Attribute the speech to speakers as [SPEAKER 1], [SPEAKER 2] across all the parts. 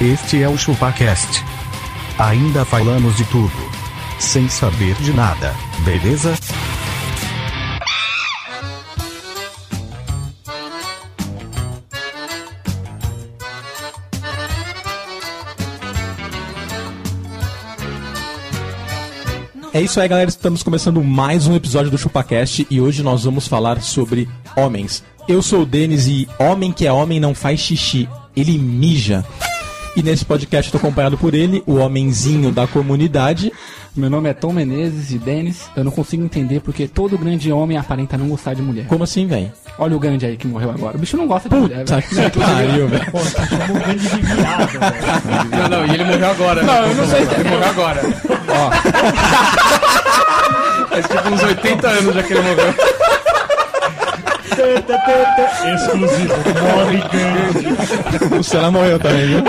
[SPEAKER 1] Este é o ChupaCast. Ainda falamos de tudo. Sem saber de nada, beleza?
[SPEAKER 2] É isso aí, galera. Estamos começando mais um episódio do ChupaCast e hoje nós vamos falar sobre homens. Eu sou o Denis e homem que é homem não faz xixi, ele mija. E nesse podcast estou acompanhado por ele, o homenzinho da comunidade.
[SPEAKER 3] Meu nome é Tom Menezes e Denis. Eu não consigo entender porque todo grande homem aparenta não gostar de mulher.
[SPEAKER 2] Como assim, velho?
[SPEAKER 3] Olha o Gandhi aí que morreu agora. O bicho não gosta de mulher,
[SPEAKER 2] Tá
[SPEAKER 3] velho.
[SPEAKER 2] que pariu, velho.
[SPEAKER 4] Não, não, e ele morreu agora. né?
[SPEAKER 3] Não, eu não sei se-
[SPEAKER 4] Ele morreu agora. Faz tipo uns 80 anos já que ele morreu.
[SPEAKER 5] Exclusivo, mole grande.
[SPEAKER 2] O Senna morreu também, viu?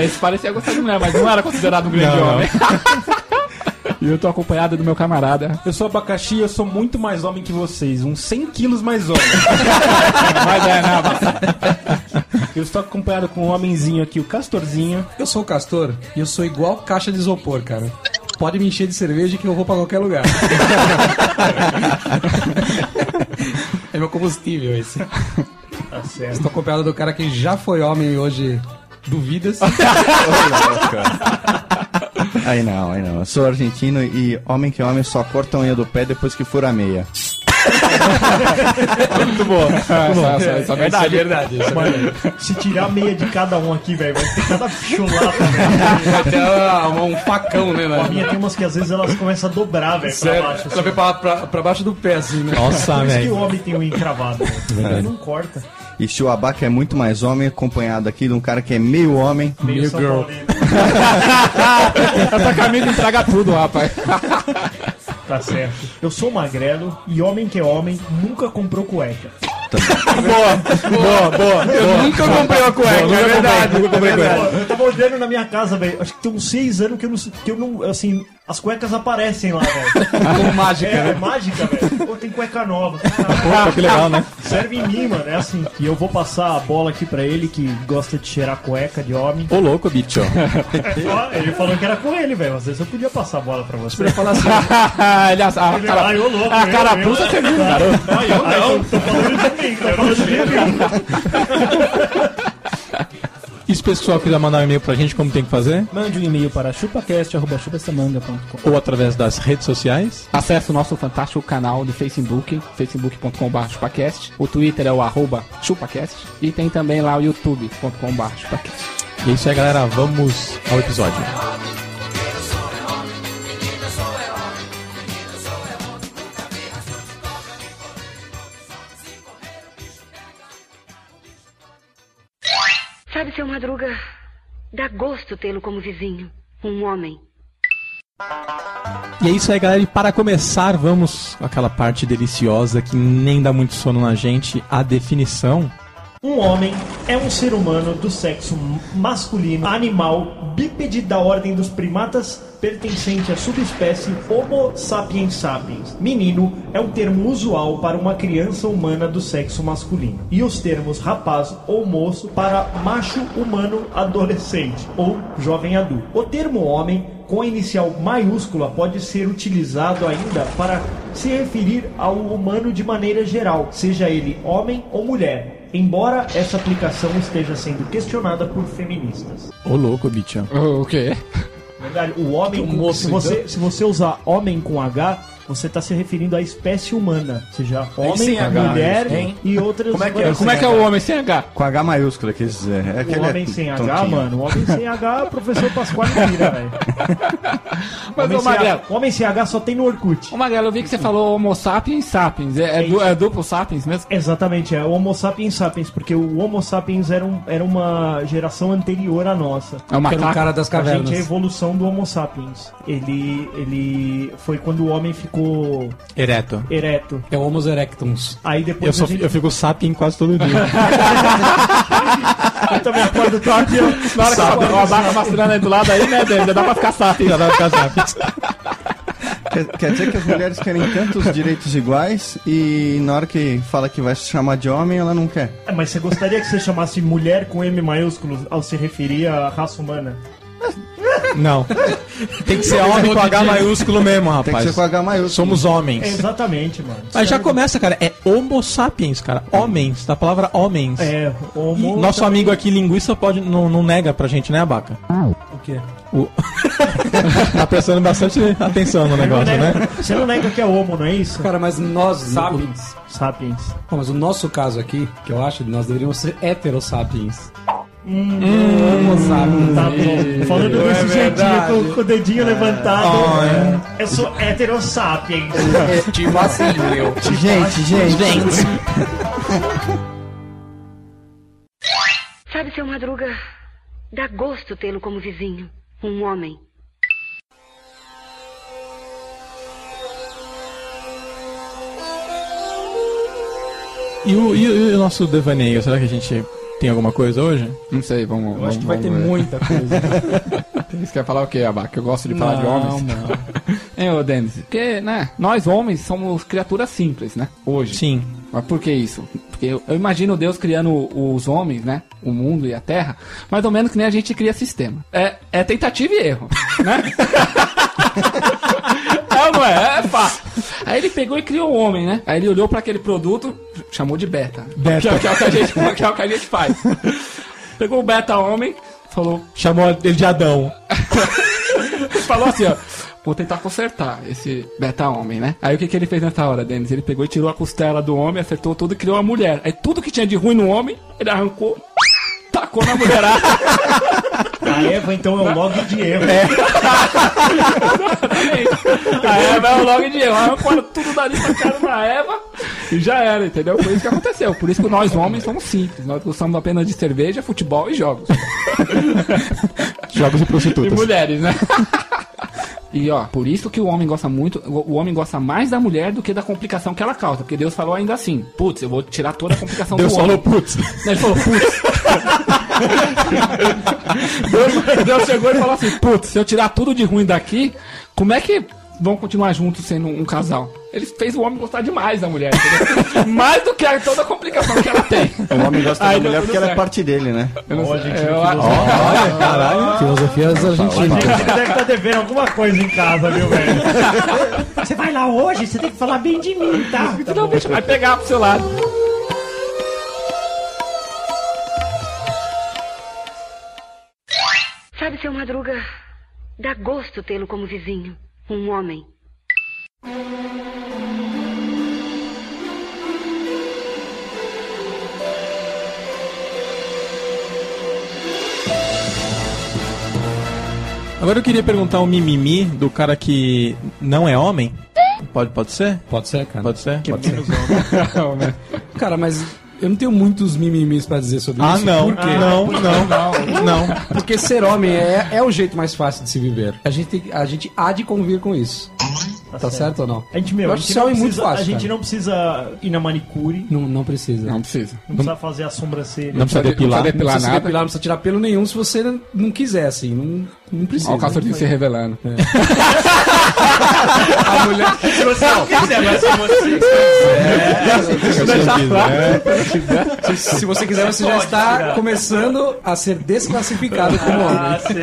[SPEAKER 3] Esse parecia gostar de mulher, mas não era considerado um
[SPEAKER 2] Não,
[SPEAKER 3] grande
[SPEAKER 2] não.
[SPEAKER 3] homem. e eu tô acompanhado do meu camarada.
[SPEAKER 5] Eu sou abacaxi e eu sou muito mais homem que vocês. Uns 100 quilos mais homem.
[SPEAKER 3] Mas é, não,
[SPEAKER 5] Eu estou acompanhado com um homenzinho aqui, o Castorzinho.
[SPEAKER 6] Eu sou o Castor e eu sou igual caixa de isopor, cara. Pode me encher de cerveja que eu vou pra qualquer lugar. é meu combustível esse.
[SPEAKER 5] Tá certo.
[SPEAKER 6] Estou acompanhado do cara que já foi homem e hoje duvidas.
[SPEAKER 7] Aí não, aí não. Eu sou argentino e homem que homem só corta a unha do pé depois que fura a meia.
[SPEAKER 3] essa, é verdade.
[SPEAKER 4] verdade. isso é verdade.
[SPEAKER 5] Se tirar a meia de cada um aqui, velho, vai ter cada chulata, velho.
[SPEAKER 4] Vai ter ah, um, um facão, né?
[SPEAKER 8] A
[SPEAKER 4] né?
[SPEAKER 8] minha tem umas que às vezes elas começam a dobrar, velho, pra
[SPEAKER 4] Sério,
[SPEAKER 8] baixo.
[SPEAKER 4] ela
[SPEAKER 8] Assim.
[SPEAKER 4] veio pra, pra, pra baixo do pé, assim, né?
[SPEAKER 2] Nossa,
[SPEAKER 8] Por isso que
[SPEAKER 2] velho.
[SPEAKER 8] o
[SPEAKER 2] É
[SPEAKER 8] homem tem o encravado. velho. Ele não corta.
[SPEAKER 7] E se o abaca é muito mais homem, acompanhado aqui de um cara que é meio homem.
[SPEAKER 8] Meio São Paulo.
[SPEAKER 3] Essa camisa entrega tudo, rapaz.
[SPEAKER 8] Tá certo. Eu sou magrelo e homem que é homem nunca comprou cueca.
[SPEAKER 2] Boa, boa.
[SPEAKER 4] Eu nunca comprei uma cueca, é verdade.
[SPEAKER 8] Pô, eu tava olhando na minha casa, velho. Acho que tem uns seis anos que eu não. Que eu não assim, as cuecas aparecem lá, velho.
[SPEAKER 4] Com mágica,
[SPEAKER 8] É, é
[SPEAKER 4] né?
[SPEAKER 8] mágica, velho. Pô, tem cueca nova. Caralho.
[SPEAKER 2] Pô, que legal, né?
[SPEAKER 8] Serve em mim, mano. É assim. E eu vou passar a bola aqui pra ele que gosta de cheirar cueca de homem.
[SPEAKER 2] Ô, louco, bicho.
[SPEAKER 8] Ó, Ele falou que era com ele, velho. Às vezes eu podia passar a bola pra você.
[SPEAKER 3] Ele, é a, a,
[SPEAKER 8] Ele-
[SPEAKER 3] cara,
[SPEAKER 8] Ai, ô louco,
[SPEAKER 3] a
[SPEAKER 8] eu-
[SPEAKER 3] carapuça né?
[SPEAKER 8] eu-
[SPEAKER 3] você viu, cara.
[SPEAKER 8] Ai, eu não. Tô falando de mim, tô falando de mim.
[SPEAKER 2] E se o pessoal quiser mandar um e-mail pra gente, como tem que fazer?
[SPEAKER 5] Mande um e-mail para chupacast.chupassamanga.com.
[SPEAKER 2] Ou através das redes sociais?
[SPEAKER 3] Acesse o nosso fantástico canal do Facebook, facebook.com.br chupacast. O Twitter é o arroba chupacast. E tem também lá o youtube.com.br chupacast.
[SPEAKER 2] E é isso aí, galera. Vamos ao episódio.
[SPEAKER 9] Sabe, seu Madruga, dá gosto tê-lo como vizinho. Um homem.
[SPEAKER 2] E é isso aí, galera. E para começar, vamos com aquela parte deliciosa que nem dá muito sono na gente, a definição.
[SPEAKER 8] Um homem é um ser humano do sexo masculino, animal, bípede da ordem dos primatas, pertencente à subespécie Homo sapiens sapiens. Menino é um termo usual para uma criança humana do sexo masculino. E os termos rapaz ou moço para macho humano adolescente ou jovem adulto. O termo homem com a inicial maiúscula pode ser utilizado ainda para se referir ao humano de maneira geral, seja ele homem ou mulher. Embora essa aplicação esteja sendo questionada por feministas.
[SPEAKER 2] Ô, louco, bichão.
[SPEAKER 3] O quê?
[SPEAKER 8] Verdade, o
[SPEAKER 3] Um
[SPEAKER 8] homem com, se, você,
[SPEAKER 3] então?
[SPEAKER 8] se você usar homem com H, você está se referindo à espécie humana. Ou seja, homem,
[SPEAKER 5] sem H,
[SPEAKER 8] mulher
[SPEAKER 5] hein?
[SPEAKER 8] e outras.
[SPEAKER 5] Como é que é?
[SPEAKER 3] Como é que é o homem sem H?
[SPEAKER 7] Com H maiúscula, quer dizer. É
[SPEAKER 8] O Um homem sem H, mano. O homem sem H, professor Pascoal Mira, velho.
[SPEAKER 3] Mas,
[SPEAKER 8] Homem
[SPEAKER 3] ô,
[SPEAKER 8] sem
[SPEAKER 3] Magrelo,
[SPEAKER 8] H- Homem sem H só tem no Orkut.
[SPEAKER 3] ô, Magrelo, eu vi que você falou homo sapiens sapiens. É, é du- é duplo sapiens mesmo?
[SPEAKER 8] Exatamente, é Homo sapiens sapiens, porque o Homo sapiens era, um- era uma geração anterior à nossa.
[SPEAKER 3] É uma
[SPEAKER 6] Que era um
[SPEAKER 3] macaco.
[SPEAKER 6] cara das
[SPEAKER 8] A gente é a
[SPEAKER 6] cavernas.
[SPEAKER 8] evolução do Homo sapiens. Ele, ele foi quando o homem ficou
[SPEAKER 2] Ereto.
[SPEAKER 8] ereto.
[SPEAKER 6] É o Homo erectus.
[SPEAKER 8] Aí
[SPEAKER 2] Eu,
[SPEAKER 8] depois
[SPEAKER 2] só,
[SPEAKER 8] a gente...
[SPEAKER 2] eu fico sapien quase todo dia.
[SPEAKER 8] Eu também acordo tarde. eu-
[SPEAKER 3] Na hora que o abaca vacinando aí do lado aí, né, Denis? Já dá pra ficar sapiens.
[SPEAKER 2] Já dá pra ficar sapien.
[SPEAKER 7] Quer, quer dizer que as mulheres querem tantos direitos iguais e na hora que fala que vai se chamar de homem, ela não quer.
[SPEAKER 8] É, mas você gostaria que você chamasse mulher com M maiúsculo ao se referir à raça humana?
[SPEAKER 2] Não. Tem que ser homem com H maiúsculo mesmo,
[SPEAKER 7] Tem
[SPEAKER 2] rapaz.
[SPEAKER 7] que ser com H maiúsculo.
[SPEAKER 2] Somos
[SPEAKER 8] É,
[SPEAKER 2] homens.
[SPEAKER 8] exatamente, mano.
[SPEAKER 2] Mas já começa, cara. É homo sapiens, cara. Homens, da palavra homens.
[SPEAKER 8] É,
[SPEAKER 2] E
[SPEAKER 8] homo...
[SPEAKER 2] nosso amigo aqui, linguiça, pode não, não nega pra gente, né, Abaca?
[SPEAKER 4] O quê?
[SPEAKER 2] O... tá prestando bastante atenção no
[SPEAKER 8] Não
[SPEAKER 2] negócio, né?
[SPEAKER 8] nega- Você não nega que é homo, não é isso?
[SPEAKER 6] Cara, mas nós sapiens.
[SPEAKER 8] Sapiens.
[SPEAKER 6] Bom, mas o nosso caso aqui, que eu acho, nós deveríamos ser heterosapiens. Hum, Homo sapiens.
[SPEAKER 8] Hum. Tá bom. Falando
[SPEAKER 6] É
[SPEAKER 8] desse
[SPEAKER 6] verdade. É.
[SPEAKER 8] jeitinho, com, com o dedinho levantado.
[SPEAKER 2] Ah, é.
[SPEAKER 8] Eu sou hétero sapiens.
[SPEAKER 6] Tipo assim, meu.
[SPEAKER 7] Gente, gente.
[SPEAKER 9] Sabe, seu Madruga, dá gosto tê-lo como vizinho. Um homem.
[SPEAKER 2] E o, e o- e o nosso devaneio, será que a gente tem alguma coisa hoje?
[SPEAKER 3] Não sei, vamos.
[SPEAKER 5] Eu acho que vai ter muita coisa.
[SPEAKER 3] Você quer falar o quê, Abaca? Que eu gosto de falar de homens?
[SPEAKER 6] mano.
[SPEAKER 3] Hein, ô Denis? Porque, né, nós homens somos criaturas simples, né? Hoje.
[SPEAKER 2] Sim.
[SPEAKER 3] Mas por que isso? Porque eu, eu imagino Deus criando os homens, né? O mundo e a terra, mais ou menos que nem a gente cria sistema. É, é tentativa e erro, né? É, não é? É fácil. Aí ele pegou e criou o homem, né? Aí ele olhou pra aquele produto, chamou de beta.
[SPEAKER 2] Beta.
[SPEAKER 3] Que é, que é o, que a gente, que é o que a gente faz. Pegou o beta homem, falou,
[SPEAKER 2] Chamou ele de Adão.
[SPEAKER 3] falou assim, ó. Vou tentar consertar esse beta homem, né? Aí o que, que ele fez nessa hora, Denis? Ele pegou e tirou a costela do homem, acertou tudo e criou uma mulher. Aí tudo que tinha de ruim no homem, ele arrancou, tacou na mulherada.
[SPEAKER 8] A Eva, então, é o log de Eva.
[SPEAKER 3] Exatamente. A Eva é o log de eu. Arrancou tudo dali pra cara da Eva e já era, entendeu? Foi isso que aconteceu. Por isso que nós homens somos simples. Nós gostamos apenas de cerveja, futebol e jogos.
[SPEAKER 2] Jogos e
[SPEAKER 3] E
[SPEAKER 2] prostitutas.
[SPEAKER 3] mulheres, né? E ó, por isso que o homem gosta muito, o o homem gosta mais da mulher do que da complicação que ela causa, porque Deus falou ainda assim, putz, eu vou tirar toda a complicação
[SPEAKER 2] Deus
[SPEAKER 3] do homem.
[SPEAKER 2] falou, putz.
[SPEAKER 3] Ele falou, putz. Deus, Deus chegou e falou assim, putz, se eu tirar tudo de ruim daqui, como é que vão continuar juntos sendo um casal? Ele fez o homem gostar demais da mulher, entendeu? mais do que a- toda a complicação que ela tem.
[SPEAKER 6] É,
[SPEAKER 7] O homem gosta
[SPEAKER 3] Aí deu
[SPEAKER 7] da mulher
[SPEAKER 3] tudo
[SPEAKER 7] porque ela é
[SPEAKER 3] certo.
[SPEAKER 7] parte dele, né?
[SPEAKER 3] Eu não sei,
[SPEAKER 8] gente,
[SPEAKER 3] eu-
[SPEAKER 2] Olha, caralho.
[SPEAKER 5] Filosofias argentinas.
[SPEAKER 8] Você deve estar devendo alguma coisa em casa, viu, velho? Você vai lá hoje, você tem que falar bem de mim, tá?
[SPEAKER 3] Finalmente vai pegar pro seu lado.
[SPEAKER 9] Sabe, seu Madruga, dá gosto tê-lo como vizinho. Um homem.
[SPEAKER 2] Agora eu queria perguntar um mimimi do cara que não é homem. Pode, pode ser?
[SPEAKER 6] Pode ser, cara.
[SPEAKER 2] Pode ser? Pode ser.
[SPEAKER 6] Cara, mas eu não tenho muitos mimimis pra dizer sobre
[SPEAKER 2] Ah,
[SPEAKER 6] isso.
[SPEAKER 2] não.
[SPEAKER 6] Por quê?
[SPEAKER 2] não, não, não.
[SPEAKER 6] Porque ser homem é, é o jeito mais fácil de se viver. A gente, tem- a gente há de conviver com isso. Tá, certo. ou não?
[SPEAKER 8] A gente, meu,
[SPEAKER 6] Eu
[SPEAKER 8] a
[SPEAKER 6] acho
[SPEAKER 8] gente,
[SPEAKER 6] esse
[SPEAKER 8] não
[SPEAKER 6] homem muito
[SPEAKER 8] precisa,
[SPEAKER 6] fácil,
[SPEAKER 8] a gente
[SPEAKER 6] cara.
[SPEAKER 8] não precisa ir na manicure,
[SPEAKER 6] Não, não precisa.
[SPEAKER 3] Não precisa.
[SPEAKER 8] não precisa fazer a sobrancelha.
[SPEAKER 2] Não precisa
[SPEAKER 3] Não
[SPEAKER 2] depilar.
[SPEAKER 3] precisa
[SPEAKER 6] Não
[SPEAKER 3] depilar
[SPEAKER 6] precisa se
[SPEAKER 3] nada.
[SPEAKER 6] depilar, não precisa tirar pelo nenhum se você não quiser, assim. Não, não precisa.
[SPEAKER 3] Olha o Castorzinho se revelando.
[SPEAKER 6] É.
[SPEAKER 8] Se você não quiser, mas se você...
[SPEAKER 6] Se, se você quiser, você já está começando a ser desclassificado como homem.
[SPEAKER 8] Ah, sei.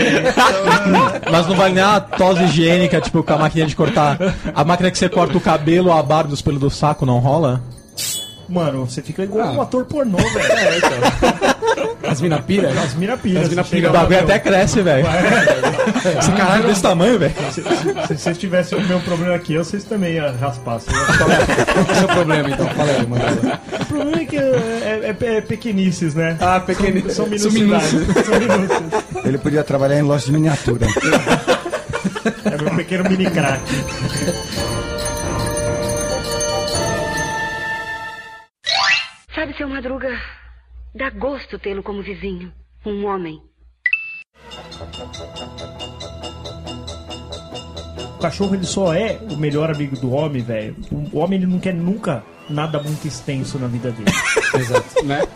[SPEAKER 2] Mas não vale nem a tosa higiênica, tipo, com a maquininha de cortar. A máquina que você corta o cabelo, a barba dos pelos do saco não rola?
[SPEAKER 8] Mano, você fica igual um ator pornô, velho. É, então.
[SPEAKER 6] As mina pira?
[SPEAKER 8] As mina pira.
[SPEAKER 6] mina
[SPEAKER 8] você
[SPEAKER 6] pira.
[SPEAKER 8] chega
[SPEAKER 2] O
[SPEAKER 8] lá,
[SPEAKER 2] bagulho
[SPEAKER 8] meu,
[SPEAKER 2] até cresce, velho. Esse caralho é desse tamanho, velho.
[SPEAKER 8] Se, se- se vocês tivessem o mesmo problema aqui, eu, vocês também iam raspar. assim.
[SPEAKER 6] Qual é o problema, então? Fala aí, mano.
[SPEAKER 8] O problema é que é, é- é pequenices, né?
[SPEAKER 6] Ah, pequenino.
[SPEAKER 8] São minucidades. São minúcias.
[SPEAKER 7] Ele podia trabalhar em loja de miniatura.
[SPEAKER 8] É meu pequeno mini crack.
[SPEAKER 9] Sabe, seu Madruga, dá gosto tê-lo como vizinho. Um homem.
[SPEAKER 8] O cachorro ele só é o melhor amigo do homem, velho. O homem ele não quer nunca nada muito extenso na vida dele.
[SPEAKER 6] Exato.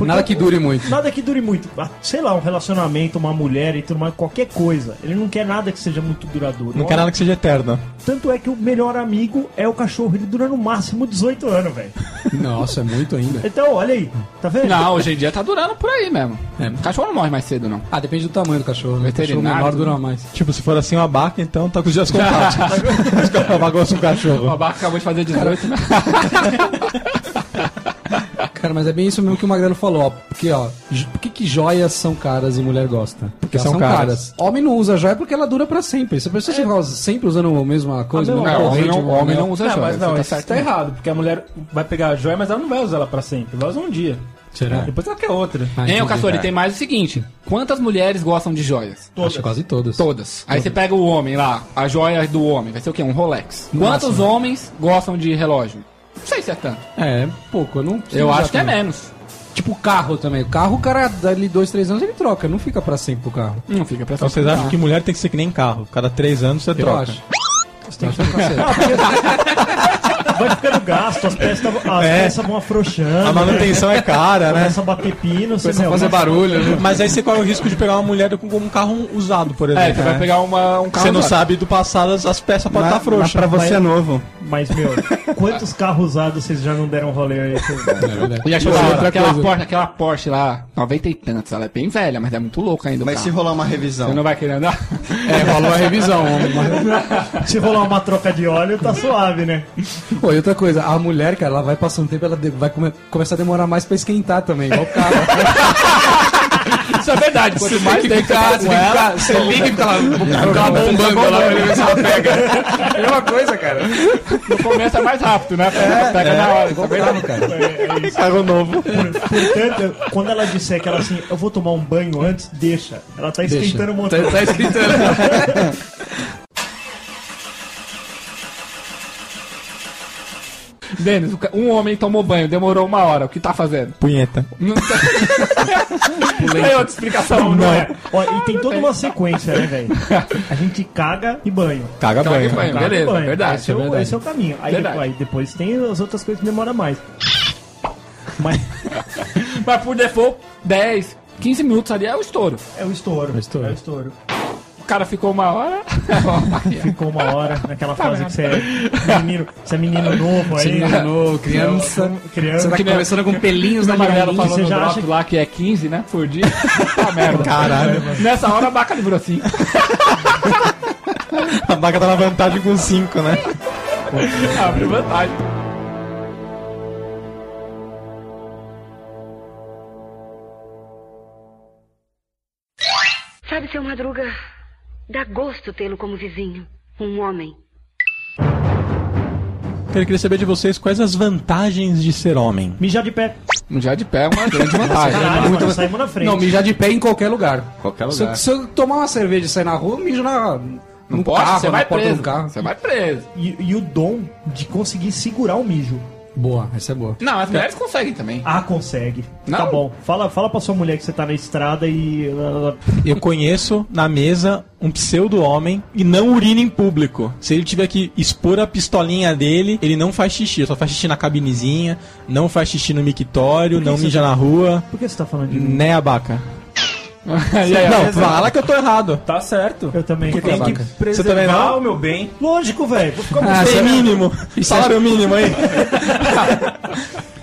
[SPEAKER 6] Nada que dure muito.
[SPEAKER 8] Nada que dure muito. Ah, Sei lá, um relacionamento, uma mulher e tudo mais, qualquer coisa. Ele não quer nada que seja muito duradouro.
[SPEAKER 2] Não quer nada Um que seja eterna.
[SPEAKER 8] Tanto é que o melhor amigo é o cachorro. Ele dura no máximo 18 anos, velho.
[SPEAKER 6] Nossa, é muito ainda.
[SPEAKER 8] Então, olha aí. Tá vendo?
[SPEAKER 3] Não, hoje em dia tá durando por aí mesmo.
[SPEAKER 6] É.
[SPEAKER 3] O cachorro não morre mais cedo, não.
[SPEAKER 6] Ah, depende do tamanho do cachorro. né? cachorro
[SPEAKER 3] Veterinário.
[SPEAKER 6] menor dura mais.
[SPEAKER 2] Tipo, se for assim uma abaca, então tá com os dias contados. Bagulho um
[SPEAKER 3] O
[SPEAKER 2] cachorro.
[SPEAKER 3] Abaca acabou de fazer 18, né?
[SPEAKER 6] Cara, mas é bem isso mesmo que o Magrelo falou, ó. Porque, ó, j- por que, que joias são caras e mulher gosta? Porque
[SPEAKER 2] são caras.
[SPEAKER 6] Homem não usa joia porque ela dura pra sempre. Se a pessoa ficar sempre usando a mesma coisa,
[SPEAKER 8] meu,
[SPEAKER 6] mesma
[SPEAKER 3] É. Ah, Não,
[SPEAKER 8] é,
[SPEAKER 3] o homem
[SPEAKER 6] corrente,
[SPEAKER 3] não, o
[SPEAKER 6] mesma-
[SPEAKER 3] homem não usa
[SPEAKER 5] Não,
[SPEAKER 3] joia.
[SPEAKER 5] mas não,
[SPEAKER 3] você tá
[SPEAKER 5] isso tá,
[SPEAKER 3] certo, né?
[SPEAKER 5] errado, porque a mulher vai pegar a joia, mas ela não vai usar ela pra sempre. Vai usar um dia.
[SPEAKER 6] Será?
[SPEAKER 5] Depois ela quer outra.
[SPEAKER 6] Ah,
[SPEAKER 3] Hein,
[SPEAKER 6] entendi.
[SPEAKER 3] o Castori, tem mais o seguinte: quantas mulheres gostam de joias?
[SPEAKER 6] Acho que quase todas.
[SPEAKER 3] Todas. Aí você pega o homem lá, a joia do homem, vai ser o quê? Um Rolex. Quantos homens gostam de relógio? Não sei se é tanto.
[SPEAKER 6] É, pouco. Eu, não
[SPEAKER 3] Eu acho que é
[SPEAKER 6] mesmo.
[SPEAKER 3] menos.
[SPEAKER 6] Tipo carro também. O carro, o cara, dali dois, três anos, ele troca. Não fica pra sempre o carro.
[SPEAKER 3] Não fica pra
[SPEAKER 2] Então vocês acham que mulher tem que ser que nem carro. Cada três anos você
[SPEAKER 6] Eu
[SPEAKER 2] troca.
[SPEAKER 6] acho. Eu acho que tá certo.
[SPEAKER 8] Vai ficando gasto, as peças, tavam- as
[SPEAKER 2] É.
[SPEAKER 8] peças vão afrouxando.
[SPEAKER 2] A manutenção é cara, né?
[SPEAKER 8] Começa a bater pino, você
[SPEAKER 6] Começa a fazer barulho, né?
[SPEAKER 2] Mas aí você corre o risco de pegar uma mulher com um carro usado, por
[SPEAKER 3] É,
[SPEAKER 2] exemplo. né?
[SPEAKER 3] você vai pegar uma, um carro.
[SPEAKER 2] Você não
[SPEAKER 3] usado.
[SPEAKER 2] sabe do passado, as, as peças podem estar
[SPEAKER 8] tá
[SPEAKER 7] mas
[SPEAKER 2] frouxas.
[SPEAKER 7] pra você é novo.
[SPEAKER 8] Mas, meu, quantos carros usados vocês já não deram rolê aí?
[SPEAKER 3] E achou
[SPEAKER 6] Outra
[SPEAKER 3] outra aquela
[SPEAKER 6] coisa.
[SPEAKER 3] Porsche, aquela Porsche lá, 90 e tantos, ela é bem velha, mas é muito louca ainda. o
[SPEAKER 7] Mas se
[SPEAKER 3] carro.
[SPEAKER 7] rolar uma
[SPEAKER 3] Você
[SPEAKER 7] revisão.
[SPEAKER 3] não vai querer andar?
[SPEAKER 6] É, rolou a revisão. Mas...
[SPEAKER 8] Se rolar uma troca de óleo, tá suave, né?
[SPEAKER 6] Pô, e outra coisa, a mulher, cara, ela vai passando tempo, ela de- vai come- começar a demorar mais pra esquentar também, igual o carro.
[SPEAKER 3] Isso é verdade. Quanto mais
[SPEAKER 6] que
[SPEAKER 3] tempo você
[SPEAKER 6] ficar-
[SPEAKER 3] tá
[SPEAKER 6] você
[SPEAKER 3] com
[SPEAKER 6] tem que
[SPEAKER 3] ela,
[SPEAKER 6] ficar- você liga e fica lá, vou colocar uma bombando lá pra ele ver se ela pega. É a mesma coisa, cara. É,
[SPEAKER 3] no começo é mais rápido, né? Pega, pega na hora. tá
[SPEAKER 6] Igual carro,
[SPEAKER 8] É,
[SPEAKER 6] cara.
[SPEAKER 2] Carro novo.
[SPEAKER 8] Portanto, quando ela disser que ela assim, eu vou tomar um banho antes, deixa. Ela tá esquentando o motor.
[SPEAKER 6] Tá, tá escrito ali.
[SPEAKER 3] Denis, o ca- um homem tomou banho, demorou uma hora. O que tá fazendo?
[SPEAKER 2] Punheta.
[SPEAKER 3] Não tem. Tem outra explicação, não, é?
[SPEAKER 8] né? Ó, e tem toda uma sequência, né, velho? A gente caga e banho.
[SPEAKER 2] Caga banho.
[SPEAKER 3] banho.
[SPEAKER 8] Caga
[SPEAKER 3] Beleza,
[SPEAKER 8] e banho.
[SPEAKER 3] verdade,
[SPEAKER 8] esse, é o,
[SPEAKER 3] verdade.
[SPEAKER 8] esse é o caminho. Aí,
[SPEAKER 3] Verdade.
[SPEAKER 8] aí depois tem as outras coisas que demora mais. Mas
[SPEAKER 3] Mas por default, 10, 15 minutos ali é o estouro.
[SPEAKER 8] é o estouro. É o estouro.
[SPEAKER 3] O cara ficou uma hora.
[SPEAKER 8] Ficou uma hora naquela fase que você é menino, você é menino novo aí.
[SPEAKER 6] Menino, criança.
[SPEAKER 8] Criança.
[SPEAKER 6] Você tá começando com pelinhos na
[SPEAKER 3] O Marcelo
[SPEAKER 6] janelinha.
[SPEAKER 3] falou
[SPEAKER 8] você
[SPEAKER 3] no
[SPEAKER 8] já
[SPEAKER 3] drop
[SPEAKER 8] acha que-
[SPEAKER 3] lá que é 15, né? Por dia. Tá merda.
[SPEAKER 2] Caralho.
[SPEAKER 3] Nessa hora a vaca livrou assim.
[SPEAKER 2] A vaca tá na vantagem com 5, né?
[SPEAKER 3] Abre vantagem.
[SPEAKER 9] Sabe, seu Madruga, dá gosto tê-lo como vizinho. Um homem.
[SPEAKER 2] Eu queria saber de vocês quais as vantagens de ser homem.
[SPEAKER 8] Mijar de pé.
[SPEAKER 3] Já de pé é uma grande vantagem.
[SPEAKER 8] Caralho, mano, saímos na frente.
[SPEAKER 6] Não, mijar de pé em qualquer lugar.
[SPEAKER 2] Qualquer
[SPEAKER 6] Se eu, se eu tomar uma cerveja e sair na rua, eu mijo na,
[SPEAKER 3] Não
[SPEAKER 6] no
[SPEAKER 3] pode,
[SPEAKER 6] Um carro,
[SPEAKER 3] você
[SPEAKER 6] na
[SPEAKER 3] vai
[SPEAKER 6] porta
[SPEAKER 3] preso.
[SPEAKER 6] do carro.
[SPEAKER 3] Você vai preso.
[SPEAKER 8] E, e o dom de conseguir segurar o mijo.
[SPEAKER 6] Boa, essa é boa.
[SPEAKER 3] Não, as mulheres conseguem também.
[SPEAKER 8] Ah, consegue. Tá
[SPEAKER 3] Não?
[SPEAKER 8] bom. Fala, fala pra sua mulher que você tá na estrada e. ela-
[SPEAKER 2] Eu conheço na mesa um pseudo-homem e não urina em público. Se ele tiver que expor a pistolinha dele, ele não faz xixi. Só faz xixi na cabinezinha, não faz xixi no mictório, não mija na rua.
[SPEAKER 8] Por que você tá falando de mim?
[SPEAKER 2] Né, abaca?
[SPEAKER 3] E aí,
[SPEAKER 2] Não, fala que eu tô errado.
[SPEAKER 5] Tá certo.
[SPEAKER 8] Eu também.
[SPEAKER 5] Porque tem que
[SPEAKER 2] Você também
[SPEAKER 5] preservar
[SPEAKER 2] não?
[SPEAKER 5] o meu bem.
[SPEAKER 8] Lógico, velho. Vou ficar
[SPEAKER 6] Ah,
[SPEAKER 2] Tem
[SPEAKER 6] você-
[SPEAKER 2] é mínimo. Salário mínimo aí.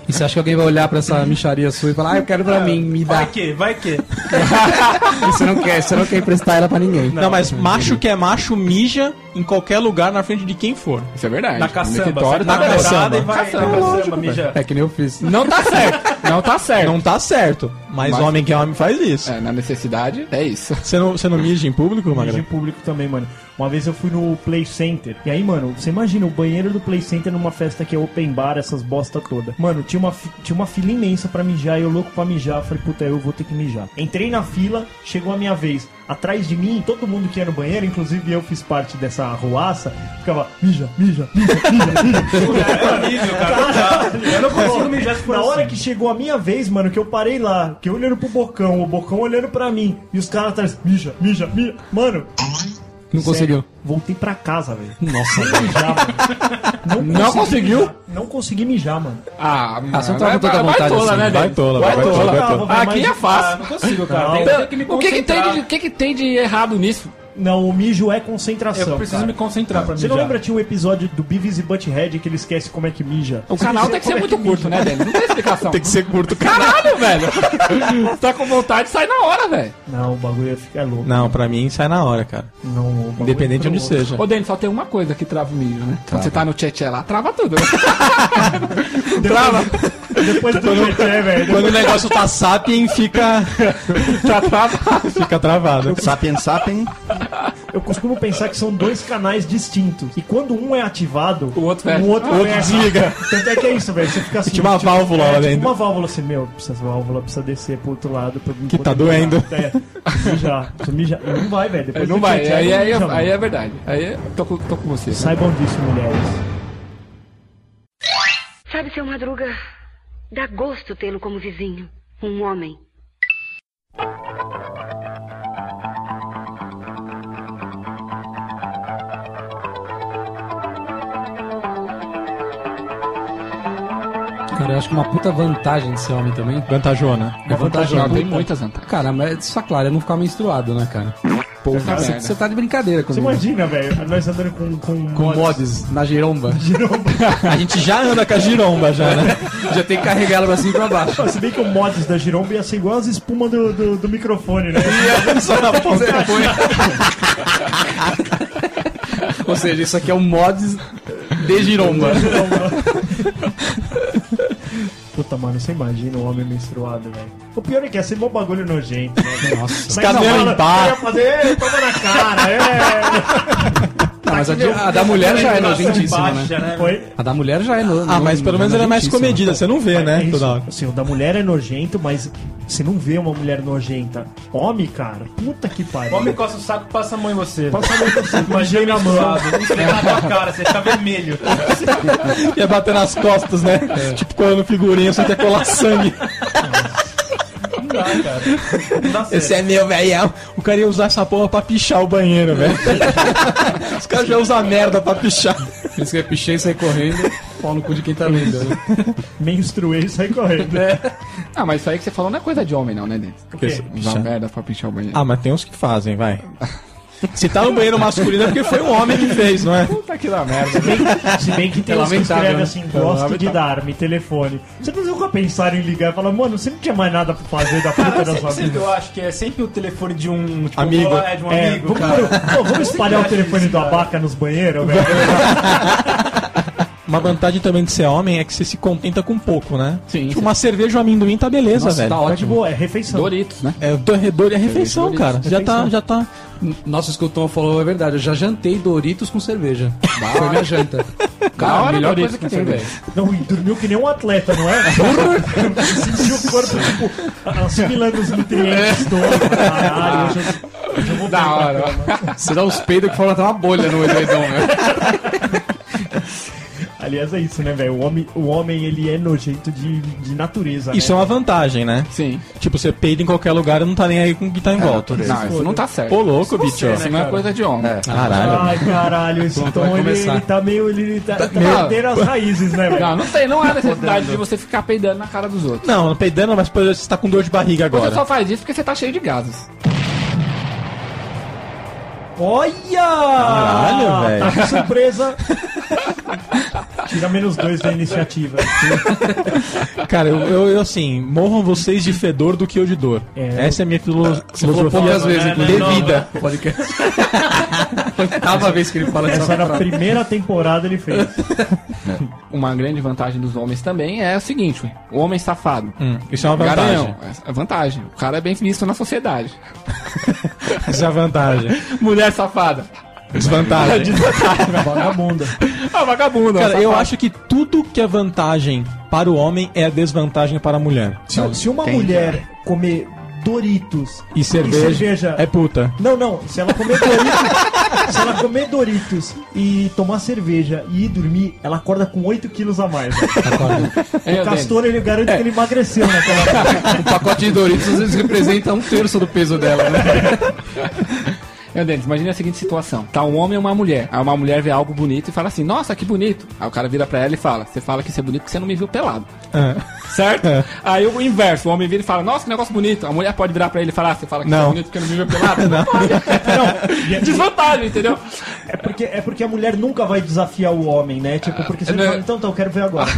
[SPEAKER 6] E você acha que alguém vai olhar pra essa micharia sua e falar, ah, eu quero pra mim, me dá.
[SPEAKER 5] Vai que, vai que. Tá
[SPEAKER 6] E você não quer, você não quer emprestar ela pra ninguém.
[SPEAKER 2] Não, mas macho que é macho mija em qualquer lugar na frente de quem for.
[SPEAKER 3] Isso é verdade.
[SPEAKER 5] Na
[SPEAKER 3] No
[SPEAKER 5] caçamba.
[SPEAKER 3] Vitória,
[SPEAKER 5] sai com
[SPEAKER 2] na
[SPEAKER 5] a
[SPEAKER 3] tá
[SPEAKER 5] namorada
[SPEAKER 2] caçamba.
[SPEAKER 5] E vai,
[SPEAKER 3] Caçamba,
[SPEAKER 5] na caçamba,
[SPEAKER 3] lógico,
[SPEAKER 5] mija.
[SPEAKER 6] É que nem eu fiz.
[SPEAKER 3] Não tá certo. Não tá certo.
[SPEAKER 2] Não tá certo. Mas,
[SPEAKER 3] Mas-
[SPEAKER 2] homem que é homem faz isso.
[SPEAKER 3] É, na necessidade, é isso.
[SPEAKER 2] Você não, você não mija em público,
[SPEAKER 8] mijo em
[SPEAKER 2] Magrão?
[SPEAKER 8] público também, mano. Uma vez eu fui no Play Center. E aí, mano, você imagina o banheiro do Play Center numa festa que é open bar, essas bosta toda. Mano, tinha uma, fi- tinha uma fila imensa pra mijar. E eu louco pra mijar. eu Falei, puta, eu vou ter que mijar. Entrei na fila, chegou a minha vez. Atrás de mim, todo mundo que ia no banheiro, inclusive eu fiz parte dessa arruaça, ficava, mija, mija, mija, mija, mija.
[SPEAKER 3] é
[SPEAKER 8] Eu não consigo mijar se for Na
[SPEAKER 5] assim.
[SPEAKER 8] hora que chegou a minha vez, mano, que eu parei lá, que eu olhando pro Bocão, o Bocão olhando pra mim, e os caras atrás, mija, mija, mija. Mano,
[SPEAKER 6] Não conseguiu.
[SPEAKER 8] Voltei pra casa, velho. Nossa, mijar, mano. Não, consegui,
[SPEAKER 4] conseguiu?
[SPEAKER 8] não consegui mijar, mano.
[SPEAKER 3] Ah, mano.
[SPEAKER 6] você não tava
[SPEAKER 3] vai-
[SPEAKER 6] com tanta
[SPEAKER 3] vai- Vai
[SPEAKER 6] vontade
[SPEAKER 3] tola,
[SPEAKER 6] assim,
[SPEAKER 3] né,
[SPEAKER 2] Vai
[SPEAKER 3] Denis?
[SPEAKER 2] tola, vai
[SPEAKER 3] Vai
[SPEAKER 2] tola,
[SPEAKER 3] tola.
[SPEAKER 2] vai
[SPEAKER 8] Tava,
[SPEAKER 2] tola.
[SPEAKER 8] vai,
[SPEAKER 3] Aqui
[SPEAKER 8] mas-
[SPEAKER 3] é fácil.
[SPEAKER 5] Ah, não consigo, cara.
[SPEAKER 8] Não.
[SPEAKER 5] Tem, tem que me
[SPEAKER 3] O que que, tem
[SPEAKER 5] concentrar.
[SPEAKER 3] de, o que que tem de errado nisso?
[SPEAKER 8] Não, o mijo é concentração.
[SPEAKER 5] Eu preciso
[SPEAKER 8] cara.
[SPEAKER 5] me concentrar pra
[SPEAKER 8] Você não
[SPEAKER 5] mijar.
[SPEAKER 8] lembra tinha um episódio do Beavis e Butthead que ele esquece como é que mija?
[SPEAKER 3] O canal tem que
[SPEAKER 6] é
[SPEAKER 3] ser muito curto, né, Denis? Não tem explicação.
[SPEAKER 2] Tem que ser curto, cara.
[SPEAKER 3] Caralho, velho. Você tá com vontade, sai na hora, velho.
[SPEAKER 8] Não, o bagulho ia ficar louco.
[SPEAKER 2] Não, pra mim sai na hora, cara.
[SPEAKER 8] Não, o bagulho
[SPEAKER 2] Independente de
[SPEAKER 8] fica
[SPEAKER 2] onde
[SPEAKER 8] louco.
[SPEAKER 2] seja.
[SPEAKER 3] Ô, Denis, só tem uma coisa que trava o milho, né? Quando você tá no tchê lá, trava tudo. né? trava.
[SPEAKER 8] Depois do Tietê, velho.
[SPEAKER 2] Quando o negócio tá sapien, fica,
[SPEAKER 3] Tá travado.
[SPEAKER 2] fica travado.
[SPEAKER 7] Sapien Sapien.
[SPEAKER 8] Eu costumo pensar que são dois canais distintos. E quando um é ativado,
[SPEAKER 3] O outro fecha.
[SPEAKER 8] o outro,
[SPEAKER 3] O outro
[SPEAKER 8] fecha.
[SPEAKER 2] desliga.
[SPEAKER 8] Tanto é que é isso, velho. Você fica assim.
[SPEAKER 2] Tinha uma válvula
[SPEAKER 8] é,
[SPEAKER 2] lá
[SPEAKER 8] tipo
[SPEAKER 2] dentro.
[SPEAKER 8] Uma válvula assim, meu, essa válvula precisa descer pro outro lado. Pra
[SPEAKER 2] Que tá doendo.
[SPEAKER 8] É, mijar. Tu mijar. E Não vai, velho. Depois
[SPEAKER 3] Não
[SPEAKER 8] do
[SPEAKER 3] vai,
[SPEAKER 8] tchê-tchê,
[SPEAKER 3] aí,
[SPEAKER 8] não
[SPEAKER 3] aí,
[SPEAKER 8] mija,
[SPEAKER 3] é- aí
[SPEAKER 8] mano.
[SPEAKER 3] é verdade. Aí eu tô, com- tô com você.
[SPEAKER 8] Saibam disso, mulheres.
[SPEAKER 9] Sabe, seu Madruga, dá gosto tê-lo como vizinho. Um homem.
[SPEAKER 6] Cara, eu acho que é uma puta vantagem de ser homem também.
[SPEAKER 2] Vantajona.
[SPEAKER 6] É vantagem.
[SPEAKER 3] Não, tem
[SPEAKER 6] puta.
[SPEAKER 3] muitas vantagens.
[SPEAKER 6] Cara, mas só claro, é não ficar menstruado, né, cara?
[SPEAKER 3] Pô,
[SPEAKER 6] Você, você tá de brincadeira
[SPEAKER 8] Você
[SPEAKER 6] comigo.
[SPEAKER 8] imagina, velho, nós andando com, com,
[SPEAKER 6] Com mods na giromba.
[SPEAKER 2] A gente já anda com a giromba, já, né?
[SPEAKER 6] Já tem que carregar ela pra cima e pra baixo.
[SPEAKER 8] Se bem que o mods da giromba ia ser igual as espumas do, do, do microfone, né?
[SPEAKER 6] Ou seja, isso aqui é um mods de giromba.
[SPEAKER 8] Puta, mano, você imagina um homem menstruado, velho. O pior é que ia ser mó bagulho nojento, né? Nossa, Os
[SPEAKER 2] caras iam limpar.
[SPEAKER 8] ia fazer, "Ei, toma na cara, é.
[SPEAKER 6] Não, mas a, de- a da mulher
[SPEAKER 8] um
[SPEAKER 6] já é nojentíssima, né?
[SPEAKER 8] Foi.
[SPEAKER 6] A da mulher já é no,
[SPEAKER 2] Ah, mas pelo menos ela é mais
[SPEAKER 6] comedido.
[SPEAKER 2] comedida, você não vê,
[SPEAKER 8] É
[SPEAKER 2] né?
[SPEAKER 8] isso.
[SPEAKER 2] Toda hora.
[SPEAKER 8] Assim, o da mulher é nojento, mas você não vê uma mulher nojenta. Homem, cara, puta que pariu.
[SPEAKER 5] Homem coça o saco, passa a mão em você.
[SPEAKER 8] Passa a mão em você.
[SPEAKER 5] Imagina a mão. Não esfregar na tua cara, você tá vermelho.
[SPEAKER 2] Ia bater nas costas, né? Tipo colando figurinha, só que ia colar sangue.
[SPEAKER 5] Não dá, cara. Não dá Tá certo.
[SPEAKER 2] Esse é meu, velho. O cara ia usar essa porra pra pichar o banheiro, velho. Os caras já usam merda pra pichar.
[SPEAKER 6] Eles que eu pichei e saí correndo, pau no cu de quem tá vendo.
[SPEAKER 8] Menstruei e sai correndo.
[SPEAKER 5] É.
[SPEAKER 3] Ah, mas isso aí que você falou não é coisa de homem, não, né, Denis? Usar
[SPEAKER 2] Pichar.
[SPEAKER 3] merda pra pinchar o banheiro.
[SPEAKER 2] Ah, mas tem uns que fazem, vai. Se tá no banheiro masculino é porque foi um homem que fez, não é?
[SPEAKER 3] puta que da merda. né?
[SPEAKER 8] Se bem que tem
[SPEAKER 6] É
[SPEAKER 8] uns que
[SPEAKER 6] lamentável,
[SPEAKER 8] escreve
[SPEAKER 6] né?
[SPEAKER 8] assim, gosto de dar, me telefone. Você não nunca pensaram em ligar e falar, mano, você não tinha mais nada pra fazer da puta da sua
[SPEAKER 5] Sabe o que
[SPEAKER 8] vida.
[SPEAKER 5] eu acho que é sempre o telefone de um tipo,
[SPEAKER 2] Amigo.
[SPEAKER 5] É, de um
[SPEAKER 8] É,
[SPEAKER 5] amigo,
[SPEAKER 8] vamos,
[SPEAKER 5] cara.
[SPEAKER 8] pôr o- pô, vamos espalhar o telefone do abaca nos banheiros, velho.
[SPEAKER 2] Uma vantagem também de ser homem é que você se contenta com pouco, né?
[SPEAKER 3] Sim,
[SPEAKER 2] Tipo,
[SPEAKER 3] sim.
[SPEAKER 2] uma cerveja ou amendoim tá beleza, velho.
[SPEAKER 6] tá
[SPEAKER 8] Tá de boa, é refeição.
[SPEAKER 3] Doritos, né?
[SPEAKER 2] É, do redor e a refeição,
[SPEAKER 3] Doritos,
[SPEAKER 2] cara. Já tá, já tá.
[SPEAKER 6] Nossa, isso que o Tom falou é verdade. Eu já jantei Doritos com cerveja. Foi minha janta.
[SPEAKER 3] Da hora, é
[SPEAKER 6] melhor
[SPEAKER 3] Doritos
[SPEAKER 6] coisa que
[SPEAKER 3] com
[SPEAKER 6] tem,
[SPEAKER 3] cerveja.
[SPEAKER 6] velho.
[SPEAKER 8] Não, e dormiu que nem um atleta, não é? Sentiu o corpo, tipo, assimilando os nutrientes do outro. Caralho, hoje eu- hoje eu vou
[SPEAKER 3] Da hora.
[SPEAKER 6] Você dá uns peidos que forma até uma bolha no edredom, velho.
[SPEAKER 8] Aliás, é isso, né, velho? O homem, o homem, ele é nojento de, de natureza.
[SPEAKER 2] Isso é
[SPEAKER 8] né?
[SPEAKER 2] uma vantagem, né?
[SPEAKER 3] Sim.
[SPEAKER 2] Tipo, você peida em qualquer lugar e não tá nem aí com o que tá em volta.
[SPEAKER 3] Não, isso não tá certo.
[SPEAKER 2] Pô, louco, bicho.
[SPEAKER 3] Isso não é coisa de homem.
[SPEAKER 2] Caralho.
[SPEAKER 8] Ai, caralho, esse tom,
[SPEAKER 6] vai
[SPEAKER 8] ele,
[SPEAKER 6] começar.
[SPEAKER 8] ele tá meio. Ele tá, tá
[SPEAKER 3] meio-
[SPEAKER 8] perdendo as raízes, né, velho?
[SPEAKER 3] Não, não tem, não há necessidade de você ficar peidando na cara dos outros.
[SPEAKER 2] Não, peidando, mas pô, você tá com dor de barriga
[SPEAKER 3] Você
[SPEAKER 2] agora.
[SPEAKER 3] é só faz isso porque você tá cheio de gases.
[SPEAKER 8] Olha!
[SPEAKER 2] Caralho, velho.
[SPEAKER 8] Tá com surpresa. Tira menos dois da iniciativa.
[SPEAKER 2] Cara, eu, eu, eu, assim, morram vocês de fedor do que eu de dor.
[SPEAKER 8] É.
[SPEAKER 2] Essa é a minha filo-
[SPEAKER 6] Falou
[SPEAKER 2] filosofia.
[SPEAKER 6] poucas vezes, inclusive. Devida. Podcast. Oitava vez que ele fala essa
[SPEAKER 8] Essa era a
[SPEAKER 6] frase.
[SPEAKER 8] primeira temporada ele fez.
[SPEAKER 3] Uma grande vantagem dos homens também é o seguinte: o homem safado.
[SPEAKER 2] Hum, isso é uma vantagem.
[SPEAKER 3] Garanhão. É vantagem. O cara é bem visto na sociedade.
[SPEAKER 2] Essa é a vantagem.
[SPEAKER 3] Mulher safada.
[SPEAKER 2] Desvantagem.
[SPEAKER 8] Vagabunda.
[SPEAKER 3] Ah, vagabunda.
[SPEAKER 2] Cara, eu
[SPEAKER 3] safada.
[SPEAKER 2] acho que tudo que é vantagem para o homem é desvantagem para a mulher.
[SPEAKER 8] Se, se uma
[SPEAKER 7] Entendi.
[SPEAKER 8] mulher comer Doritos
[SPEAKER 2] E cerveja,
[SPEAKER 8] cerveja-
[SPEAKER 2] é puta.
[SPEAKER 8] Não, não. Se ela comer Doritos, se ela comer Doritos e tomar cerveja e ir dormir, ela acorda com 8 quilos a mais. né?
[SPEAKER 3] É,
[SPEAKER 8] O
[SPEAKER 3] Denis.
[SPEAKER 8] Castor, ele garante que ele emagreceu naquela.
[SPEAKER 6] O pacote de Doritos, eles representam um terço do peso dela, né?
[SPEAKER 3] Meu Denis, imagina a seguinte situação. Tá um homem e uma mulher. Aí uma mulher vê algo bonito e fala assim, nossa, que bonito. Aí o cara vira pra ela e fala, você fala que isso é bonito porque você não me viu pelado.
[SPEAKER 2] É.
[SPEAKER 3] Certo? Aí o inverso, o homem vira e fala, nossa, que negócio bonito. A mulher pode virar pra ele e falar, você fala que isso é
[SPEAKER 2] Não.
[SPEAKER 3] bonito porque não me viu pelado. Não.
[SPEAKER 8] E é-
[SPEAKER 3] Desvantagem, entendeu?
[SPEAKER 8] É porque, é porque a mulher nunca vai desafiar o homem, né? Tipo, porque você
[SPEAKER 3] né?
[SPEAKER 8] fala, então tá, eu quero ver agora.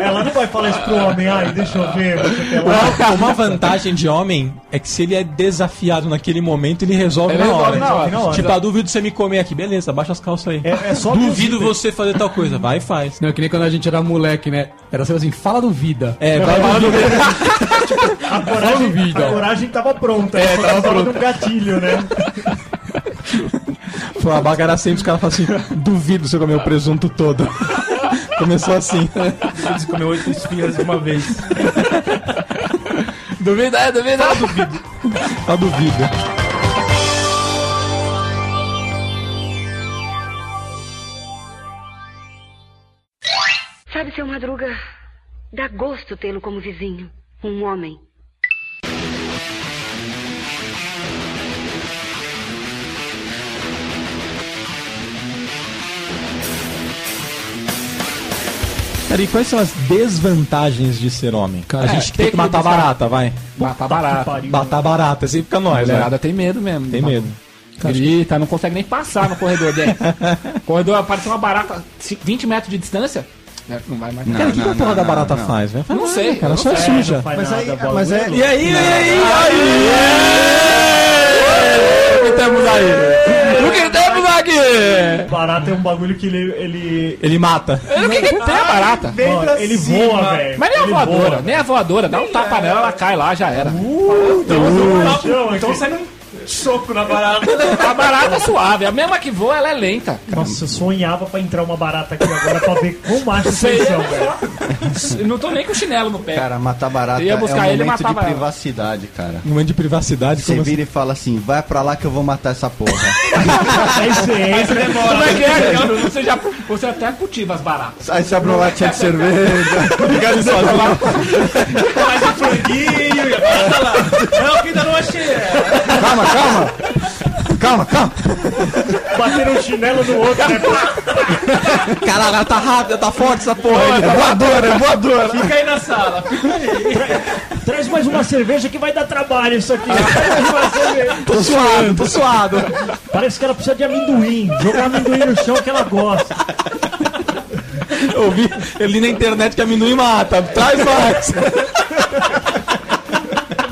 [SPEAKER 8] Ela não vai falar isso pro homem, ai, deixa eu ver, você quer lá.
[SPEAKER 2] Uma- Uma vantagem de homem é que se ele é desafiado naquele momento, ele resolve,
[SPEAKER 3] Ele
[SPEAKER 2] na,
[SPEAKER 3] resolve
[SPEAKER 2] hora.
[SPEAKER 3] na hora.
[SPEAKER 8] Na hora.
[SPEAKER 2] Tipo, ah, duvido você me comer aqui. Beleza, baixa as calças aí.
[SPEAKER 8] É, é só
[SPEAKER 2] duvido você fazer tal coisa. Vai e faz.
[SPEAKER 6] Não, é que nem quando a gente era moleque, né? Era sempre assim, fala do vida.
[SPEAKER 2] É, vai duvido.
[SPEAKER 8] a coragem, a coragem tava pronta. É, tava, tava num gatilho, né?
[SPEAKER 2] Foi uma bagarra sempre, os caras falam assim, duvido você comer o presunto todo. Começou assim.
[SPEAKER 5] Você comeu oito esfirras de uma vez.
[SPEAKER 3] Duvida, é, duvida.
[SPEAKER 2] Tá duvido.
[SPEAKER 9] Sabe, seu Madruga, dá gosto tê-lo como vizinho. Um homem.
[SPEAKER 2] Cara, e quais são as desvantagens de ser homem?
[SPEAKER 3] Cara,
[SPEAKER 2] a
[SPEAKER 3] é,
[SPEAKER 2] gente
[SPEAKER 3] tem
[SPEAKER 2] tem que
[SPEAKER 3] que
[SPEAKER 2] matar
[SPEAKER 3] buscar-
[SPEAKER 2] barata, vai.
[SPEAKER 3] Matar Ah, tá barato.
[SPEAKER 8] Pariu.
[SPEAKER 2] Matar barata, assim fica nós, né?
[SPEAKER 3] Mulherada tem medo mesmo. Tá
[SPEAKER 2] Tem medo.
[SPEAKER 3] Grita, não consegue nem passar no corredor dele. corredor aparece uma barata ci- 20 metros de distância. né, Não vai mais.
[SPEAKER 2] Cara, o que, que a porra da barata faz, velho? Faz
[SPEAKER 3] Não
[SPEAKER 2] nada,
[SPEAKER 3] sei,
[SPEAKER 2] cara,
[SPEAKER 3] eu
[SPEAKER 2] só é
[SPEAKER 3] não sei.
[SPEAKER 2] suja.
[SPEAKER 8] Faz
[SPEAKER 7] Mas
[SPEAKER 8] nada,
[SPEAKER 7] aí-
[SPEAKER 8] bagulho.
[SPEAKER 7] mas é-
[SPEAKER 2] E aí, e aí, e aí?
[SPEAKER 3] temos aí? O que temos aqui?
[SPEAKER 8] Barata é um bagulho que ele. ele...
[SPEAKER 2] Ele mata.
[SPEAKER 3] O que, que tem a barata?
[SPEAKER 7] Vem
[SPEAKER 8] Mano,
[SPEAKER 7] pra
[SPEAKER 8] ele
[SPEAKER 7] cima.
[SPEAKER 8] voa, velho.
[SPEAKER 3] Mas nem a
[SPEAKER 8] Ele
[SPEAKER 3] voadora,
[SPEAKER 8] voa.
[SPEAKER 3] nem a voadora. Dá um tapa nela, ela cai lá, já era.
[SPEAKER 8] Então, então você não. Soco na barata.
[SPEAKER 3] A barata é suave, a mesma que voa, ela é lenta.
[SPEAKER 8] Nossa, eu sonhava pra entrar uma barata aqui agora pra ver como acha
[SPEAKER 3] Sei.
[SPEAKER 8] vocês são, velho.
[SPEAKER 3] Eu não tô nem com chinelo no pé.
[SPEAKER 7] Cara, matar barata
[SPEAKER 3] Eu ia
[SPEAKER 7] é um
[SPEAKER 3] buscar ele e
[SPEAKER 7] momento de
[SPEAKER 3] matava ela.
[SPEAKER 7] privacidade, cara.
[SPEAKER 2] Um momento de privacidade,
[SPEAKER 7] Você
[SPEAKER 2] como assim?
[SPEAKER 7] vira e fala assim, vai pra lá que eu vou matar essa porra.
[SPEAKER 8] Aí você entra.
[SPEAKER 3] Como é que é? Leandro? Você, já, você até cultiva as baratas.
[SPEAKER 7] Aí você abre uma latinha de cerveja. Obrigado,
[SPEAKER 5] Faz um franguinho e a barata lá. Não, que ainda não achei.
[SPEAKER 7] Calma, calma. Calma, calma.
[SPEAKER 8] Bateram um chinelo no outro, né?
[SPEAKER 2] Caralho, ela tá rápida, tá forte essa porra. aí.
[SPEAKER 7] Voadora, voadora.
[SPEAKER 5] Fica aí na sala.
[SPEAKER 8] Traz mais uma cerveja que vai dar trabalho isso aqui.
[SPEAKER 2] Tô suado, tô suado.
[SPEAKER 8] Parece que ela precisa de amendoim. Jogar amendoim no chão que ela gosta.
[SPEAKER 2] Eu vi, eu li na internet que amendoim mata. Traz mais.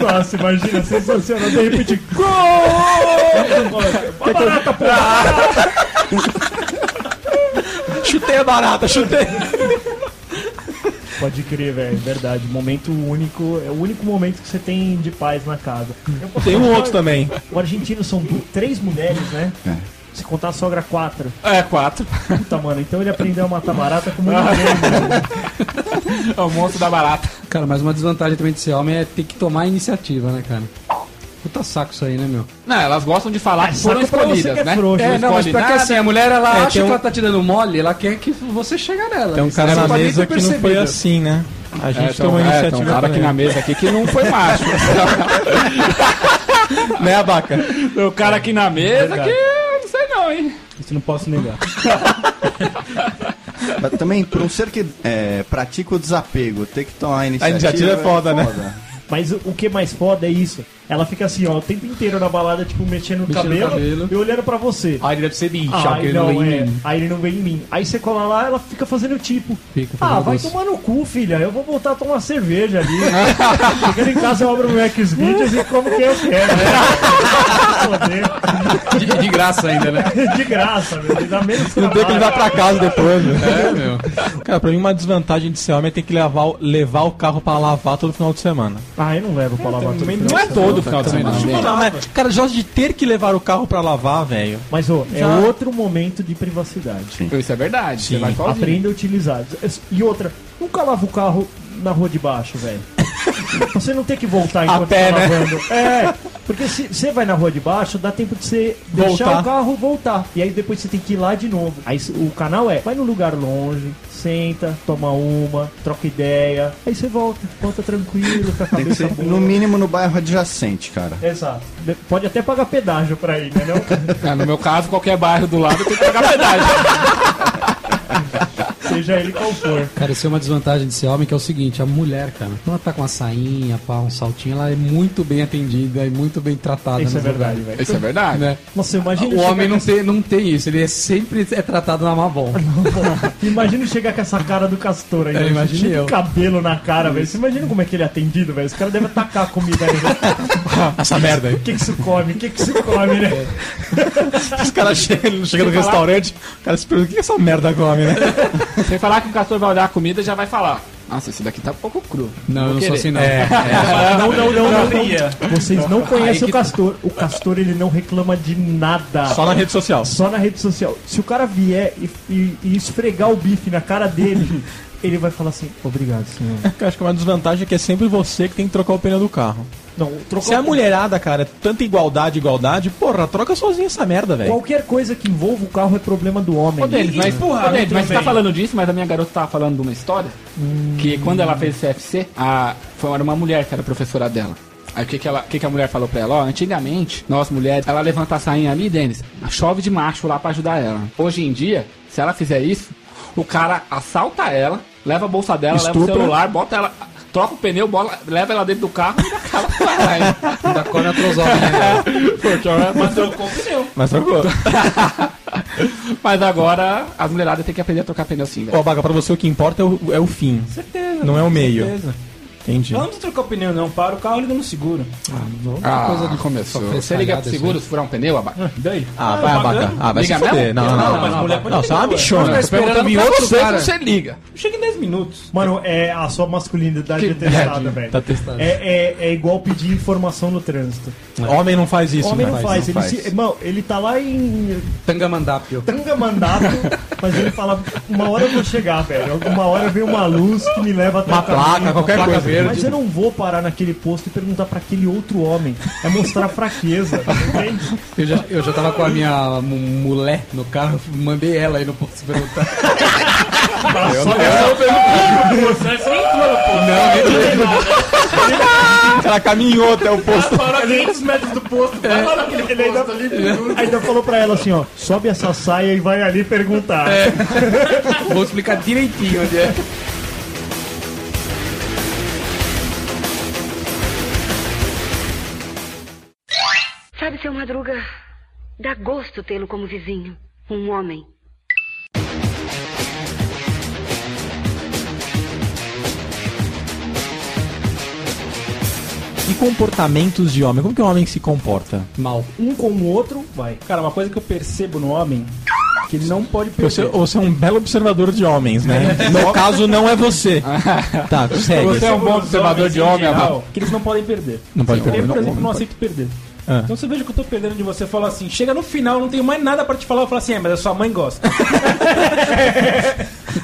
[SPEAKER 8] Nossa, imagina, sensacional. De repente, gol! Uma barata, pô.
[SPEAKER 2] Chutei a barata, chutei.
[SPEAKER 8] Pode crer, velho. Verdade. Momento único. É o único momento que você tem de paz na casa. Eu posso
[SPEAKER 2] Tem um
[SPEAKER 8] contar-
[SPEAKER 2] outro também.
[SPEAKER 8] O argentino são du- três mulheres, né? Se contar a sogra, quatro.
[SPEAKER 3] É, quatro.
[SPEAKER 8] Puta, mano. Então ele aprendeu a matar barata com muito bem.
[SPEAKER 3] É o monstro da barata.
[SPEAKER 6] Cara, mas uma desvantagem também de ser homem é ter que tomar iniciativa, né, cara? Puta saco isso aí, né, meu?
[SPEAKER 3] Não, elas gostam de falar que foram
[SPEAKER 8] saca pra você
[SPEAKER 3] escolhidas,
[SPEAKER 8] que é
[SPEAKER 3] né?
[SPEAKER 8] frouxo.
[SPEAKER 3] É,
[SPEAKER 8] Não
[SPEAKER 3] não, mas pra que assim?
[SPEAKER 6] a mulher, ela
[SPEAKER 2] É,
[SPEAKER 6] acha
[SPEAKER 2] tem um-
[SPEAKER 6] que ela tá te dando mole, ela quer que você chegue nela.
[SPEAKER 2] Tem um
[SPEAKER 6] Isso
[SPEAKER 2] cara
[SPEAKER 6] é
[SPEAKER 2] na
[SPEAKER 6] totalmente
[SPEAKER 2] mesa que não foi
[SPEAKER 6] percebido.
[SPEAKER 2] assim, né? A gente
[SPEAKER 3] É, tem um-
[SPEAKER 2] tomou
[SPEAKER 3] é, tem um
[SPEAKER 2] iniciativa.
[SPEAKER 3] cara aqui
[SPEAKER 2] também.
[SPEAKER 3] na mesa aqui que não foi macho.
[SPEAKER 2] Né, Abaca?
[SPEAKER 3] Tem um cara aqui na mesa que eu não sei não, hein?
[SPEAKER 5] Isso não posso negar.
[SPEAKER 7] Mas também, pra um ser que é, pratica o desapego, ter que tomar a iniciativa.
[SPEAKER 2] iniciativa é foda, né?
[SPEAKER 8] Mas o o que é mais foda é isso. Ela fica assim, ó, o tempo inteiro na balada, tipo, mexendo,
[SPEAKER 6] Mexendo no
[SPEAKER 8] no cabelo,
[SPEAKER 6] cabelo.
[SPEAKER 8] e olhando pra você.
[SPEAKER 5] Ah, ele deve ser bicho.
[SPEAKER 8] Ah,
[SPEAKER 6] ele
[SPEAKER 8] não,
[SPEAKER 6] não vem em
[SPEAKER 8] é.
[SPEAKER 6] mim.
[SPEAKER 8] Aí ele não vem em mim. Aí você cola lá, ela fica fazendo tipo.
[SPEAKER 6] Fica
[SPEAKER 8] ah,
[SPEAKER 6] fazendo
[SPEAKER 8] vai
[SPEAKER 6] doce.
[SPEAKER 8] tomar no cu, filha. Eu vou voltar a tomar cerveja ali. Chegando em casa, eu abro meu Xvideos e como que eu quero. Né?
[SPEAKER 6] De, de graça ainda, né?
[SPEAKER 8] Poder De graça, meu. Me dá menos
[SPEAKER 2] Não tem que
[SPEAKER 8] trabalho.
[SPEAKER 2] levar pra casa depois, né?
[SPEAKER 6] É, meu.
[SPEAKER 2] Cara, pra mim uma desvantagem de ser homem é ter que levar, o- levar o carro pra lavar todo final de semana.
[SPEAKER 8] Ah, eu não levo pra lavar tudo.
[SPEAKER 3] Não é todo final de semana. né?
[SPEAKER 2] Não, mas, cara, já de ter que levar o carro pra lavar, velho.
[SPEAKER 8] Mas, ó, é
[SPEAKER 2] Já-
[SPEAKER 8] outro momento de privacidade.
[SPEAKER 3] Isso é verdade. Você
[SPEAKER 2] Sim.
[SPEAKER 3] vai sozinho.
[SPEAKER 8] Aprenda a utilizar. E outra, nunca lava o carro na rua de baixo, velho. Você não tem que voltar
[SPEAKER 2] A
[SPEAKER 8] enquanto
[SPEAKER 2] pé,
[SPEAKER 8] tá
[SPEAKER 2] né?
[SPEAKER 8] lavando. É, porque se você vai na rua de baixo, dá tempo de você deixar
[SPEAKER 2] Voltar.
[SPEAKER 8] o carro voltar. E aí depois você tem que ir lá de novo. Aí c- o canal é, vai num lugar longe, senta, toma uma, troca ideia. Aí você volta, volta tranquilo, com a
[SPEAKER 7] Tem que
[SPEAKER 8] cabeça
[SPEAKER 7] ser,
[SPEAKER 8] boa.
[SPEAKER 7] no mínimo, no bairro adjacente, cara.
[SPEAKER 8] Exato. De- Pode até pagar pedágio pra ir, né? Não?
[SPEAKER 3] Ah, no meu caso, qualquer bairro do lado tem que pagar pedágio.
[SPEAKER 8] Seja ele qual for.
[SPEAKER 6] Cara, isso é uma desvantagem de ser homem, que é o seguinte, a mulher, cara, quando ela tá com uma sainha, pá, um saltinho, ela é muito bem atendida e muito bem tratada.
[SPEAKER 8] Isso é
[SPEAKER 6] na
[SPEAKER 8] verdade, velho.
[SPEAKER 3] Isso é verdade.
[SPEAKER 6] Né?
[SPEAKER 8] Nossa, imagina
[SPEAKER 6] O
[SPEAKER 8] chegar
[SPEAKER 6] homem
[SPEAKER 8] com
[SPEAKER 6] não tem, não tem isso, ele é sempre é tratado na má mão.
[SPEAKER 8] Imagina chegar com essa cara do Castor aí,
[SPEAKER 6] É,
[SPEAKER 8] velho.
[SPEAKER 6] imagina
[SPEAKER 8] Cheio de
[SPEAKER 6] eu.
[SPEAKER 8] cabelo na cara, velho. Você imagina como é que ele é atendido, velho? Esse cara deve atacar a comida aí. velho.
[SPEAKER 2] Essa merda aí.
[SPEAKER 8] O que que isso come? O que que isso come, né?
[SPEAKER 2] Os caras chegam chega no restaurante, o cara se pergunta, o que é essa merda come, né?
[SPEAKER 3] Sem falar que o castor vai olhar a comida e já vai falar. Nossa, esse daqui tá um pouco cru.
[SPEAKER 6] Não, eu não sou assim não.
[SPEAKER 8] É. Não, não, não, não.
[SPEAKER 5] Maria.
[SPEAKER 8] Vocês não conhecem o Castor. O Castor, ele não reclama de nada.
[SPEAKER 2] Só na rede social.
[SPEAKER 8] Só na rede social. Se o cara vier e, e- e esfregar o bife na cara dele, ele vai falar assim, obrigado, senhor.
[SPEAKER 2] Eu acho que uma desvantagem é que é sempre você que tem que trocar o pneu do carro.
[SPEAKER 8] Não, trocou...
[SPEAKER 2] Se a mulherada, cara, é tanta igualdade, igualdade, porra, troca sozinha essa merda, velho.
[SPEAKER 8] Qualquer coisa que envolva o carro é problema do homem.
[SPEAKER 3] Denis, mas,
[SPEAKER 5] empurrar,
[SPEAKER 3] ô, Denis,
[SPEAKER 5] né,
[SPEAKER 3] mas você tá
[SPEAKER 5] também.
[SPEAKER 3] falando disso, mas a minha garota tava falando de uma história que quando ela fez CFC, a, foi, era uma mulher que era professora dela. Aí o que, que, ela, o que, que a mulher falou pra ela? Ó, antigamente, nós mulheres, ela levanta a sainha ali, Denis, chove de macho lá pra ajudar ela. Hoje em dia, se ela fizer isso, o cara assalta ela, leva a bolsa dela, leva
[SPEAKER 2] Estupra.
[SPEAKER 3] o celular, bota ela, troca o pneu, bola, leva ela dentro do carro e dá cara pra lá.
[SPEAKER 6] Da Cora Trozal, né?
[SPEAKER 5] Mas trocou o pneu.
[SPEAKER 2] Mas trocou.
[SPEAKER 3] Mas agora as mulheradas têm que aprender a trocar pneu sim, velho.
[SPEAKER 2] Ó, Baga, pra você o que importa é o, é o fim,
[SPEAKER 5] Certeza.
[SPEAKER 2] não é o meio.
[SPEAKER 5] Certeza.
[SPEAKER 2] Entendi.
[SPEAKER 5] Não precisa trocar o pneu, não. Para o carro, liga no seguro.
[SPEAKER 3] Ah,
[SPEAKER 6] coisa de-
[SPEAKER 3] começou.
[SPEAKER 6] sofrer
[SPEAKER 3] Você liga
[SPEAKER 6] cagada
[SPEAKER 3] pro
[SPEAKER 6] isso
[SPEAKER 3] seguro, se furar um pneu, abaixo.
[SPEAKER 5] Daí.
[SPEAKER 2] Ah, vai abacar. Ah, vai se
[SPEAKER 3] Liga
[SPEAKER 2] foder.
[SPEAKER 3] mesmo?
[SPEAKER 2] Não, não,
[SPEAKER 5] Não,
[SPEAKER 2] não.
[SPEAKER 5] mas mulher pode
[SPEAKER 2] Não, você é uma
[SPEAKER 5] ligar, ué.
[SPEAKER 2] bichona.
[SPEAKER 5] Mas
[SPEAKER 3] Tô perguntando
[SPEAKER 6] Esperando
[SPEAKER 3] pra
[SPEAKER 6] vir outro
[SPEAKER 3] você
[SPEAKER 6] cara.
[SPEAKER 3] se você liga.
[SPEAKER 5] Chega em 10 minutos.
[SPEAKER 8] Mano, é, a sua masculinidade é testada, velho.
[SPEAKER 2] Tá testado.
[SPEAKER 8] É, é, é igual pedir informação no trânsito.
[SPEAKER 2] Homem não faz isso,
[SPEAKER 8] homem não
[SPEAKER 2] né?
[SPEAKER 8] faz.
[SPEAKER 7] não
[SPEAKER 8] ele,
[SPEAKER 7] faz.
[SPEAKER 8] Se, irmão, ele tá lá em
[SPEAKER 6] Tangamandápio.
[SPEAKER 8] Tangamandato, mas ele fala: uma hora eu vou chegar, velho. Alguma hora vem uma luz que me leva até
[SPEAKER 2] Uma
[SPEAKER 8] o caminho."
[SPEAKER 2] placa, qualquer
[SPEAKER 6] placa
[SPEAKER 2] coisa.
[SPEAKER 6] verde.
[SPEAKER 8] Mas eu não vou parar naquele posto e perguntar pra aquele outro homem. É mostrar fraqueza, entende?
[SPEAKER 6] Eu já, eu já tava com a minha mu- mulher no carro, mandei ela aí no posto perguntar.
[SPEAKER 2] O cara caminhou até o posto.
[SPEAKER 5] Parou a 500 metros do posto. Parou aquele
[SPEAKER 8] Ele ainda, ainda falou pra ela assim: ó, sobe essa saia e vai ali perguntar.
[SPEAKER 6] Vou explicar direitinho onde é.
[SPEAKER 9] Sabe, seu Madruga, dá gosto tê-lo como vizinho. Um homem.
[SPEAKER 2] E comportamentos de homem? Como que o homem se comporta?
[SPEAKER 6] Mal.
[SPEAKER 8] Um com o outro, vai.
[SPEAKER 5] Cara, uma coisa que eu percebo no homem que ele não pode perder.
[SPEAKER 2] Você, você é um belo observador de homens, né? No caso, não é você. Tá, segue.
[SPEAKER 5] Você é um bom observador de homem,
[SPEAKER 3] Abel.
[SPEAKER 5] geral, que eles não podem perder.
[SPEAKER 2] Não pode
[SPEAKER 5] Eu,
[SPEAKER 2] perder.
[SPEAKER 5] por exemplo, não aceito perder.
[SPEAKER 2] Ah.
[SPEAKER 5] Então, se eu vejo que eu tô perdendo de você, eu falo assim: chega no final, eu não tenho mais nada pra te falar. Eu falo assim: é, mas a sua mãe gosta.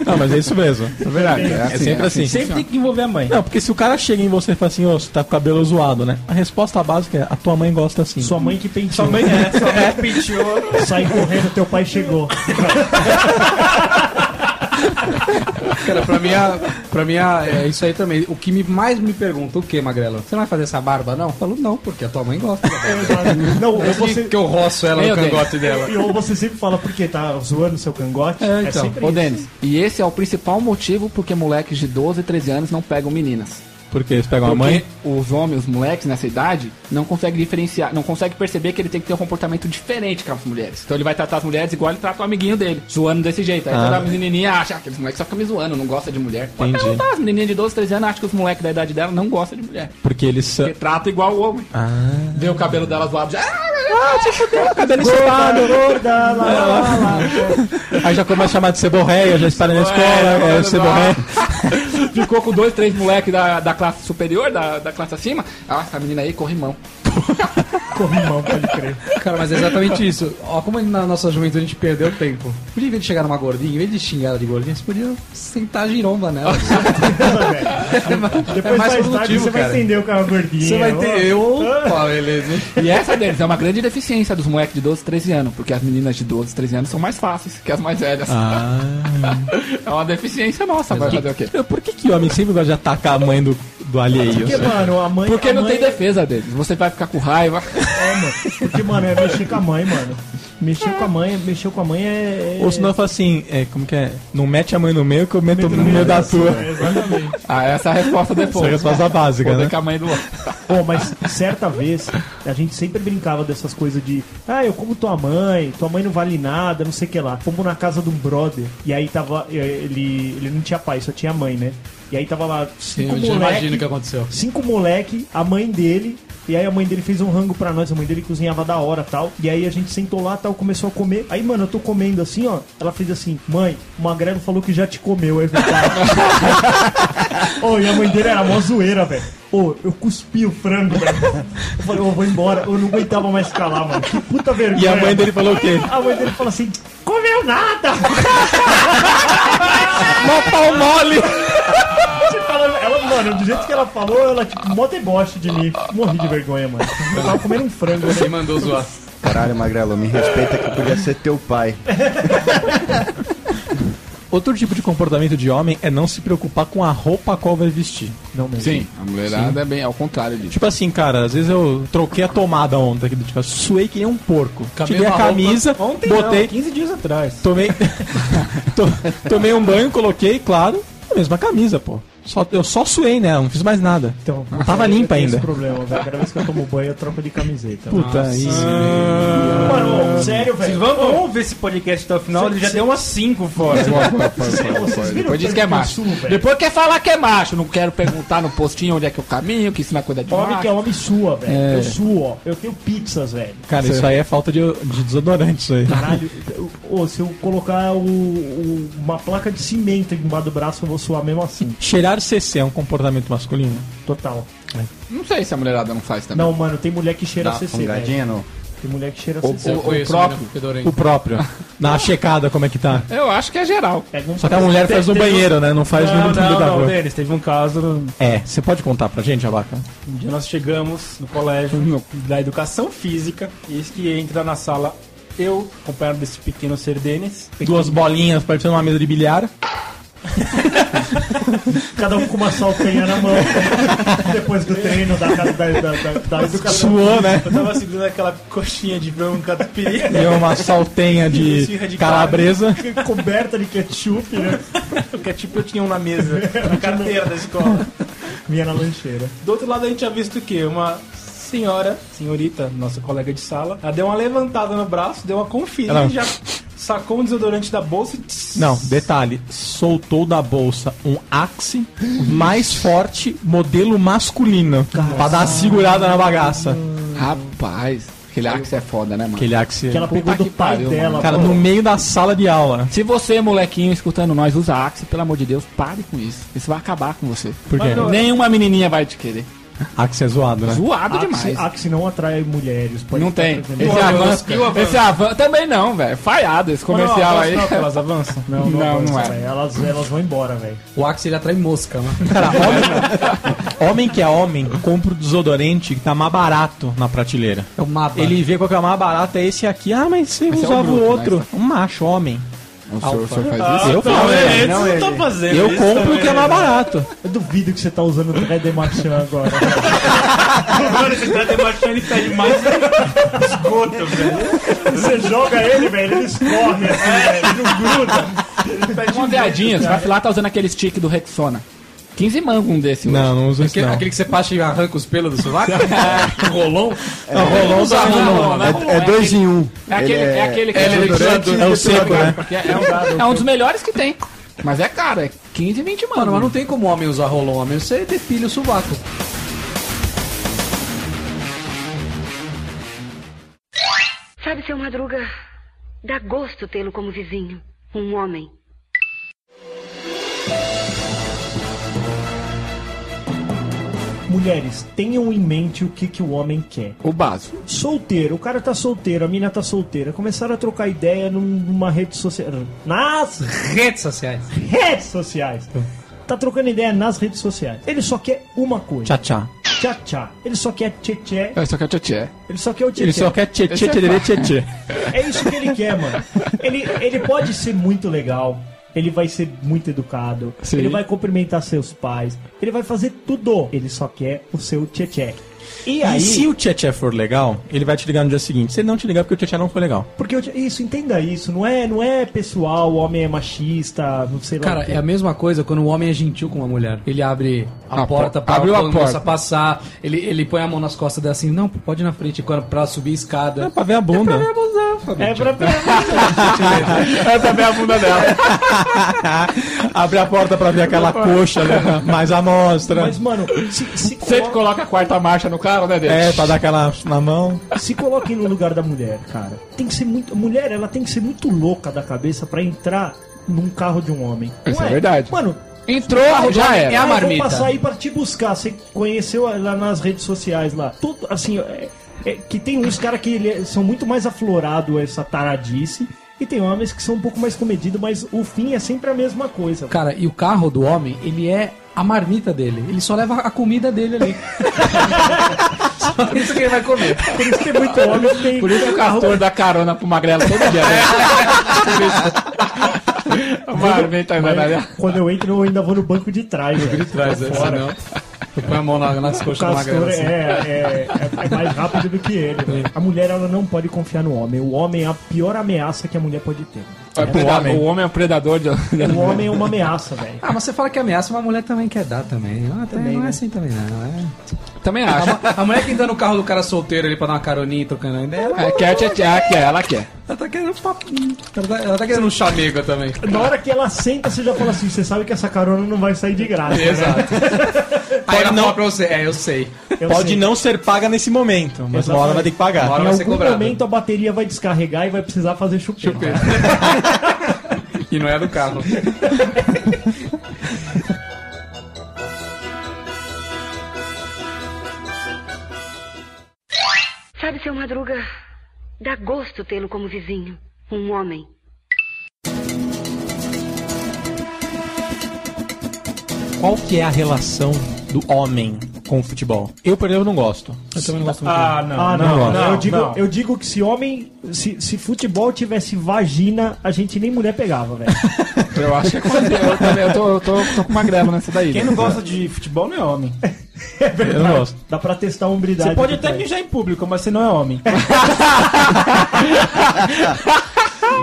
[SPEAKER 2] Não, mas é isso mesmo.
[SPEAKER 3] É verdade. É, assim,
[SPEAKER 2] Sempre assim.
[SPEAKER 5] Sempre tem que envolver a mãe.
[SPEAKER 2] Não, porque se o cara chega em você e fala assim, ô, você tá com o cabelo zoado, né? A resposta básica é, a tua mãe gosta assim.
[SPEAKER 8] Sua mãe que penteou.
[SPEAKER 5] Sua mãe é, sua mãe pediu.
[SPEAKER 8] Sai correndo, teu pai chegou.
[SPEAKER 6] Cara, pra mim, a- pra mim a- é isso aí também. O que me, mais me pergunta, o que, Magrela? Você não vai fazer essa barba, não? Eu falo, não, porque a tua mãe gosta da barba.
[SPEAKER 8] Não, ou você,
[SPEAKER 6] que eu roço ela
[SPEAKER 3] Meu
[SPEAKER 6] no cangote dela.
[SPEAKER 8] ou você sempre fala porque tá zoando seu cangote.
[SPEAKER 6] É, então.
[SPEAKER 8] sempre
[SPEAKER 3] Ô,
[SPEAKER 8] isso.
[SPEAKER 3] Denis, e esse é o principal motivo porque moleques de 12, 13 anos não pegam meninas.
[SPEAKER 2] Porque eles pegam a
[SPEAKER 3] Porque
[SPEAKER 2] mãe.
[SPEAKER 3] os homens, os moleques nessa idade, não conseguem diferenciar, não conseguem perceber que ele tem que ter um comportamento diferente com as mulheres. Então ele vai tratar as mulheres igual ele trata o amiguinho dele, zoando desse jeito. Aí
[SPEAKER 2] Ah.
[SPEAKER 3] toda a menininha acha "Ah, aqueles moleques só ficam me zoando, não gosta de mulher. Pode
[SPEAKER 2] Entendi.
[SPEAKER 3] perguntar, as menininhas de 12, 13 anos acham que os moleques da idade dela não gostam de mulher.
[SPEAKER 2] Porque eles são.
[SPEAKER 3] Porque trata igual o homem. Vê o cabelo dela zoado já. "Ah,
[SPEAKER 2] Cabelo ensopada, Aí já começa a chamar de ceborreia, já está na escola, é, ceborreia.
[SPEAKER 3] Ficou com dois, três moleques da, da classe superior, da, da classe acima. Ah, essa menina aí corre mão.
[SPEAKER 8] Corrimão, pode crer.
[SPEAKER 6] Cara, mas é exatamente isso. Ó, como na nossa juventude a gente perdeu tempo. Podia, em vez de chegar numa gordinha, em vez de xingar ela de gordinha, você podia sentar a giromba nela.
[SPEAKER 8] Depois
[SPEAKER 6] É mais
[SPEAKER 8] mais tarde
[SPEAKER 6] produtivo,
[SPEAKER 8] você vai
[SPEAKER 6] cara.
[SPEAKER 8] estender o carro gordinho. né?
[SPEAKER 6] Você vai ter. Eu. Opa, beleza. hein?
[SPEAKER 3] E essa deles é uma grande deficiência dos moleques de 12, 13 anos, porque as meninas de 12, 13 anos são mais fáceis que as mais velhas.
[SPEAKER 2] Ah.
[SPEAKER 3] É uma deficiência nossa, vai fazer o quê?
[SPEAKER 2] Por que, que o homem sempre gosta de atacar a mãe do, do alheio?
[SPEAKER 8] Porque, mano, a mãe.
[SPEAKER 3] Porque
[SPEAKER 8] a
[SPEAKER 3] não
[SPEAKER 8] mãe
[SPEAKER 3] tem defesa deles. Você vai ficar com raiva.
[SPEAKER 8] é, mano. Porque, mano, é mexer com a mãe, mano. Mexer com a mãe, mexer com a mãe é. é-
[SPEAKER 2] Ou senão fala assim, é, como que é? Não mete a mãe no meio que eu meto no
[SPEAKER 8] é
[SPEAKER 2] meio da
[SPEAKER 8] isso,
[SPEAKER 2] tua.
[SPEAKER 8] é, Exatamente.
[SPEAKER 3] Ah, essa é a resposta depois.
[SPEAKER 2] Essa é a resposta básica,
[SPEAKER 3] Poder
[SPEAKER 2] né?
[SPEAKER 3] com a mãe do outro.
[SPEAKER 8] Bom, mas certa vez a gente sempre brincava dessas coisas de ah, eu como tua mãe, tua mãe não vale nada, não sei o que lá. Fomos na casa de um brother e aí tava. eh, Ele, ele não tinha pai, só tinha mãe, né? E aí tava lá cinco
[SPEAKER 6] Eu já imagino o que
[SPEAKER 8] moleque,
[SPEAKER 6] aconteceu.
[SPEAKER 8] cinco moleque, a mãe dele. E aí a mãe dele fez um rango pra nós, a mãe dele cozinhava da hora tal. E aí a gente sentou lá tal, começou a comer. Aí, mano, eu tô comendo assim, ó. Ela fez assim, mãe, o Magrelo falou que já te comeu, é verdade. Ô, e a mãe dele era mó zoeira, velho. Ô, eu cuspi o frango, velho. Eu falei, ô, vou embora. Eu não aguentava mais ficar lá, mano. Que puta
[SPEAKER 2] E
[SPEAKER 8] vergonha.
[SPEAKER 2] a mãe dele falou o quê?
[SPEAKER 8] A mãe dele falou assim, comeu nada.
[SPEAKER 2] Mó pau mole!
[SPEAKER 8] Você fala, ela, mano, do jeito que ela falou, ela, tipo, mó deboche de mim. Morri de vergonha, mano. Eu tava comendo um frango, né?
[SPEAKER 6] Quem mandou zoar?
[SPEAKER 7] Caralho, Magrelo, me respeita que eu podia ser teu pai.
[SPEAKER 2] Outro tipo de comportamento de homem é não se preocupar com a roupa a qual vai vestir.
[SPEAKER 8] Não, mesmo.
[SPEAKER 3] Sim, a mulherada é bem ao contrário disso.
[SPEAKER 2] Tipo assim, cara, às vezes eu troquei a tomada ontem aqui do tipo, suei que nem um porco. Tirei a
[SPEAKER 6] mesma roupa.
[SPEAKER 2] camisa,
[SPEAKER 8] Ontem
[SPEAKER 2] botei,
[SPEAKER 8] não, 15 dias atrás.
[SPEAKER 2] Tomei, to- tomei um banho, coloquei, claro, a mesma camisa, pô. Só, eu só suei, né? Não fiz mais nada.
[SPEAKER 8] Então,
[SPEAKER 2] Tava
[SPEAKER 8] eu
[SPEAKER 2] limpa
[SPEAKER 8] tenho
[SPEAKER 2] ainda.
[SPEAKER 8] Esse problema, velho. Cada vez que eu tomo banho, eu troco de camiseta.
[SPEAKER 2] Puta, isso.
[SPEAKER 8] Mano, sério, velho.
[SPEAKER 5] Vocês vão, vão ver esse podcast até o final, ele já deu umas 5 fora.
[SPEAKER 8] Vocês viram
[SPEAKER 3] Depois
[SPEAKER 8] o
[SPEAKER 3] diz que é
[SPEAKER 8] Pedro
[SPEAKER 3] macho.
[SPEAKER 8] Sul, velho?
[SPEAKER 3] Depois quer falar que é macho. Não quero perguntar no postinho onde é que eu caminho, que isso não é coisa de
[SPEAKER 8] Homem que é
[SPEAKER 3] macho.
[SPEAKER 8] homem sua, velho.
[SPEAKER 3] É.
[SPEAKER 8] Eu suo, ó. Eu tenho pizzas, velho.
[SPEAKER 2] Cara, isso aí é falta de, de desodorante, isso aí.
[SPEAKER 8] Caralho, eu- ô, se eu colocar o- o- uma placa de cimento embaixo do braço, eu vou suar mesmo assim.
[SPEAKER 2] Cheirar CC é um comportamento masculino?
[SPEAKER 8] Total.
[SPEAKER 3] Não sei se a mulherada não faz também.
[SPEAKER 8] Não, mano, tem mulher que cheira
[SPEAKER 7] Dá uma
[SPEAKER 8] CC, velho.
[SPEAKER 7] Tá fungadinha no...
[SPEAKER 8] Tem mulher que cheira
[SPEAKER 3] O-
[SPEAKER 8] CC.
[SPEAKER 3] o- próprio.
[SPEAKER 2] O próprio.
[SPEAKER 8] Ah.
[SPEAKER 2] Na checada, como é que tá?
[SPEAKER 3] Eu acho que é geral.
[SPEAKER 8] Pega um-
[SPEAKER 2] Só que a mulher faz no
[SPEAKER 5] Teve-
[SPEAKER 2] banheiro, né? Não faz
[SPEAKER 5] Não,
[SPEAKER 2] no fundo
[SPEAKER 5] não,
[SPEAKER 2] da
[SPEAKER 5] não,
[SPEAKER 2] rua.
[SPEAKER 5] Denis, teve um caso,
[SPEAKER 2] É, você pode contar pra gente, Abaca?
[SPEAKER 5] um dia nós chegamos no colégio da educação física, e eis que entra na sala eu, acompanhado desse pequeno ser Denis,
[SPEAKER 2] Duas bolinhas parecendo uma mesa de bilhar.
[SPEAKER 8] Cada um com uma saltenha na mão. Depois do treino, da, da, da, da, da educação.
[SPEAKER 2] Suou, né?
[SPEAKER 5] Eu tava segurando aquela coxinha de frango um catupiry.
[SPEAKER 2] E uma saltenha
[SPEAKER 5] Esfirra
[SPEAKER 2] de
[SPEAKER 5] de
[SPEAKER 2] calabresa.
[SPEAKER 8] Coberta de ketchup, né?
[SPEAKER 5] Porque tipo eu tinha um na mesa, na carteira da escola.
[SPEAKER 8] Minha na lancheira.
[SPEAKER 5] Do outro lado a gente tinha visto o quê? Uma senhora, senhorita, nossa colega de sala, ela deu uma levantada no braço, deu uma conferida
[SPEAKER 2] Ela-
[SPEAKER 5] e já sacou um desodorante da bolsa e... tss,
[SPEAKER 2] Não, detalhe, soltou da bolsa um Axe mais forte, modelo masculino, pra dar uma segurada na bagaça.
[SPEAKER 3] Rapaz, aquele Axe é foda, né, mano?
[SPEAKER 2] Aquele Axe,
[SPEAKER 8] Que ela
[SPEAKER 3] Puta
[SPEAKER 8] pegou do
[SPEAKER 3] que
[SPEAKER 8] pai
[SPEAKER 3] pariu,
[SPEAKER 8] dela.
[SPEAKER 3] mano.
[SPEAKER 2] cara,
[SPEAKER 8] pô.
[SPEAKER 2] no meio da sala de aula.
[SPEAKER 3] Se você, molequinho, escutando nós, usa Axe, pelo amor de Deus, pare com isso. Isso vai acabar com você.
[SPEAKER 2] Por quê?
[SPEAKER 3] Nenhuma menininha vai te querer.
[SPEAKER 2] Axe é zoado, né?
[SPEAKER 3] Zoado
[SPEAKER 8] Axe,
[SPEAKER 3] demais.
[SPEAKER 8] Axe não ah, atrai mulheres. pode
[SPEAKER 3] Não
[SPEAKER 8] estar
[SPEAKER 3] tem.
[SPEAKER 8] prevendo.
[SPEAKER 3] Esse avanço, esse avanço também não, velho. Falhado esse comercial aí.
[SPEAKER 5] Não, elas avançam?
[SPEAKER 8] Não, não,
[SPEAKER 3] Não, não
[SPEAKER 8] avança,
[SPEAKER 3] é.
[SPEAKER 8] velho. Elas, elas vão embora, velho.
[SPEAKER 6] O Axe ele atrai mosca, né? mano.
[SPEAKER 2] Cara, homem, homem que é homem, compra o desodorante que tá mais barato na prateleira.
[SPEAKER 6] É o mapa.
[SPEAKER 2] Ele vê qual que é o mais barato, é esse aqui. Ah, mas você
[SPEAKER 3] Esse é um
[SPEAKER 2] usava
[SPEAKER 3] bruto,
[SPEAKER 2] o outro. Um macho, homem.
[SPEAKER 3] O senhor, o senhor faz isso?
[SPEAKER 2] eu
[SPEAKER 5] Não, é
[SPEAKER 2] falo, né? é
[SPEAKER 5] eles não, estão fazendo
[SPEAKER 2] eu
[SPEAKER 5] isso
[SPEAKER 2] compro o
[SPEAKER 5] também.
[SPEAKER 2] que é mais barato.
[SPEAKER 8] Eu duvido que você tá usando o Red Machan agora.
[SPEAKER 5] Mano, esse cara tem baixinho, ele pede mais né? esgoto, velho. É.
[SPEAKER 8] você joga ele, velho, ele escorre assim, velho. Ele não gruda.
[SPEAKER 3] Uma viadinha, você vai lá tá usando aquele stick do Rexona. 15 mangos um desse hoje.
[SPEAKER 2] Não, não uso isso
[SPEAKER 6] Aquele,
[SPEAKER 2] não.
[SPEAKER 6] aquele que você passa e arranca os pelos do sovaco?
[SPEAKER 2] Não, rolou,
[SPEAKER 3] Não, não, não, não, não,
[SPEAKER 7] É, é dois em um.
[SPEAKER 3] É aquele,
[SPEAKER 7] Ele
[SPEAKER 3] é aquele que
[SPEAKER 7] ele desodorante
[SPEAKER 2] é o
[SPEAKER 7] e
[SPEAKER 2] seco, né?
[SPEAKER 7] desodorante.
[SPEAKER 3] Porque é, um, é um dos melhores que tem. Mas é caro, é 15, 20 mano.
[SPEAKER 6] Mano, mas não tem como um homem usar rolão, homem. Você depilha o sovaco.
[SPEAKER 9] Sabe, seu Madruga, dá gosto tê-lo como vizinho. Um homem.
[SPEAKER 8] Mulheres, tenham em mente o que, que o homem quer.
[SPEAKER 3] O básico.
[SPEAKER 8] Solteiro, o cara tá solteiro, a mina tá solteira. Começaram a trocar ideia num- numa rede social. Nas
[SPEAKER 6] Redes sociais.
[SPEAKER 8] redes sociais. Tá trocando ideia nas redes sociais. Ele só quer uma coisa.
[SPEAKER 2] Tchá, tchá.
[SPEAKER 8] Tchá, tchá. Ele só quer tchê-tchê.
[SPEAKER 3] É, só que é tchê
[SPEAKER 8] Ele só quer o
[SPEAKER 2] Ele
[SPEAKER 8] tchê-tchê.
[SPEAKER 2] só quer tchê,
[SPEAKER 3] Esse
[SPEAKER 2] tchê,
[SPEAKER 3] é
[SPEAKER 2] tchê, tchê, tchê, tchê.
[SPEAKER 8] É isso que ele quer, mano. Ele, ele pode ser muito legal. Ele vai ser muito educado.
[SPEAKER 3] Sim.
[SPEAKER 8] Ele vai cumprimentar seus pais. Ele vai fazer tudo. Ele só quer o seu tchê-tchê. E aí.
[SPEAKER 2] E se o tchê, tchê for legal, ele vai te ligar no dia seguinte. Se ele não te ligar, é porque o tchê, tchê não foi legal.
[SPEAKER 8] Porque o tchê- isso, entenda isso. Não é, não é pessoal, o homem é machista, não sei lá.
[SPEAKER 6] Cara,
[SPEAKER 8] o quê.
[SPEAKER 6] é a mesma coisa quando o homem é gentil com uma mulher. Ele abre Ah, a,
[SPEAKER 3] A
[SPEAKER 6] porta
[SPEAKER 3] po-
[SPEAKER 6] pra
[SPEAKER 3] abriu a
[SPEAKER 6] pra moça
[SPEAKER 3] porta.
[SPEAKER 6] passar, ele, ele põe a mão nas costas dela assim, não, pode ir na frente, quando- pra subir a escada.
[SPEAKER 2] É pra ver a bunda.
[SPEAKER 8] É pra.
[SPEAKER 3] Essa é a bunda dela.
[SPEAKER 2] Abre a porta pra ver aquela coxa, né? Mais amostra.
[SPEAKER 8] Mas, mano, se, se,
[SPEAKER 3] Sempre
[SPEAKER 8] colo-
[SPEAKER 3] coloca a quarta marcha no carro, né, Denis?
[SPEAKER 2] É, pra dar aquela na mão.
[SPEAKER 8] se coloquem no lugar da mulher, cara. Tem que ser muito. Mulher, ela tem que ser muito louca da cabeça pra entrar num carro de um homem.
[SPEAKER 3] Isso
[SPEAKER 8] Não
[SPEAKER 3] é verdade.
[SPEAKER 8] Mano,
[SPEAKER 3] Entrou, já era.
[SPEAKER 6] É a
[SPEAKER 8] Ah, eu
[SPEAKER 6] marmita.
[SPEAKER 8] Vou passar aí pra te buscar. Você conheceu lá nas redes sociais lá. Tudo assim, é- é que tem uns caras que ele- é, são muito mais aflorado essa taradice. E tem homens que são um pouco mais comedidos, mas o fim é sempre a mesma coisa.
[SPEAKER 6] Cara, e o carro do homem, ele é a marmita dele. Ele só leva a comida dele ali. só isso que ele vai comer.
[SPEAKER 8] Por isso que tem muito homem que tem.
[SPEAKER 3] Por isso que o castor dá carona pro magrelo todo dia, né? Por isso. Marmita, né, né?
[SPEAKER 8] Quando eu entro, eu ainda vou no banco de trás. velho.
[SPEAKER 6] Traz
[SPEAKER 3] é,
[SPEAKER 6] essa não. Tu põe a mão na- nas
[SPEAKER 8] O
[SPEAKER 6] coxas do magrelo
[SPEAKER 8] castor é, é-
[SPEAKER 6] assim.
[SPEAKER 8] é- é mais rápido do que ele. velho. A mulher ela não pode confiar no homem. O homem é a pior ameaça que a mulher pode ter.
[SPEAKER 3] É pro homem. O homem é um predador de...
[SPEAKER 8] O homem é uma ameaça, velho.
[SPEAKER 6] Ah, mas você fala que ameaça, mas a mulher também quer dar também. Ah, também não é assim também, não. É.
[SPEAKER 3] Também acho.
[SPEAKER 6] A, a mulher que anda no carro do cara solteiro ali pra dar uma caroninha, trocando ideia, ela,
[SPEAKER 3] É, quer tchê quer, ela quer.
[SPEAKER 6] ela tá querendo um papinho. Ela tá, ela tá querendo um chamego também.
[SPEAKER 8] Na hora que ela senta, você já fala assim: você sabe que essa carona não vai sair de graça. né?
[SPEAKER 6] Aí ela fala pra você, é, eu sei.
[SPEAKER 8] Eu
[SPEAKER 2] Pode
[SPEAKER 8] sei.
[SPEAKER 2] não ser paga nesse momento, mas uma hora vai ter que pagar.
[SPEAKER 6] Uma hora
[SPEAKER 8] Em
[SPEAKER 6] vai ser
[SPEAKER 8] algum
[SPEAKER 6] cobrado.
[SPEAKER 8] momento a bateria vai descarregar e vai precisar fazer chupeta.
[SPEAKER 6] E não é do carro.
[SPEAKER 9] Sabe, seu Madruga, dá gosto tê-lo como vizinho. Um homem.
[SPEAKER 2] Qual que é a relação do homem com o futebol? Eu, por exemplo, não gosto. Eu também não gosto
[SPEAKER 5] Ah, não.
[SPEAKER 8] Ah, não,
[SPEAKER 2] Não,
[SPEAKER 8] não, eu,
[SPEAKER 5] não,
[SPEAKER 8] digo,
[SPEAKER 5] não.
[SPEAKER 8] eu digo que se homem. Se, se futebol tivesse vagina, a gente nem mulher pegava, velho.
[SPEAKER 3] Eu acho que é quase eu também. Eu tô, eu tô, tô com magrelo nessa daí.
[SPEAKER 5] Quem
[SPEAKER 3] né?
[SPEAKER 5] não gosta de futebol não é homem.
[SPEAKER 2] Eu não gosto.
[SPEAKER 8] Dá pra testar a hombridade.
[SPEAKER 5] Você pode
[SPEAKER 8] do
[SPEAKER 5] até
[SPEAKER 8] cara.
[SPEAKER 5] mijar em público, mas você não é homem.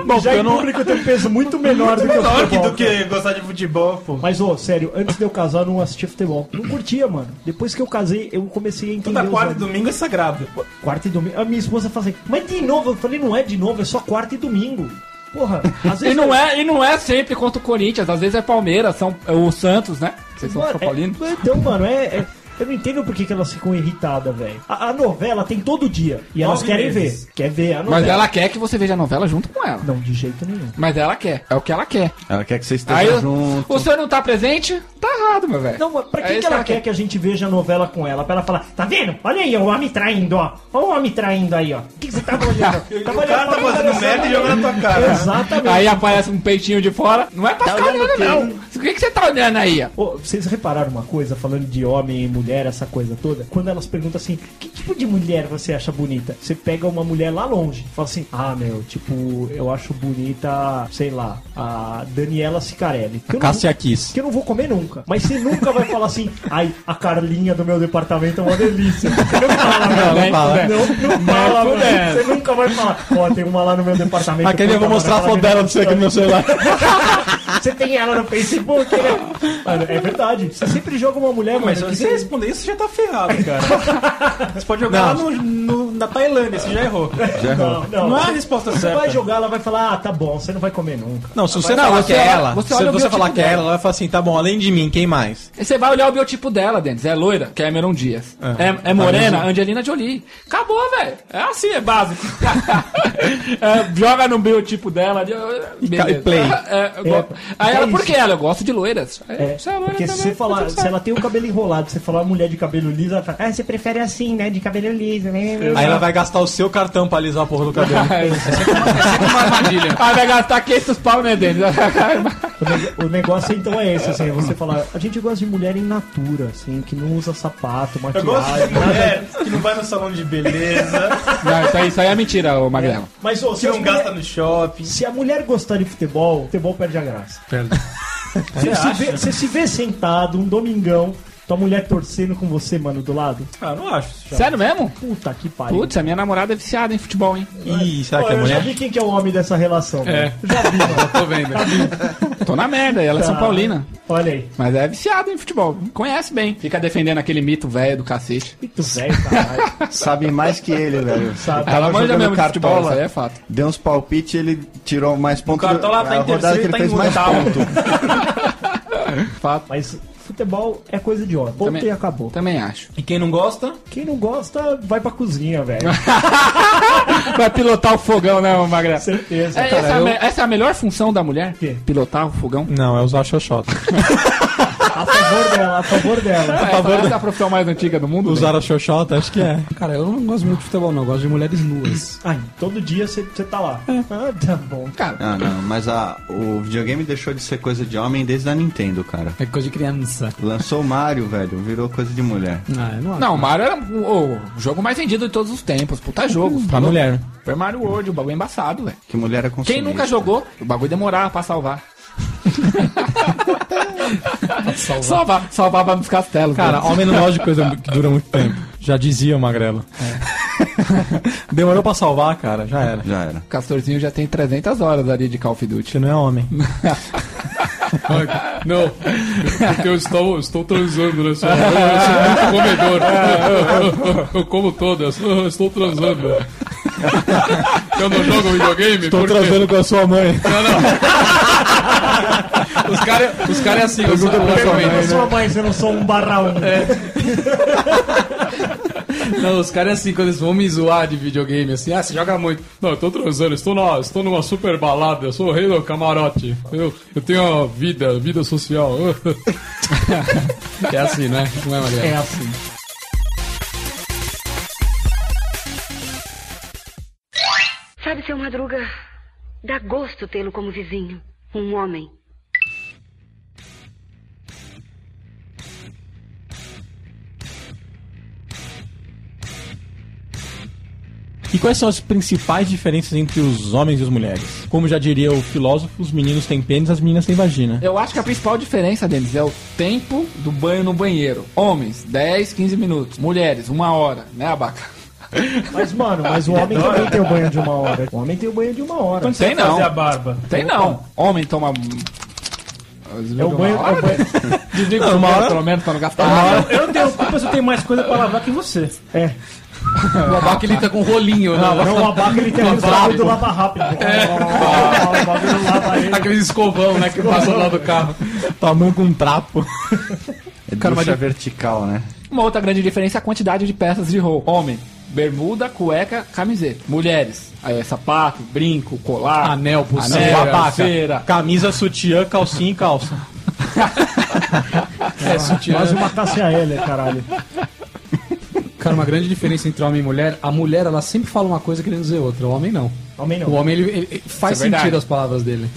[SPEAKER 2] Bom,
[SPEAKER 8] Já
[SPEAKER 2] eu
[SPEAKER 8] em
[SPEAKER 2] não-
[SPEAKER 8] público tem um peso muito menor do que o futebol.
[SPEAKER 5] do que gostar de futebol, pô.
[SPEAKER 8] Mas, ô, sério, antes de eu casar, eu não assistia futebol. Não curtia, mano. Depois que eu casei, eu comecei a entender.
[SPEAKER 5] Toda
[SPEAKER 8] os
[SPEAKER 5] quarta e
[SPEAKER 8] jogos.
[SPEAKER 5] domingo é sagrado.
[SPEAKER 8] Quarta e domingo. A minha esposa fala assim, mas de novo? Eu falei, não é de novo, é só quarta e domingo. Porra, às
[SPEAKER 3] E
[SPEAKER 8] vezes.
[SPEAKER 3] não, é, e não é sempre contra o Corinthians, às vezes é Palmeiras, são, é o Santos, né? Vocês são
[SPEAKER 8] Mano,
[SPEAKER 3] São Paulinos.
[SPEAKER 8] é- então, mano, é. é- eu não entendo por que, que elas ficam irritadas, velho. A, a novela tem todo dia. E elas
[SPEAKER 5] Nove
[SPEAKER 8] querem
[SPEAKER 5] meses.
[SPEAKER 8] ver. Quer ver a novela.
[SPEAKER 3] Mas ela quer que você veja a novela junto com ela.
[SPEAKER 8] Não, de jeito nenhum.
[SPEAKER 3] Mas ela quer, é o que ela quer.
[SPEAKER 7] Ela quer que você esteja
[SPEAKER 3] Aí o-
[SPEAKER 7] junto.
[SPEAKER 3] o senhor não tá presente? Tá errado, meu velho.
[SPEAKER 8] Não, mas pra
[SPEAKER 3] É
[SPEAKER 8] que, que
[SPEAKER 3] isso
[SPEAKER 8] ela quer que a gente veja a novela com ela? Pra ela falar, tá vendo? Olha aí, o homem traindo, ó. Olha o homem traindo aí, ó. O que, que você tava olhando? Tava
[SPEAKER 5] O cara
[SPEAKER 8] pra
[SPEAKER 5] tá
[SPEAKER 8] mim,
[SPEAKER 5] fazendo
[SPEAKER 8] olha
[SPEAKER 5] merda
[SPEAKER 8] só.
[SPEAKER 5] e joga na tua cara.
[SPEAKER 8] Exatamente.
[SPEAKER 3] Aí aparece um peitinho de fora. Não é pra
[SPEAKER 7] Tá
[SPEAKER 3] ficar
[SPEAKER 7] olhando
[SPEAKER 3] olhando,
[SPEAKER 7] o quê?
[SPEAKER 3] não. O que, que você tá olhando aí, ó?
[SPEAKER 8] Ô, vocês repararam uma coisa, falando de homem e mulher, essa coisa toda? Quando elas perguntam assim, que tipo de mulher você acha bonita? Você pega uma mulher lá longe, fala assim, ah, meu, tipo, eu acho bonita, sei lá, a Daniela Sicarelli. Que eu não
[SPEAKER 2] Cássia
[SPEAKER 8] vou-
[SPEAKER 2] Kiss.
[SPEAKER 8] Que eu não vou comer nunca. Mas você nunca vai falar assim, ai, a Carlinha do meu departamento é uma delícia. Você não fala, não,
[SPEAKER 2] não fala.
[SPEAKER 8] Não, não fala, mano. Você nunca vai falar, ó, tem uma lá no meu departamento.
[SPEAKER 2] Aquele dia Ah, eu vou
[SPEAKER 8] puta,
[SPEAKER 2] mostrar a
[SPEAKER 8] mano,
[SPEAKER 2] foto
[SPEAKER 8] aquela
[SPEAKER 2] dela pra você aqui no meu celular.
[SPEAKER 8] você tem ela no Facebook, né? Mano, é verdade. Você sempre joga uma mulher,
[SPEAKER 5] Mas se
[SPEAKER 8] mano. que
[SPEAKER 5] você responder isso, você já tá ferrado, cara. Você pode jogar
[SPEAKER 2] Não.
[SPEAKER 5] lá no, no, no da Tailândia, você já errou.
[SPEAKER 8] Já não, não,
[SPEAKER 5] Não é a resposta
[SPEAKER 8] Você
[SPEAKER 5] certa.
[SPEAKER 8] vai jogar, ela vai falar, ah, tá bom, você não vai comer nunca.
[SPEAKER 2] Não, se você
[SPEAKER 3] Não,
[SPEAKER 2] falar
[SPEAKER 3] você
[SPEAKER 2] que é
[SPEAKER 3] olha-
[SPEAKER 2] ela,
[SPEAKER 3] você
[SPEAKER 2] se
[SPEAKER 3] olha
[SPEAKER 2] você
[SPEAKER 3] o biotipo
[SPEAKER 2] falar que é
[SPEAKER 3] dela.
[SPEAKER 2] ela, ela vai falar assim, tá bom, além de mim, quem mais?
[SPEAKER 3] Aí você vai olhar o biotipo dela, Denis. É loira, Cameron Dias. É, é morena, Angelina Jolie. Acabou, velho. É assim, é básico. É, joga no biotipo dela. ali, ó, beleza.
[SPEAKER 2] e play.
[SPEAKER 3] É, eu go- Aí ela,
[SPEAKER 8] é
[SPEAKER 3] por
[SPEAKER 8] isso.
[SPEAKER 3] que ela? Eu gosto de loiras. Aí,
[SPEAKER 8] É,
[SPEAKER 3] você é loira
[SPEAKER 8] porque se
[SPEAKER 3] também,
[SPEAKER 8] você falar,
[SPEAKER 3] tudo
[SPEAKER 8] se ela tem o cabelo enrolado, se você falar "Ah, mulher de cabelo liso, ela fala, ah, você prefere assim, né? De cabelo liso, né?
[SPEAKER 2] Aí ela vai gastar o seu cartão pra alisar a porra do cabelo.
[SPEAKER 3] certo. Aí vai gastar 500 pau, né, Denis?
[SPEAKER 8] O neg- O negócio então é esse, assim, você falar, a gente gosta de mulher em natura, assim, que não usa sapato,
[SPEAKER 5] Eu gosto de
[SPEAKER 8] maquiagem, nada.
[SPEAKER 5] mulher que não vai no salão de beleza,
[SPEAKER 3] Não, isso aí, isso aí é mentira, ô Magrelo.
[SPEAKER 8] Mas ô,
[SPEAKER 5] que
[SPEAKER 8] se, as
[SPEAKER 5] não
[SPEAKER 8] mulher-
[SPEAKER 5] gasta tá no shopping.
[SPEAKER 8] se a mulher gostar de futebol, o futebol perde a graça. Você se, vê, você se vê sentado, um domingão, tua mulher torcendo com você, mano, do lado.
[SPEAKER 5] Ah, não acho. chato.
[SPEAKER 3] É. Sério mesmo?
[SPEAKER 8] Puta que pariu.
[SPEAKER 3] Putz, a minha namorada é viciada em futebol, hein?
[SPEAKER 2] Ih, será
[SPEAKER 8] Ó,
[SPEAKER 2] que é
[SPEAKER 8] eu já
[SPEAKER 2] mulher?
[SPEAKER 8] vi quem que é o homem dessa relação. É. Já vi, mano.
[SPEAKER 6] Tô vendo.
[SPEAKER 3] Tô na merda, ela é São
[SPEAKER 8] Tá.
[SPEAKER 3] Paulina.
[SPEAKER 8] Olha aí.
[SPEAKER 3] Mas é viciada em futebol. Conhece bem. Fica defendendo aquele mito velho do cacete.
[SPEAKER 8] Muito velho, tá, caralho.
[SPEAKER 7] Sabe mais que ele, velho.
[SPEAKER 8] Sabe?
[SPEAKER 7] Tava
[SPEAKER 3] Ela manja
[SPEAKER 7] jogando
[SPEAKER 3] mesmo de futebol,
[SPEAKER 7] cartola.
[SPEAKER 3] isso aí é fato.
[SPEAKER 7] Deu uns palpites, ele tirou mais pontos.
[SPEAKER 5] Cartola tá
[SPEAKER 7] a
[SPEAKER 5] em
[SPEAKER 7] rodada
[SPEAKER 5] terceiro e
[SPEAKER 7] que ele
[SPEAKER 5] tá em
[SPEAKER 7] fez mais
[SPEAKER 5] oitavo.
[SPEAKER 3] Fato.
[SPEAKER 8] Mas futebol é coisa de homem. Ponto
[SPEAKER 3] Também.
[SPEAKER 8] e acabou.
[SPEAKER 3] Também acho.
[SPEAKER 5] E quem não gosta,
[SPEAKER 8] Quem não gosta, vai pra cozinha, velho.
[SPEAKER 3] Vai pilotar o fogão, né, ô Magrelo?
[SPEAKER 8] Certeza.
[SPEAKER 3] É, essa, é a me- essa é a melhor função da mulher?
[SPEAKER 8] Quê?
[SPEAKER 3] Pilotar o fogão?
[SPEAKER 2] Não, é usar xoxota.
[SPEAKER 8] A favor dela, a favor dela.
[SPEAKER 3] É, essa é a profissão mais antiga do mundo?
[SPEAKER 2] Usar a xoxota, acho que é.
[SPEAKER 6] Cara, eu não gosto muito de futebol, não. Eu gosto de mulheres nuas.
[SPEAKER 8] Ai, todo dia você tá lá.
[SPEAKER 3] É.
[SPEAKER 8] Ah, tá bom.
[SPEAKER 3] né? Cara,
[SPEAKER 7] Ah, não, mas a, o videogame deixou de ser coisa de homem desde a Nintendo, cara.
[SPEAKER 6] É coisa de criança.
[SPEAKER 7] Lançou o Mario, velho, virou coisa de mulher.
[SPEAKER 6] Ah, eu não acho.
[SPEAKER 3] não, o Mario era o, o jogo mais vendido de todos os tempos. Puta jogo.
[SPEAKER 2] Pra mulher.
[SPEAKER 3] Super Mario World, o bagulho embaçado, velho.
[SPEAKER 7] Que mulher é
[SPEAKER 3] Quem
[SPEAKER 7] consumista.
[SPEAKER 3] nunca jogou, o bagulho demorava pra salvar. salvar. salvar. Salvava nos castelos.
[SPEAKER 2] Cara,
[SPEAKER 3] velho.
[SPEAKER 2] homem não gosta de coisa que dura muito tempo. Já dizia o Magrelo. É. Demorou pra salvar, cara, já era.
[SPEAKER 7] Já era.
[SPEAKER 3] o Castorzinho já tem 300 horas ali de Call of Duty.
[SPEAKER 2] Você não é homem.
[SPEAKER 4] Não, porque eu estou, estou transando, né, senhor? Eu, sou muito comedor. Eu como todas. Eu estou transando. Eu não jogo videogame
[SPEAKER 2] Tô
[SPEAKER 4] porque...
[SPEAKER 2] transando com a sua mãe.
[SPEAKER 4] Os caras os cara é assim, os
[SPEAKER 8] Eu sou a mãe, você não sou um barra um.
[SPEAKER 3] É.
[SPEAKER 6] Não, os caras assim, quando eles vão me zoar de videogame, assim, ah, você joga muito.
[SPEAKER 4] Não, eu tô transando, estou, na, estou numa super balada, eu sou o rei do camarote. Eu, eu tenho uma vida, vida social.
[SPEAKER 6] É assim, né? Não é, Maria?
[SPEAKER 8] É assim.
[SPEAKER 9] Sabe, seu Madruga, dá gosto tê-lo como vizinho. Um homem.
[SPEAKER 2] E quais são as principais diferenças entre os homens e as mulheres? Como já diria o filósofo, os meninos têm pênis, as meninas têm vagina.
[SPEAKER 3] Eu acho que a principal diferença, Denis, é o tempo do banho no banheiro. Homens, 10, 15 minutos. Mulheres, uma hora, né, Abaca?
[SPEAKER 8] Mas, mano, mas o homem também tem o banho de uma hora. O homem tem o banho de uma hora.
[SPEAKER 5] quando você
[SPEAKER 3] Tem
[SPEAKER 5] vai fazer
[SPEAKER 3] não.
[SPEAKER 5] a barba?
[SPEAKER 3] Tem não. Homem toma.
[SPEAKER 8] É o banho. É o banho.
[SPEAKER 3] Desliga o banheiro, pelo menos, pra não gastar
[SPEAKER 5] Eu- Eu não tenho culpa se eu tenho mais coisa pra lavar que você.
[SPEAKER 8] É.
[SPEAKER 6] O abaca ele tá com rolinho, né?
[SPEAKER 8] Não, o abaca ele tem o bagulho do lava rápido. O bagulho lava ele.
[SPEAKER 6] Aquele escovão, né? Que passa do lado do carro.
[SPEAKER 2] Tamanho com um trapo.
[SPEAKER 7] É ducha vertical, né?
[SPEAKER 3] Uma outra grande diferença é a quantidade de peças de roupa. Homem, bermuda, cueca, camiseta. Mulheres, aí, é sapato, brinco, colar,
[SPEAKER 6] Anel, pulseira,
[SPEAKER 3] anel,
[SPEAKER 2] abaca.
[SPEAKER 3] pulseira.
[SPEAKER 2] Camisa, sutiã, calcinha e calça.
[SPEAKER 6] É, sutiã.
[SPEAKER 8] Quase uma Cássia Heller, caralho.
[SPEAKER 6] Cara, uma grande diferença entre homem e mulher, a mulher ela sempre fala uma coisa querendo dizer outra, o homem não.
[SPEAKER 8] Homem
[SPEAKER 6] O
[SPEAKER 8] não.
[SPEAKER 6] homem ele, ele- ele faz
[SPEAKER 3] Isso é verdade.
[SPEAKER 6] sentido as palavras dele.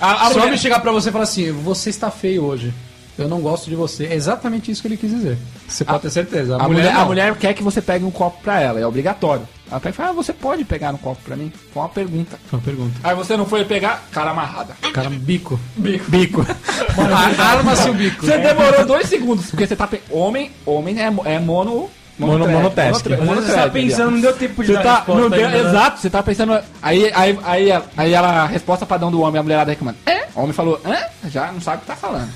[SPEAKER 3] A, a
[SPEAKER 6] Se o homem
[SPEAKER 3] mulher,
[SPEAKER 6] chegar pra você e falar assim, você está feio hoje, eu não gosto de você, é exatamente isso que ele quis dizer. Você pode ter certeza.
[SPEAKER 3] a, mulher, a
[SPEAKER 6] não.
[SPEAKER 3] mulher quer que você pegue um copo pra ela, é obrigatório. Ela pega e fala, ah, você pode pegar um copo pra mim? Foi uma pergunta.
[SPEAKER 6] Uma pergunta.
[SPEAKER 3] Aí você não foi pegar, cara amarrada.
[SPEAKER 6] Cara, bico.
[SPEAKER 3] Bico.
[SPEAKER 6] Arma-se o bico.
[SPEAKER 3] Você demorou dois segundos, porque você tá... Pe... Homem, homem é, mo- é mono...
[SPEAKER 2] Mono-
[SPEAKER 3] monotrack,
[SPEAKER 2] monotask.
[SPEAKER 3] monotrack,
[SPEAKER 5] Mas você tá
[SPEAKER 3] monotrack, entendeu?
[SPEAKER 5] pensando, não deu tempo de
[SPEAKER 3] Você
[SPEAKER 5] dar
[SPEAKER 3] tá,
[SPEAKER 5] resposta
[SPEAKER 3] não deu-
[SPEAKER 5] ainda, né?
[SPEAKER 3] exato, você tá pensando. Aí, aí, aí, a- aí ela, a resposta padrão do homem, a mulherada reclamando. É? O homem falou, hã? Já não sabe o que tá falando.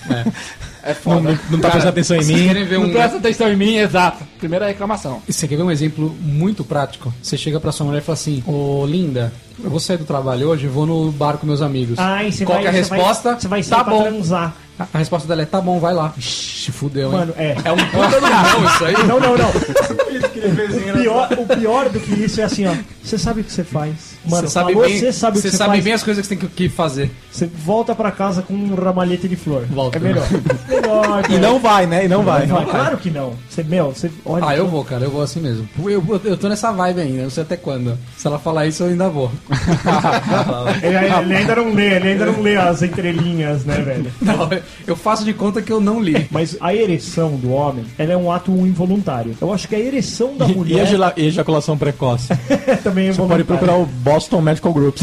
[SPEAKER 3] É foda.
[SPEAKER 2] Não, não tá prestando atenção em
[SPEAKER 6] Vocês
[SPEAKER 2] mim.
[SPEAKER 6] querem ver
[SPEAKER 3] Não
[SPEAKER 6] um...
[SPEAKER 3] presta atenção em mim, exato. Primeira reclamação.
[SPEAKER 6] Você quer ver um exemplo muito prático? Você chega pra sua mulher e fala assim, ô linda, eu vou sair do trabalho hoje, vou no bar com meus amigos.
[SPEAKER 8] Ai, você
[SPEAKER 6] Qual
[SPEAKER 8] vai,
[SPEAKER 6] que é a
[SPEAKER 8] você vai-
[SPEAKER 6] resposta?
[SPEAKER 8] Você vai sair
[SPEAKER 6] tá
[SPEAKER 8] pra
[SPEAKER 6] bom.
[SPEAKER 8] transar.
[SPEAKER 6] A- A resposta dela é, tá bom, vai lá. Ixi, fudeu, hein?
[SPEAKER 8] Mano, é.
[SPEAKER 6] É um puta do não isso aí.
[SPEAKER 8] Não, não, não. o, pior, o pior do que isso é assim, ó. Você sabe o que você faz. Mano,
[SPEAKER 6] você sabe,
[SPEAKER 8] falou,
[SPEAKER 6] bem,
[SPEAKER 8] você sabe o que
[SPEAKER 6] você
[SPEAKER 8] você
[SPEAKER 6] sabe
[SPEAKER 8] faz.
[SPEAKER 6] bem as coisas que você tem que que fazer.
[SPEAKER 8] Você volta pra casa com um ramalhete de flor.
[SPEAKER 6] Volta.
[SPEAKER 8] É melhor. melhor
[SPEAKER 2] E
[SPEAKER 8] cara.
[SPEAKER 2] não vai, né? E não vai.
[SPEAKER 8] Não, claro que não. Você, meu, você olha.
[SPEAKER 6] Ah, eu vou, cara, eu vou assim mesmo. Eu, eu, eu tô nessa vibe ainda, não sei até quando. Se ela falar isso, eu ainda vou.
[SPEAKER 8] Ele, ele ainda não lê, ele ainda não lê as entrelinhas, né, velho?
[SPEAKER 6] Não, eu faço de conta que eu não li.
[SPEAKER 8] Mas a ereção do homem, ela é um ato involuntário. Eu acho que a ereção da
[SPEAKER 2] E a
[SPEAKER 8] mulher
[SPEAKER 2] ejacula- ejaculação precoce.
[SPEAKER 8] é também
[SPEAKER 2] Você pode
[SPEAKER 8] involuntária.
[SPEAKER 2] procurar o Boston Medical Group.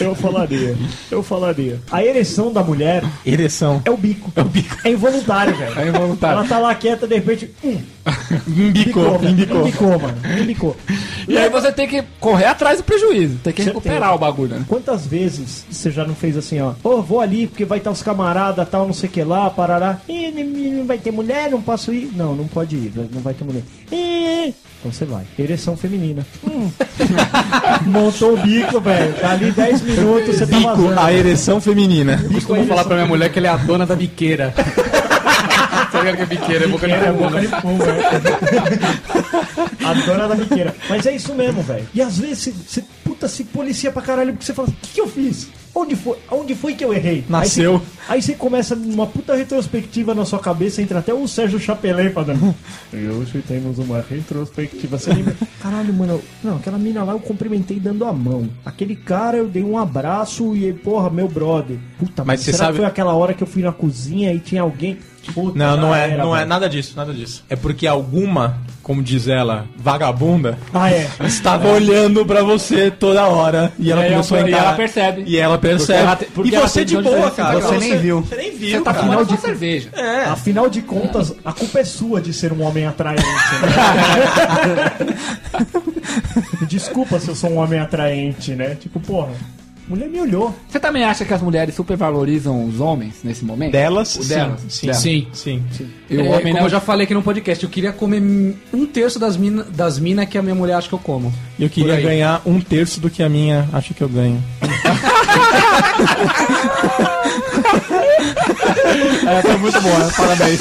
[SPEAKER 8] Eu falaria. Eu falaria. A ereção da mulher
[SPEAKER 2] Ereção.
[SPEAKER 8] é o bico. É o bico. É involuntário, velho.
[SPEAKER 3] É involuntário.
[SPEAKER 8] Ela tá lá quieta, de repente, hum,
[SPEAKER 6] Um
[SPEAKER 2] Embicou.
[SPEAKER 8] velho. Embicou, mano. Embicou.
[SPEAKER 3] E aí você tem que correr atrás do prejuízo. Tem que
[SPEAKER 8] Você
[SPEAKER 3] recuperar
[SPEAKER 8] tem.
[SPEAKER 3] o bagulho, né?
[SPEAKER 8] Quantas vezes você já não fez assim, ó? Ô, vou ali porque vai estar os camarada, tal, não sei o que lá, parará. Ih, não vai ter mulher, não posso ir. Não, não pode ir, né? não vai ter mulher. Ih, então você vai. Ereção feminina. Hum. Montou o bico, velho. Dali 10 minutos você tá
[SPEAKER 2] Bico,
[SPEAKER 8] vazando.
[SPEAKER 2] a ereção feminina.
[SPEAKER 8] Bico,
[SPEAKER 6] Vou falar pra minha mulher que ela é a dona da biqueira. Tá ligado que é biqueira? É boca de
[SPEAKER 8] É,
[SPEAKER 6] fumo,
[SPEAKER 8] boca
[SPEAKER 6] né?
[SPEAKER 8] de fumo, é. A dona da biqueira. Mas é isso mesmo, velho. E às vezes você- você puta se policia pra caralho porque você fala: o que, que eu fiz? Onde foi, onde foi que eu errei?
[SPEAKER 2] Nasceu.
[SPEAKER 8] Aí você, aí você começa numa puta retrospectiva na sua cabeça, entra até o Sérgio Chapelin falando. E hoje temos uma retrospectiva. Você lembra? Caralho, mano. Não, aquela mina lá eu cumprimentei dando a mão. Aquele cara eu dei um abraço e, porra, meu brother. Puta,
[SPEAKER 2] Mas
[SPEAKER 8] mas
[SPEAKER 2] você
[SPEAKER 8] será
[SPEAKER 2] sabe-
[SPEAKER 8] que foi aquela hora que eu fui na cozinha e tinha alguém. Puta,
[SPEAKER 2] Não, não
[SPEAKER 8] já
[SPEAKER 2] é,
[SPEAKER 8] era,
[SPEAKER 2] não é
[SPEAKER 8] mano.
[SPEAKER 2] nada disso, nada disso. É porque alguma, como diz ela, vagabunda,
[SPEAKER 8] Ah, é.
[SPEAKER 2] estava olhando pra você toda hora e ela
[SPEAKER 3] E aí
[SPEAKER 2] começou a
[SPEAKER 3] ela- e
[SPEAKER 2] entrar.
[SPEAKER 3] ela percebe.
[SPEAKER 2] E ela percebe.
[SPEAKER 3] Porque ela te- porque
[SPEAKER 2] e
[SPEAKER 3] ela
[SPEAKER 2] você
[SPEAKER 3] tem
[SPEAKER 2] de
[SPEAKER 3] visão
[SPEAKER 2] boa,
[SPEAKER 3] diferente
[SPEAKER 2] cara.
[SPEAKER 7] do que você nem viu.
[SPEAKER 2] Você nem viu,
[SPEAKER 3] Você tá
[SPEAKER 2] cara.
[SPEAKER 3] fumando de... cerveja.
[SPEAKER 2] É.
[SPEAKER 8] Afinal de contas, a culpa é sua de ser um homem atraente. Né? Desculpa se eu sou um homem atraente, né? Tipo, porra, mulher me olhou.
[SPEAKER 3] Você também acha que as mulheres supervalorizam os homens nesse momento?
[SPEAKER 2] Delas,
[SPEAKER 3] O
[SPEAKER 2] sim.
[SPEAKER 3] delas,
[SPEAKER 2] Sim.
[SPEAKER 3] delas.
[SPEAKER 2] Sim.
[SPEAKER 6] Sim.
[SPEAKER 2] sim.
[SPEAKER 3] E
[SPEAKER 6] É,
[SPEAKER 3] o homem né,
[SPEAKER 6] como
[SPEAKER 3] não.
[SPEAKER 6] eu já falei aqui no podcast, eu queria comer um terço das minas das mina que a minha mulher acha que eu como.
[SPEAKER 2] E eu
[SPEAKER 6] Por
[SPEAKER 2] queria
[SPEAKER 6] aí.
[SPEAKER 2] ganhar um terço do que a minha acha que eu ganho.
[SPEAKER 3] É, foi muito bom, né? parabéns.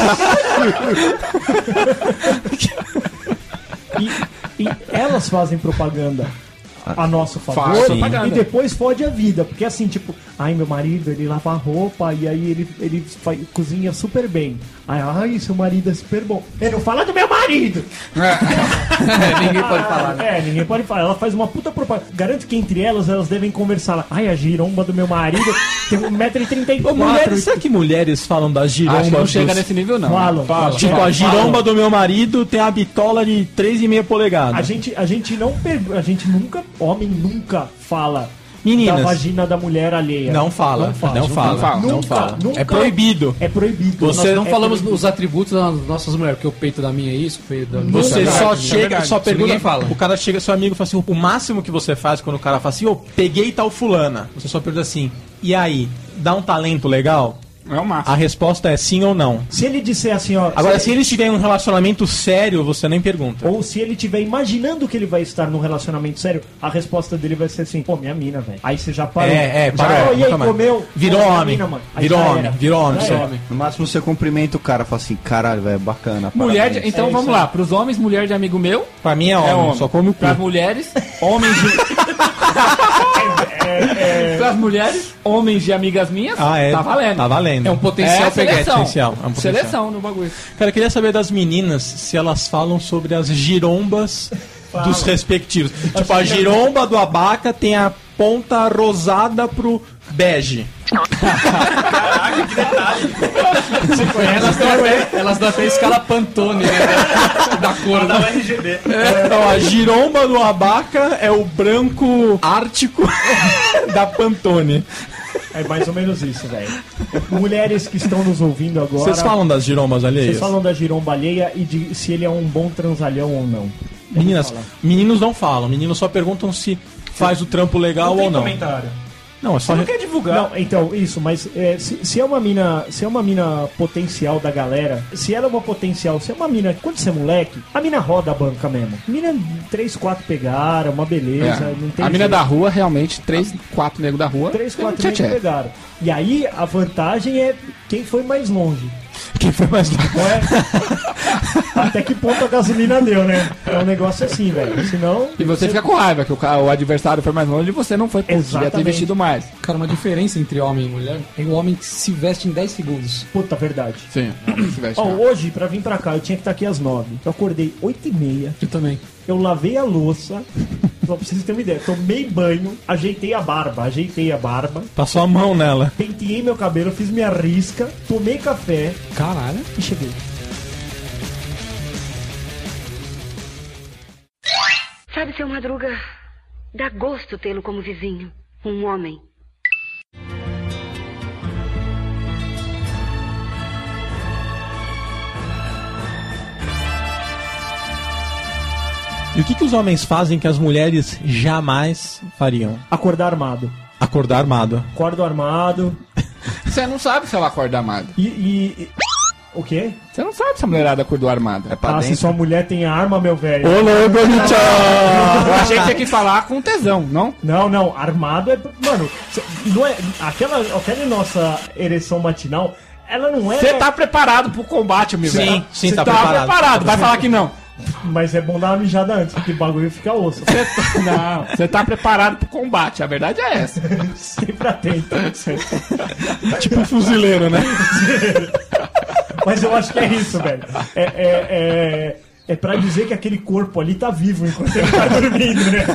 [SPEAKER 8] E, e elas fazem propaganda a nosso favor.
[SPEAKER 3] Faz
[SPEAKER 8] e
[SPEAKER 3] propaganda.
[SPEAKER 8] depois fode a vida. Porque assim, tipo, ai meu marido, ele lava a roupa e aí ele, ele faz- cozinha super bem. Ai, ai, seu marido é super bom. Ele não fala do meu marido!
[SPEAKER 6] É, ninguém pode falar, né?
[SPEAKER 8] É, ninguém pode falar. Ela faz uma puta propaganda. Garanto que entre elas, elas devem conversar. lá. Ai, a giromba do meu marido tem 1,34m.
[SPEAKER 2] Ô, mulheres, será que mulheres falam das girombas?
[SPEAKER 3] Acho que não
[SPEAKER 2] dos-
[SPEAKER 3] chega nesse nível, não.
[SPEAKER 8] Falam. Falam.
[SPEAKER 2] Tipo, a
[SPEAKER 8] Falam.
[SPEAKER 2] giromba do meu marido tem a bitola de 3,5
[SPEAKER 8] A
[SPEAKER 2] polegadas.
[SPEAKER 8] gente, a gente não pergu- A gente nunca. Homem nunca fala
[SPEAKER 2] Meninas.
[SPEAKER 8] da vagina da mulher alheia.
[SPEAKER 2] Não fala, não fala, não
[SPEAKER 8] Nunca,
[SPEAKER 2] fala.
[SPEAKER 8] nunca-
[SPEAKER 2] É proibido.
[SPEAKER 8] É proibido.
[SPEAKER 2] Você
[SPEAKER 6] Nós não
[SPEAKER 8] é
[SPEAKER 6] falamos
[SPEAKER 8] proibido.
[SPEAKER 6] os atributos das nossas mulheres, porque o peito da minha é isso, o peito
[SPEAKER 3] Uhum.
[SPEAKER 6] da minha
[SPEAKER 2] Você
[SPEAKER 6] é
[SPEAKER 2] só
[SPEAKER 6] isso.
[SPEAKER 2] chega, só
[SPEAKER 6] Isso ninguém
[SPEAKER 2] pergunta.
[SPEAKER 6] fala.
[SPEAKER 2] O cara chega, seu amigo fala assim: o máximo que você faz quando o cara fala assim, ô, peguei tal fulana. Você só pergunta assim, e aí, dá um talento legal?
[SPEAKER 3] É o máximo.
[SPEAKER 2] A resposta é sim ou não.
[SPEAKER 8] Se ele disser assim, ó.
[SPEAKER 2] Agora,
[SPEAKER 8] se-
[SPEAKER 2] se eles tiverem um relacionamento sério, você nem pergunta.
[SPEAKER 8] Ou se ele tiver imaginando que ele vai estar num relacionamento sério, a resposta dele vai ser assim: pô, minha mina, velho. Aí você já
[SPEAKER 2] É,
[SPEAKER 8] parou.
[SPEAKER 2] é,
[SPEAKER 8] já,
[SPEAKER 2] parou,
[SPEAKER 8] "Oh, E aí,
[SPEAKER 2] nunca mais."
[SPEAKER 8] comeu?
[SPEAKER 2] Virou
[SPEAKER 8] Pô, minha
[SPEAKER 2] homem.
[SPEAKER 8] mina, mano. Aí
[SPEAKER 2] Virou
[SPEAKER 8] já
[SPEAKER 2] homem,
[SPEAKER 8] era.
[SPEAKER 2] virou homem,
[SPEAKER 8] Já
[SPEAKER 2] só
[SPEAKER 8] era.
[SPEAKER 2] homem.
[SPEAKER 7] No máximo você cumprimenta o cara, fala assim, caralho, velho, bacana.
[SPEAKER 3] Mulher de-
[SPEAKER 7] parabéns."
[SPEAKER 3] então
[SPEAKER 8] É
[SPEAKER 3] vamos
[SPEAKER 8] isso
[SPEAKER 3] lá, pros homens, mulher de amigo meu,
[SPEAKER 2] Pra mim é homem,
[SPEAKER 3] é homem.
[SPEAKER 2] só come o cu.
[SPEAKER 3] Pras mulheres, homens de.
[SPEAKER 6] É,
[SPEAKER 3] Pras mulheres, homens de amigas minhas,
[SPEAKER 2] Ah, é.
[SPEAKER 3] tá valendo.
[SPEAKER 2] Tá valendo.
[SPEAKER 6] É um potencial
[SPEAKER 3] É
[SPEAKER 6] peguete.
[SPEAKER 3] seleção.
[SPEAKER 2] potencial, é um potencial.
[SPEAKER 3] Seleção no bagulho.
[SPEAKER 2] Cara, eu queria saber das meninas se elas falam sobre as girombas dos respectivos. Tipo, a giromba do abaca tem a ponta rosada pro bege.
[SPEAKER 6] Elas dão até, elas dão até escala Pantone, né? Da cor, né?
[SPEAKER 2] Então, a giromba do abaca é o branco ártico da Pantone.
[SPEAKER 8] É mais ou menos isso, velho. Mulheres que estão nos ouvindo agora.
[SPEAKER 2] Vocês falam das girombas é
[SPEAKER 8] vocês
[SPEAKER 2] alheias?
[SPEAKER 8] falam da giromba alheia e de se ele é um bom transalhão ou não.
[SPEAKER 2] Meninas, meninos não falam. Meninos só perguntam se faz o trampo legal ou não.
[SPEAKER 5] comentário.
[SPEAKER 2] Não, é só.
[SPEAKER 5] Você não quer divulgar.
[SPEAKER 8] Não, então, isso, mas é, se, se é uma mina. Se é uma mina potencial da galera, se ela é uma potencial, se é uma mina. Quando você é moleque, a mina roda a banca mesmo. Mina 3, 4 pegaram, uma beleza. é, Não tem
[SPEAKER 3] É. a mina
[SPEAKER 8] jeito.
[SPEAKER 3] da rua, realmente, três, quatro nego da rua.
[SPEAKER 8] Três, quatro
[SPEAKER 3] tchê,
[SPEAKER 8] nem
[SPEAKER 3] tchê.
[SPEAKER 8] pegaram. E aí a vantagem é quem foi mais longe.
[SPEAKER 2] Quem foi mais longe?
[SPEAKER 8] Não é? Até que ponto a gasolina deu, né? É um negócio assim, velho. Senão.
[SPEAKER 3] E você fica com raiva, que o, ca- o adversário foi mais longe e você não foi, pô, devia ter
[SPEAKER 8] Exatamente.
[SPEAKER 3] investido mais.
[SPEAKER 6] Cara, uma diferença entre homem e mulher é o homem que se veste em 10 segundos.
[SPEAKER 8] Puta verdade.
[SPEAKER 3] Sim, se veste,
[SPEAKER 8] Ó,
[SPEAKER 3] né?
[SPEAKER 8] hoje, pra vir pra cá, eu tinha que estar aqui às nove. Eu acordei oito e meia,
[SPEAKER 6] Eu também.
[SPEAKER 8] eu lavei a louça. Só pra vocês terem uma ideia, tomei banho, ajeitei a barba, ajeitei a barba,
[SPEAKER 2] Passou tá a mão nela.
[SPEAKER 8] penteei meu cabelo, fiz minha risca, tomei café
[SPEAKER 6] Caralho.
[SPEAKER 8] e cheguei.
[SPEAKER 9] Sabe, seu Madruga, dá gosto tê-lo como vizinho. Um homem.
[SPEAKER 2] E o que, que os homens fazem que as mulheres jamais fariam?
[SPEAKER 8] Acordar armado.
[SPEAKER 2] Acordar armado.
[SPEAKER 8] Acordo armado.
[SPEAKER 3] Você não sabe se ela acorda armada.
[SPEAKER 8] E. e- e- O quê?
[SPEAKER 3] Você não sabe se a mulherada acordou armada.
[SPEAKER 7] É pra
[SPEAKER 8] ah, se
[SPEAKER 7] dentro.
[SPEAKER 8] sua mulher tem arma, meu velho.
[SPEAKER 3] Eu achei que tinha que falar com tesão, não?
[SPEAKER 8] Não, não, armado é. Mano, cê- não é. Aquela, aquela nossa ereção matinal, ela não é.
[SPEAKER 3] Você tá preparado pro combate, meu
[SPEAKER 2] Sim,
[SPEAKER 3] velho.
[SPEAKER 2] sim,
[SPEAKER 3] Você
[SPEAKER 2] tá
[SPEAKER 3] tá,
[SPEAKER 2] preparado.
[SPEAKER 3] preparado. Vai falar que não.
[SPEAKER 8] Mas é bom dar uma mijada antes, porque o bagulho fica osso.
[SPEAKER 3] Cê tá- Não, você tá preparado pro combate. A verdade é essa.
[SPEAKER 8] Sempre atento.
[SPEAKER 2] Tipo um fuzileiro, né?
[SPEAKER 8] Mas eu acho que é isso, velho. É. é, é... É pra dizer que aquele corpo ali tá vivo enquanto ele tá dormindo, né?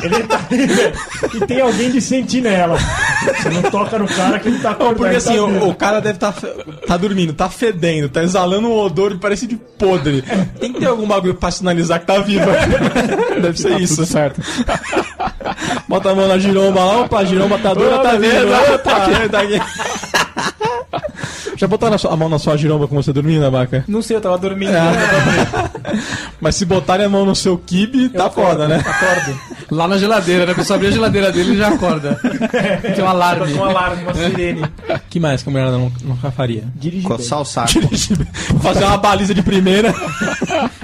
[SPEAKER 8] Ele tá ali, velho. E tem alguém de sentinela. Você não toca no cara que ele tá acordando.
[SPEAKER 2] Porque assim,
[SPEAKER 8] tá
[SPEAKER 2] o,
[SPEAKER 8] vivo.
[SPEAKER 2] o cara deve estar tá dormindo, tá fedendo, tá exalando um odor que parece de podre. Tem que ter algum bagulho pra sinalizar que tá vivo. Deve ser isso.
[SPEAKER 3] certo.
[SPEAKER 2] Bota a mão na giromba lá, opa, a giromba tá dura, tá vindo.
[SPEAKER 3] beleza,
[SPEAKER 2] Opa, tá aqui. Já botaram a, sua- a mão na sua giromba com você dormindo, abaca?
[SPEAKER 5] Não sei, eu tava dormindo.
[SPEAKER 2] É. Mas se botarem a mão no seu kibe, tá foda, né?
[SPEAKER 6] Lá na geladeira, né? A pessoa abrir a geladeira dele e já acorda. Tem um
[SPEAKER 2] tá
[SPEAKER 6] alarme.
[SPEAKER 5] Um alarme, uma sirene.
[SPEAKER 2] que mais que a mulherada não- nunca faria?
[SPEAKER 8] Dirige bem.
[SPEAKER 7] Coçar o saco.
[SPEAKER 2] Fazer uma baliza de primeira.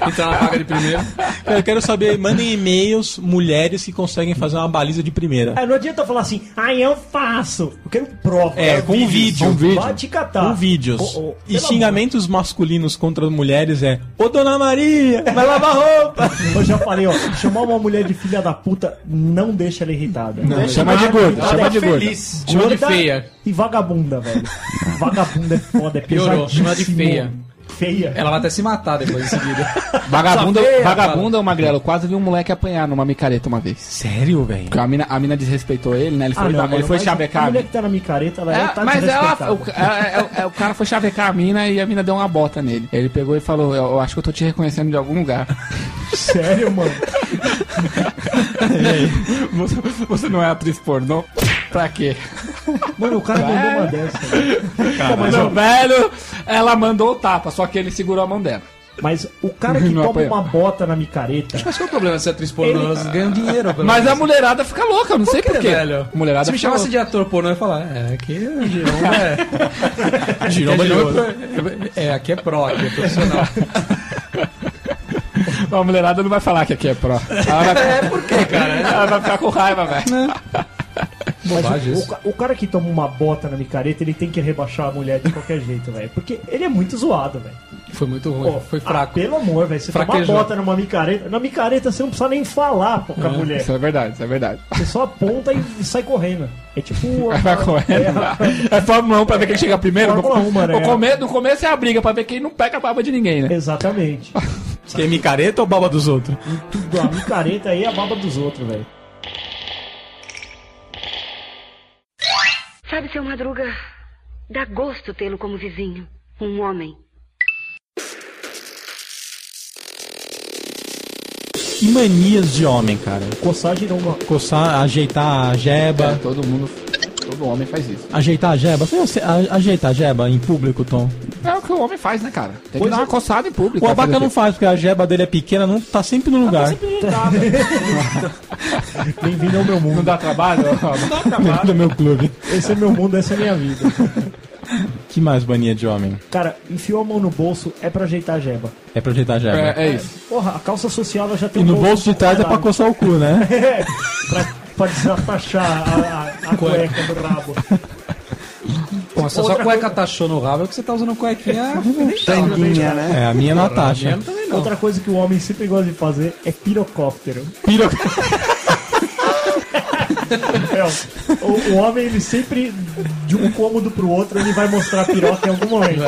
[SPEAKER 6] Entrar na vaga Então de primeiro.
[SPEAKER 2] Eu quero saber, mandem e-mails mulheres que conseguem fazer uma baliza de primeira.
[SPEAKER 8] Ah, não adianta falar assim, ah, eu faço. Eu quero prova.
[SPEAKER 2] É,
[SPEAKER 8] Eu
[SPEAKER 2] com
[SPEAKER 8] vídeos.
[SPEAKER 2] vídeo. Com
[SPEAKER 3] vídeo.
[SPEAKER 8] Vai te catar.
[SPEAKER 2] Com vídeos.
[SPEAKER 8] Oh, oh,
[SPEAKER 2] e
[SPEAKER 8] pelo
[SPEAKER 2] xingamentos masculinos contra mulheres é Ô Dona Maria, vai lavar roupa!
[SPEAKER 8] amor- Eu já falei, ó, chamar uma mulher de filha da puta não deixa ela irritada. Não,
[SPEAKER 3] Chama de gordo. Chama de gordo.
[SPEAKER 6] Feliz. Chama de feia.
[SPEAKER 8] E vagabunda, velho. Vagabunda é foda, é
[SPEAKER 6] Piorou,
[SPEAKER 8] pesadíssimo.
[SPEAKER 6] chama de feia.
[SPEAKER 8] Feia?
[SPEAKER 6] Ela vai até se matar depois em seguida.
[SPEAKER 3] Vagabunda,
[SPEAKER 6] Só feia,
[SPEAKER 3] vagabunda, o Magrelo. Quase vi um moleque apanhar numa micareta uma vez.
[SPEAKER 2] Sério, velho?
[SPEAKER 3] Porque a mina, a mina desrespeitou ele, né? Ele foi,
[SPEAKER 8] Ah, não,
[SPEAKER 3] ele
[SPEAKER 8] mano,
[SPEAKER 3] foi
[SPEAKER 8] mas
[SPEAKER 6] é
[SPEAKER 3] chavecar.
[SPEAKER 8] A
[SPEAKER 3] a
[SPEAKER 8] mulher
[SPEAKER 3] mina.
[SPEAKER 8] que tá na micareta, ela já
[SPEAKER 3] É,
[SPEAKER 8] tá
[SPEAKER 3] mas ela,
[SPEAKER 8] desrespeitada.
[SPEAKER 3] o, é, é, é, o cara foi chavecar a mina e a mina deu uma bota nele. Ele pegou e falou: Eu, eu acho que eu tô te reconhecendo de algum lugar.
[SPEAKER 8] Sério, mano.
[SPEAKER 3] você, você não é atriz pornô? Pra quê?
[SPEAKER 8] Mano, o
[SPEAKER 3] É.
[SPEAKER 8] cara mandou uma dessa. velho. Pô, mas,
[SPEAKER 3] Meu
[SPEAKER 8] ó,
[SPEAKER 3] velho, ela mandou o tapa, só que ele segurou a mão dela.
[SPEAKER 8] mas o cara que
[SPEAKER 3] Não
[SPEAKER 8] toma
[SPEAKER 3] apanhou.
[SPEAKER 8] uma bota na micareta...
[SPEAKER 6] Mas qual é o problema de ser atriz pornô? Elas ganham dinheiro. pelo
[SPEAKER 3] Mas a
[SPEAKER 6] menos.
[SPEAKER 3] mulherada fica louca, eu não sei
[SPEAKER 6] Por
[SPEAKER 3] porquê.
[SPEAKER 6] quê, velho?
[SPEAKER 3] Mulherada
[SPEAKER 6] Se me assim-
[SPEAKER 3] fica louca.
[SPEAKER 6] chamasse de ator pornô, eu ia falar, é, aqui é giromba, é... giromba, é, é, aqui é pró, aqui é profissional.
[SPEAKER 3] A mulherada não vai falar que aqui é pró. Ela vai, é, por quê, cara? Ela vai ficar com raiva, velho.
[SPEAKER 8] Mas
[SPEAKER 6] Bobagem
[SPEAKER 8] o- o,
[SPEAKER 6] isso.
[SPEAKER 8] ca- o cara que toma uma bota na micareta, ele tem que rebaixar a mulher de qualquer jeito, velho. Porque ele é muito zoado, velho.
[SPEAKER 6] Foi muito ruim,
[SPEAKER 8] Pô,
[SPEAKER 6] foi
[SPEAKER 8] Ah,
[SPEAKER 6] fraco.
[SPEAKER 8] pelo amor, velho. Você tomar
[SPEAKER 6] Fraquejou.
[SPEAKER 8] bota numa micareta. Na micareta você não precisa nem falar pô, com a mulher.
[SPEAKER 3] Isso é verdade, isso é verdade.
[SPEAKER 8] Você só aponta e sai correndo. É tipo.
[SPEAKER 3] Vai correndo.
[SPEAKER 5] um.
[SPEAKER 3] É Fórmula 1 pra ver quem chega primeiro. No,
[SPEAKER 8] Fórmula 1,
[SPEAKER 5] né?
[SPEAKER 8] mano,
[SPEAKER 3] no
[SPEAKER 8] é.
[SPEAKER 3] come- no começo é a briga pra ver quem não pega a baba de ninguém, né?
[SPEAKER 8] Exatamente.
[SPEAKER 2] Quem é micareta ou baba dos outros?
[SPEAKER 8] Tudo, a micareta aí é a baba dos outros, velho.
[SPEAKER 9] Sabe, seu Madruga, dá gosto tê-lo como vizinho. Um homem.
[SPEAKER 2] E manias de homem, cara?
[SPEAKER 8] Coçar giromba.
[SPEAKER 3] É.
[SPEAKER 2] Coçar, ajeitar a jeba.
[SPEAKER 3] Todo mundo. Todo o homem faz isso.
[SPEAKER 2] Ajeitar a jeba? Foi você- a- Ajeitar a jeba em público, Tom.
[SPEAKER 3] É o que o homem faz, né, cara? Tem
[SPEAKER 5] é.
[SPEAKER 3] que dar uma coçada em público.
[SPEAKER 2] O abaca não faz, porque a jeba dele é pequena, não tá sempre no lugar.
[SPEAKER 8] Bem-vindo ao meu mundo.
[SPEAKER 3] Não dá trabalho?
[SPEAKER 2] do meu clube.
[SPEAKER 8] Esse é meu mundo, essa é minha vida.
[SPEAKER 2] Que mais mania de homem?
[SPEAKER 8] Cara, enfiou a mão no bolso é pra ajeitar a jeba.
[SPEAKER 2] É pra ajeitar a jeba.
[SPEAKER 4] É, é isso.
[SPEAKER 8] Porra, a calça social ela já tem um
[SPEAKER 2] E no bolso de trás é pra
[SPEAKER 8] coçar.
[SPEAKER 2] coçar o cu, né?
[SPEAKER 8] É, pra, pra desatachar a, a, a cueca do rabo.
[SPEAKER 6] Pô, se a sua cueca taxou no rabo, é porque você tá usando cuequinha.
[SPEAKER 7] Tanguinha, né?
[SPEAKER 2] É, a minha é Natasha.
[SPEAKER 8] Outra coisa que o homem sempre gosta de fazer é pirocóptero.
[SPEAKER 2] Piro-
[SPEAKER 8] É, o, o homem, ele sempre, de um cômodo pro outro, ele vai mostrar a piroca em algum momento.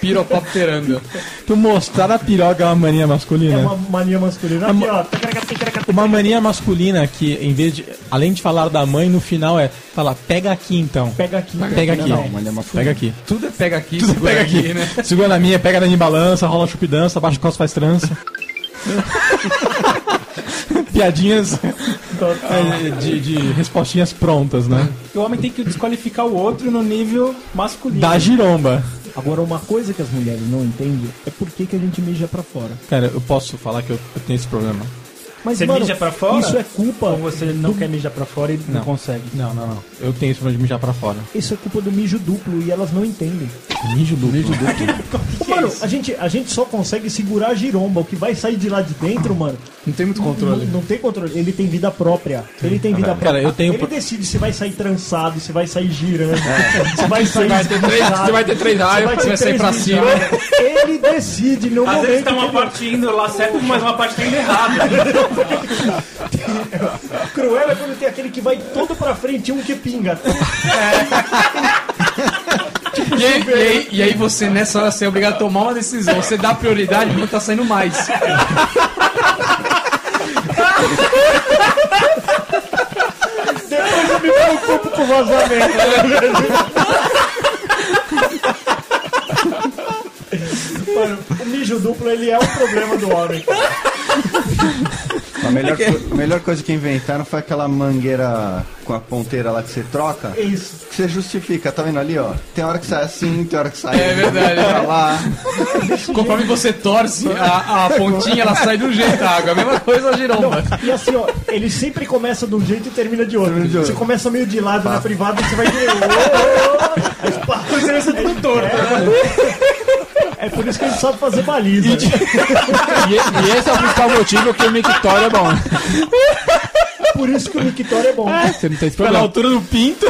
[SPEAKER 4] Piropapteranda.
[SPEAKER 2] Tu mostrar a piroca é uma mania
[SPEAKER 8] É
[SPEAKER 2] masculina.
[SPEAKER 8] uma
[SPEAKER 5] né?
[SPEAKER 8] mania
[SPEAKER 5] É
[SPEAKER 8] masculina. Aqui, ó. tacaraca, tacaraca,
[SPEAKER 2] Uma mania masculina que, em vez de. Além de falar da mãe, no final é falar, pega aqui então.
[SPEAKER 8] Pega aqui.
[SPEAKER 2] Pega aqui.
[SPEAKER 8] Não,
[SPEAKER 2] Pega aqui.
[SPEAKER 6] Tudo é pega aqui,
[SPEAKER 2] Tudo
[SPEAKER 6] segura
[SPEAKER 2] pega aqui, né? Segura na minha, pega na minha balança, rola chupidança, abaixa o costa faz trança. Piadinhas é, de, de respostinhas prontas, né?
[SPEAKER 5] O homem tem que desqualificar o outro no nível masculino.
[SPEAKER 2] Da giromba.
[SPEAKER 8] Agora, uma coisa que as mulheres não entendem é por que, que a gente mija pra fora.
[SPEAKER 2] Cara, eu posso falar que eu, eu tenho esse problema.
[SPEAKER 8] Mas,
[SPEAKER 5] Você mija pra fora?
[SPEAKER 8] Isso é culpa.
[SPEAKER 5] Ou você não quer mijar pra fora e não, consegue.
[SPEAKER 2] Não, não, não. Eu tenho esse problema de mijar pra fora.
[SPEAKER 8] Isso é culpa do mijo duplo e elas não entendem.
[SPEAKER 2] Mijo duplo. Mijo duplo.
[SPEAKER 8] Ô,
[SPEAKER 2] é
[SPEAKER 8] mano, a gente, a gente só consegue segurar a giromba. O que vai sair de lá de dentro, mano,
[SPEAKER 6] Não tem muito controle.
[SPEAKER 8] não tem controle. Ele tem vida própria. Ele tem vida própria.
[SPEAKER 2] Cara, eu tenho
[SPEAKER 8] Ele
[SPEAKER 2] pro-
[SPEAKER 8] decide se vai sair trançado, se vai sair girando, se vai
[SPEAKER 4] É.
[SPEAKER 8] sair.
[SPEAKER 4] Vai ter três, você vai ter três
[SPEAKER 8] se
[SPEAKER 4] raios.
[SPEAKER 8] vai, sair pra cima. Ele decide no
[SPEAKER 5] Às
[SPEAKER 8] momento.
[SPEAKER 5] vezes tá uma
[SPEAKER 8] que ele-
[SPEAKER 5] parte indo lá certo, mas uma parte tá indo errada.
[SPEAKER 8] Cruel é quando tem aquele que vai todo pra frente e um que pinga.
[SPEAKER 6] E aí, e aí- e aí você, nessa hora, você é obrigado a tomar uma decisão. Você dá prioridade quando tá saindo mais.
[SPEAKER 8] Depois eu me preocupo com o vazamento. Mano, o mijo duplo ele é um problema do homem. cara.
[SPEAKER 7] A melhor, co- a melhor coisa que inventaram foi aquela mangueira com a ponteira lá que você troca.
[SPEAKER 8] É isso.
[SPEAKER 7] Que você justifica, tá vendo ali, ó? Tem hora que sai assim, tem hora que sai.
[SPEAKER 6] É verdade.
[SPEAKER 7] Pra lá.
[SPEAKER 6] Conforme você torce a, a pontinha, ela sai de um jeito a água. A mesma coisa a giromba.
[SPEAKER 8] E assim, ó, ele sempre começa de um jeito e termina de outro. Você começa meio de lado na privada e você vai de. Você vai tudo torto. É por isso que ele sabe fazer baliza.
[SPEAKER 4] E, e esse é o principal motivo que o Mictório é bom.
[SPEAKER 8] É por isso que o Mictório é bom.
[SPEAKER 4] Você não tem
[SPEAKER 5] Tá
[SPEAKER 4] esse
[SPEAKER 2] Pela
[SPEAKER 4] problema.
[SPEAKER 2] altura do pinto.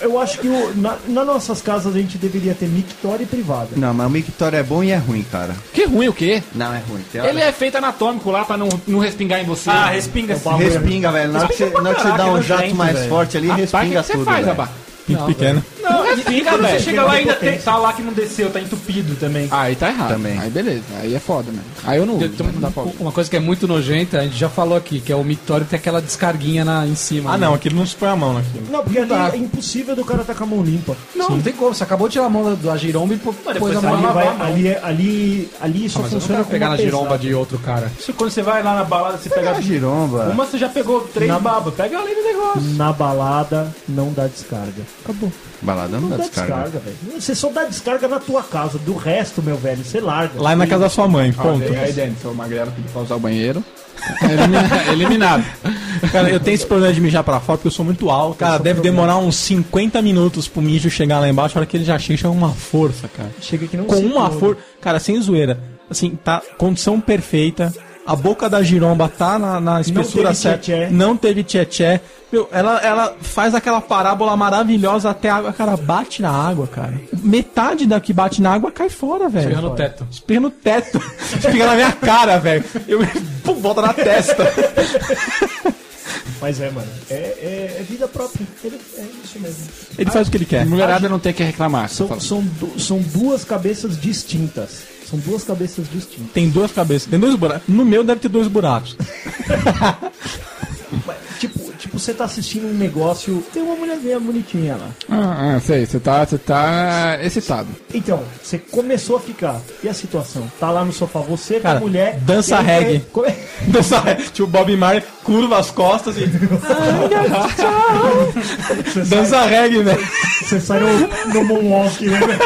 [SPEAKER 8] Eu acho que o- na, nas nossas casas a gente deveria ter Mictório e privada.
[SPEAKER 7] Não, mas o Mictório é bom e é ruim, cara.
[SPEAKER 4] Que ruim o quê?
[SPEAKER 7] Não, é ruim. Tem hora...
[SPEAKER 3] Ele é feito anatômico lá pra não, não respingar em você.
[SPEAKER 5] Ah, respinga
[SPEAKER 6] é
[SPEAKER 5] assim.
[SPEAKER 7] Respinga, velho. Na hora que você, na hora que você dá um jato mais forte ali,
[SPEAKER 3] Rapaz, o que
[SPEAKER 7] respinga
[SPEAKER 3] que você
[SPEAKER 7] tudo.
[SPEAKER 3] faz,
[SPEAKER 7] velho.
[SPEAKER 3] Abaca?
[SPEAKER 2] Pinto pequeno.
[SPEAKER 5] Não, respinga,
[SPEAKER 8] quando você
[SPEAKER 5] velho. Você chega lá e ainda
[SPEAKER 8] tem-
[SPEAKER 5] tá lá que não desceu, tá entupido também.
[SPEAKER 3] Aí tá errado.
[SPEAKER 7] Também.
[SPEAKER 3] Aí beleza. Aí é foda, mano. Aí eu não uso. mas não dá pra usar.
[SPEAKER 6] Uma coisa que é muito nojenta, a gente já falou aqui, que é o mictório tem aquela descarguinha na, em cima.
[SPEAKER 2] Ah,
[SPEAKER 6] né?
[SPEAKER 2] não, aquilo não se põe a mão naquilo.
[SPEAKER 8] Não, porque ali é impossível do cara tá com a mão limpa.
[SPEAKER 6] Não, não tem como. Você acabou de tirar a mão da, da giromba e pô- pôs a mão
[SPEAKER 8] Ali,
[SPEAKER 6] na
[SPEAKER 8] vai,
[SPEAKER 6] barra.
[SPEAKER 8] ali, é- ali, ali só
[SPEAKER 6] Mas eu não
[SPEAKER 8] funciona
[SPEAKER 6] quero
[SPEAKER 8] com
[SPEAKER 6] pegar
[SPEAKER 8] uma
[SPEAKER 6] na giromba
[SPEAKER 8] pesada.
[SPEAKER 6] de outro cara.
[SPEAKER 5] Isso quando você vai lá na balada, você pega
[SPEAKER 7] A giromba.
[SPEAKER 5] uma, você já pegou três
[SPEAKER 8] Na-
[SPEAKER 5] babas. Pega ali no negócio.
[SPEAKER 8] Na balada não dá descarga. Acabou.
[SPEAKER 7] Balada não,
[SPEAKER 8] Não
[SPEAKER 7] dá
[SPEAKER 8] dá
[SPEAKER 7] descarga.
[SPEAKER 8] descarga, velho. Você só dá descarga na tua casa. Do resto, meu velho, você larga.
[SPEAKER 2] Lá é na casa da sua mãe, ponto.
[SPEAKER 3] Aí, Denis, seu magrelo pediu pra usar o banheiro. Elimina- Eliminado.
[SPEAKER 2] Cara, eu tenho esse problema de mijar pra fora porque eu sou muito alto. é Cara, deve demorar uns 50 minutos pro mijo chegar lá embaixo. A hora que ele já chega, chega uma força, cara.
[SPEAKER 8] Chega que não
[SPEAKER 2] Com
[SPEAKER 8] se
[SPEAKER 2] uma
[SPEAKER 8] come.
[SPEAKER 2] força. Cara, sem zoeira. Assim, tá condição perfeita. A boca da giromba tá na, na espessura
[SPEAKER 8] teve
[SPEAKER 2] certa.
[SPEAKER 8] tchê-tchê.
[SPEAKER 2] Não teve tchê-tchê. Meu, ela, ela faz aquela parábola maravilhosa até a água. Cara, bate na água, cara. Metade da que bate na água cai fora, velho.
[SPEAKER 6] Pega no teto.
[SPEAKER 2] Espirra no teto. Fica na minha cara, velho. Eu pum, volta na testa.
[SPEAKER 8] Mas é, mano. É, é- é vida própria. Ele- É isso mesmo.
[SPEAKER 2] Ele faz o que ele quer.
[SPEAKER 3] Mulherada não tem que reclamar. você
[SPEAKER 8] São,
[SPEAKER 7] assim.
[SPEAKER 3] fala. assim.
[SPEAKER 8] são, du- são duas cabeças distintas. São duas cabeças distintas.
[SPEAKER 2] Tem duas cabeças, tem dois buracos. No meu deve ter dois buracos.
[SPEAKER 8] Tipo, tipo tipo, você tá assistindo um negócio, tem uma mulherzinha bonitinha lá.
[SPEAKER 3] Ah, ah, sei, você tá, você tá excitado.
[SPEAKER 8] Então, você começou a ficar. E a situação? Tá lá no sofá, você com
[SPEAKER 2] Cara,
[SPEAKER 8] a mulher.
[SPEAKER 2] dança
[SPEAKER 8] e aí é-
[SPEAKER 2] reggae.
[SPEAKER 8] quer- come-
[SPEAKER 2] Então, sabe, tipo, Bob Marley curva as costas e. Dança reggae, né?
[SPEAKER 8] Você sai no, no moonwalk, né? velho?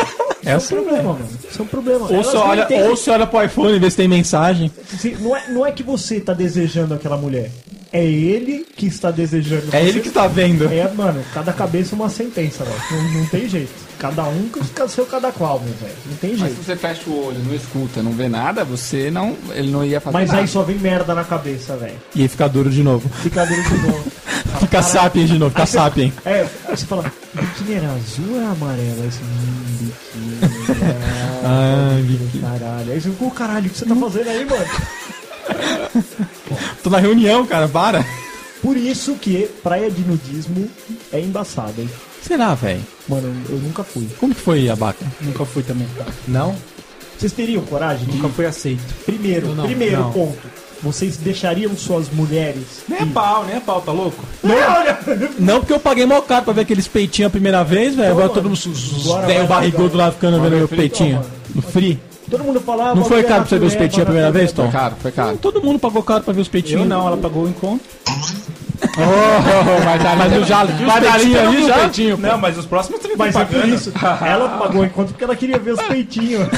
[SPEAKER 8] Isso é um problema, mano. Isso é um problema.
[SPEAKER 2] assim Ou
[SPEAKER 8] Elas
[SPEAKER 2] você,
[SPEAKER 8] não
[SPEAKER 2] olha,
[SPEAKER 8] entendem.
[SPEAKER 2] ou você olha pro iPhone e vê se tem mensagem.
[SPEAKER 8] Se- Não, é, não é que você tá desejando aquela mulher. É ele que está desejando
[SPEAKER 2] É
[SPEAKER 8] você.
[SPEAKER 2] ele que tá vendo.
[SPEAKER 8] É, mano, cada cabeça é uma sentença, velho. Não, não tem jeito. Cada um com o seu cada qual, meu velho. Não tem
[SPEAKER 3] Mas
[SPEAKER 8] jeito.
[SPEAKER 3] se você fecha o olho, não escuta, não vê nada, você não. Ele não ia fazer
[SPEAKER 8] Mas
[SPEAKER 3] nada.
[SPEAKER 8] aí só vem merda na cabeça, velho.
[SPEAKER 2] E aí fica duro de novo.
[SPEAKER 8] Fica dele de novo.
[SPEAKER 2] Fica sapien de novo, fica sapien.
[SPEAKER 8] É, aí você fala, biquíni era azul ou é amarelo? Aí você, hum, biquíni.
[SPEAKER 2] Ah, Vicky.
[SPEAKER 8] Caralho. Aí você, ô caralho, o que você tá fazendo aí, mano?
[SPEAKER 2] Tô na reunião, cara, para.
[SPEAKER 8] Por isso que praia de nudismo é embaçada, hein?
[SPEAKER 2] Será, velho?
[SPEAKER 8] Mano, eu nunca fui.
[SPEAKER 2] Como que foi a vaca?
[SPEAKER 5] Nunca fui também, cara.
[SPEAKER 2] Não?
[SPEAKER 8] Vocês teriam coragem? de-
[SPEAKER 5] Nunca fui aceito.
[SPEAKER 8] Primeiro,
[SPEAKER 5] não,
[SPEAKER 8] primeiro
[SPEAKER 5] não.
[SPEAKER 8] ponto. Vocês deixariam suas mulheres.
[SPEAKER 5] Nem é pau, nem é pau, tá louco?
[SPEAKER 2] Não, porque eu paguei mó caro pra ver aqueles peitinhos a primeira vez, velho. Agora
[SPEAKER 8] mano,
[SPEAKER 2] todo mundo su- su-
[SPEAKER 8] agora
[SPEAKER 2] tem
[SPEAKER 8] vai
[SPEAKER 2] o barrigudo
[SPEAKER 8] pagar.
[SPEAKER 2] lá ficando vendo meu
[SPEAKER 3] free,
[SPEAKER 2] peitinho.
[SPEAKER 8] então, mano.
[SPEAKER 2] No free.
[SPEAKER 8] Todo mundo falava.
[SPEAKER 2] Não foi
[SPEAKER 8] mulher
[SPEAKER 2] caro pra você ver os
[SPEAKER 8] natureba,
[SPEAKER 2] peitinhos a primeira vez, Tom?
[SPEAKER 3] Foi caro, foi caro.
[SPEAKER 2] Todo mundo pagou caro pra ver os peitinhos.
[SPEAKER 5] Eu não, ela pagou o encontro.
[SPEAKER 3] mas ali,
[SPEAKER 2] Mas eu já vi os peitinhos ali já.
[SPEAKER 5] Não, mas os próximos também
[SPEAKER 8] Mas é por
[SPEAKER 5] pagando.
[SPEAKER 8] isso. Ela pagou o encontro porque ela queria ver os peitinhos.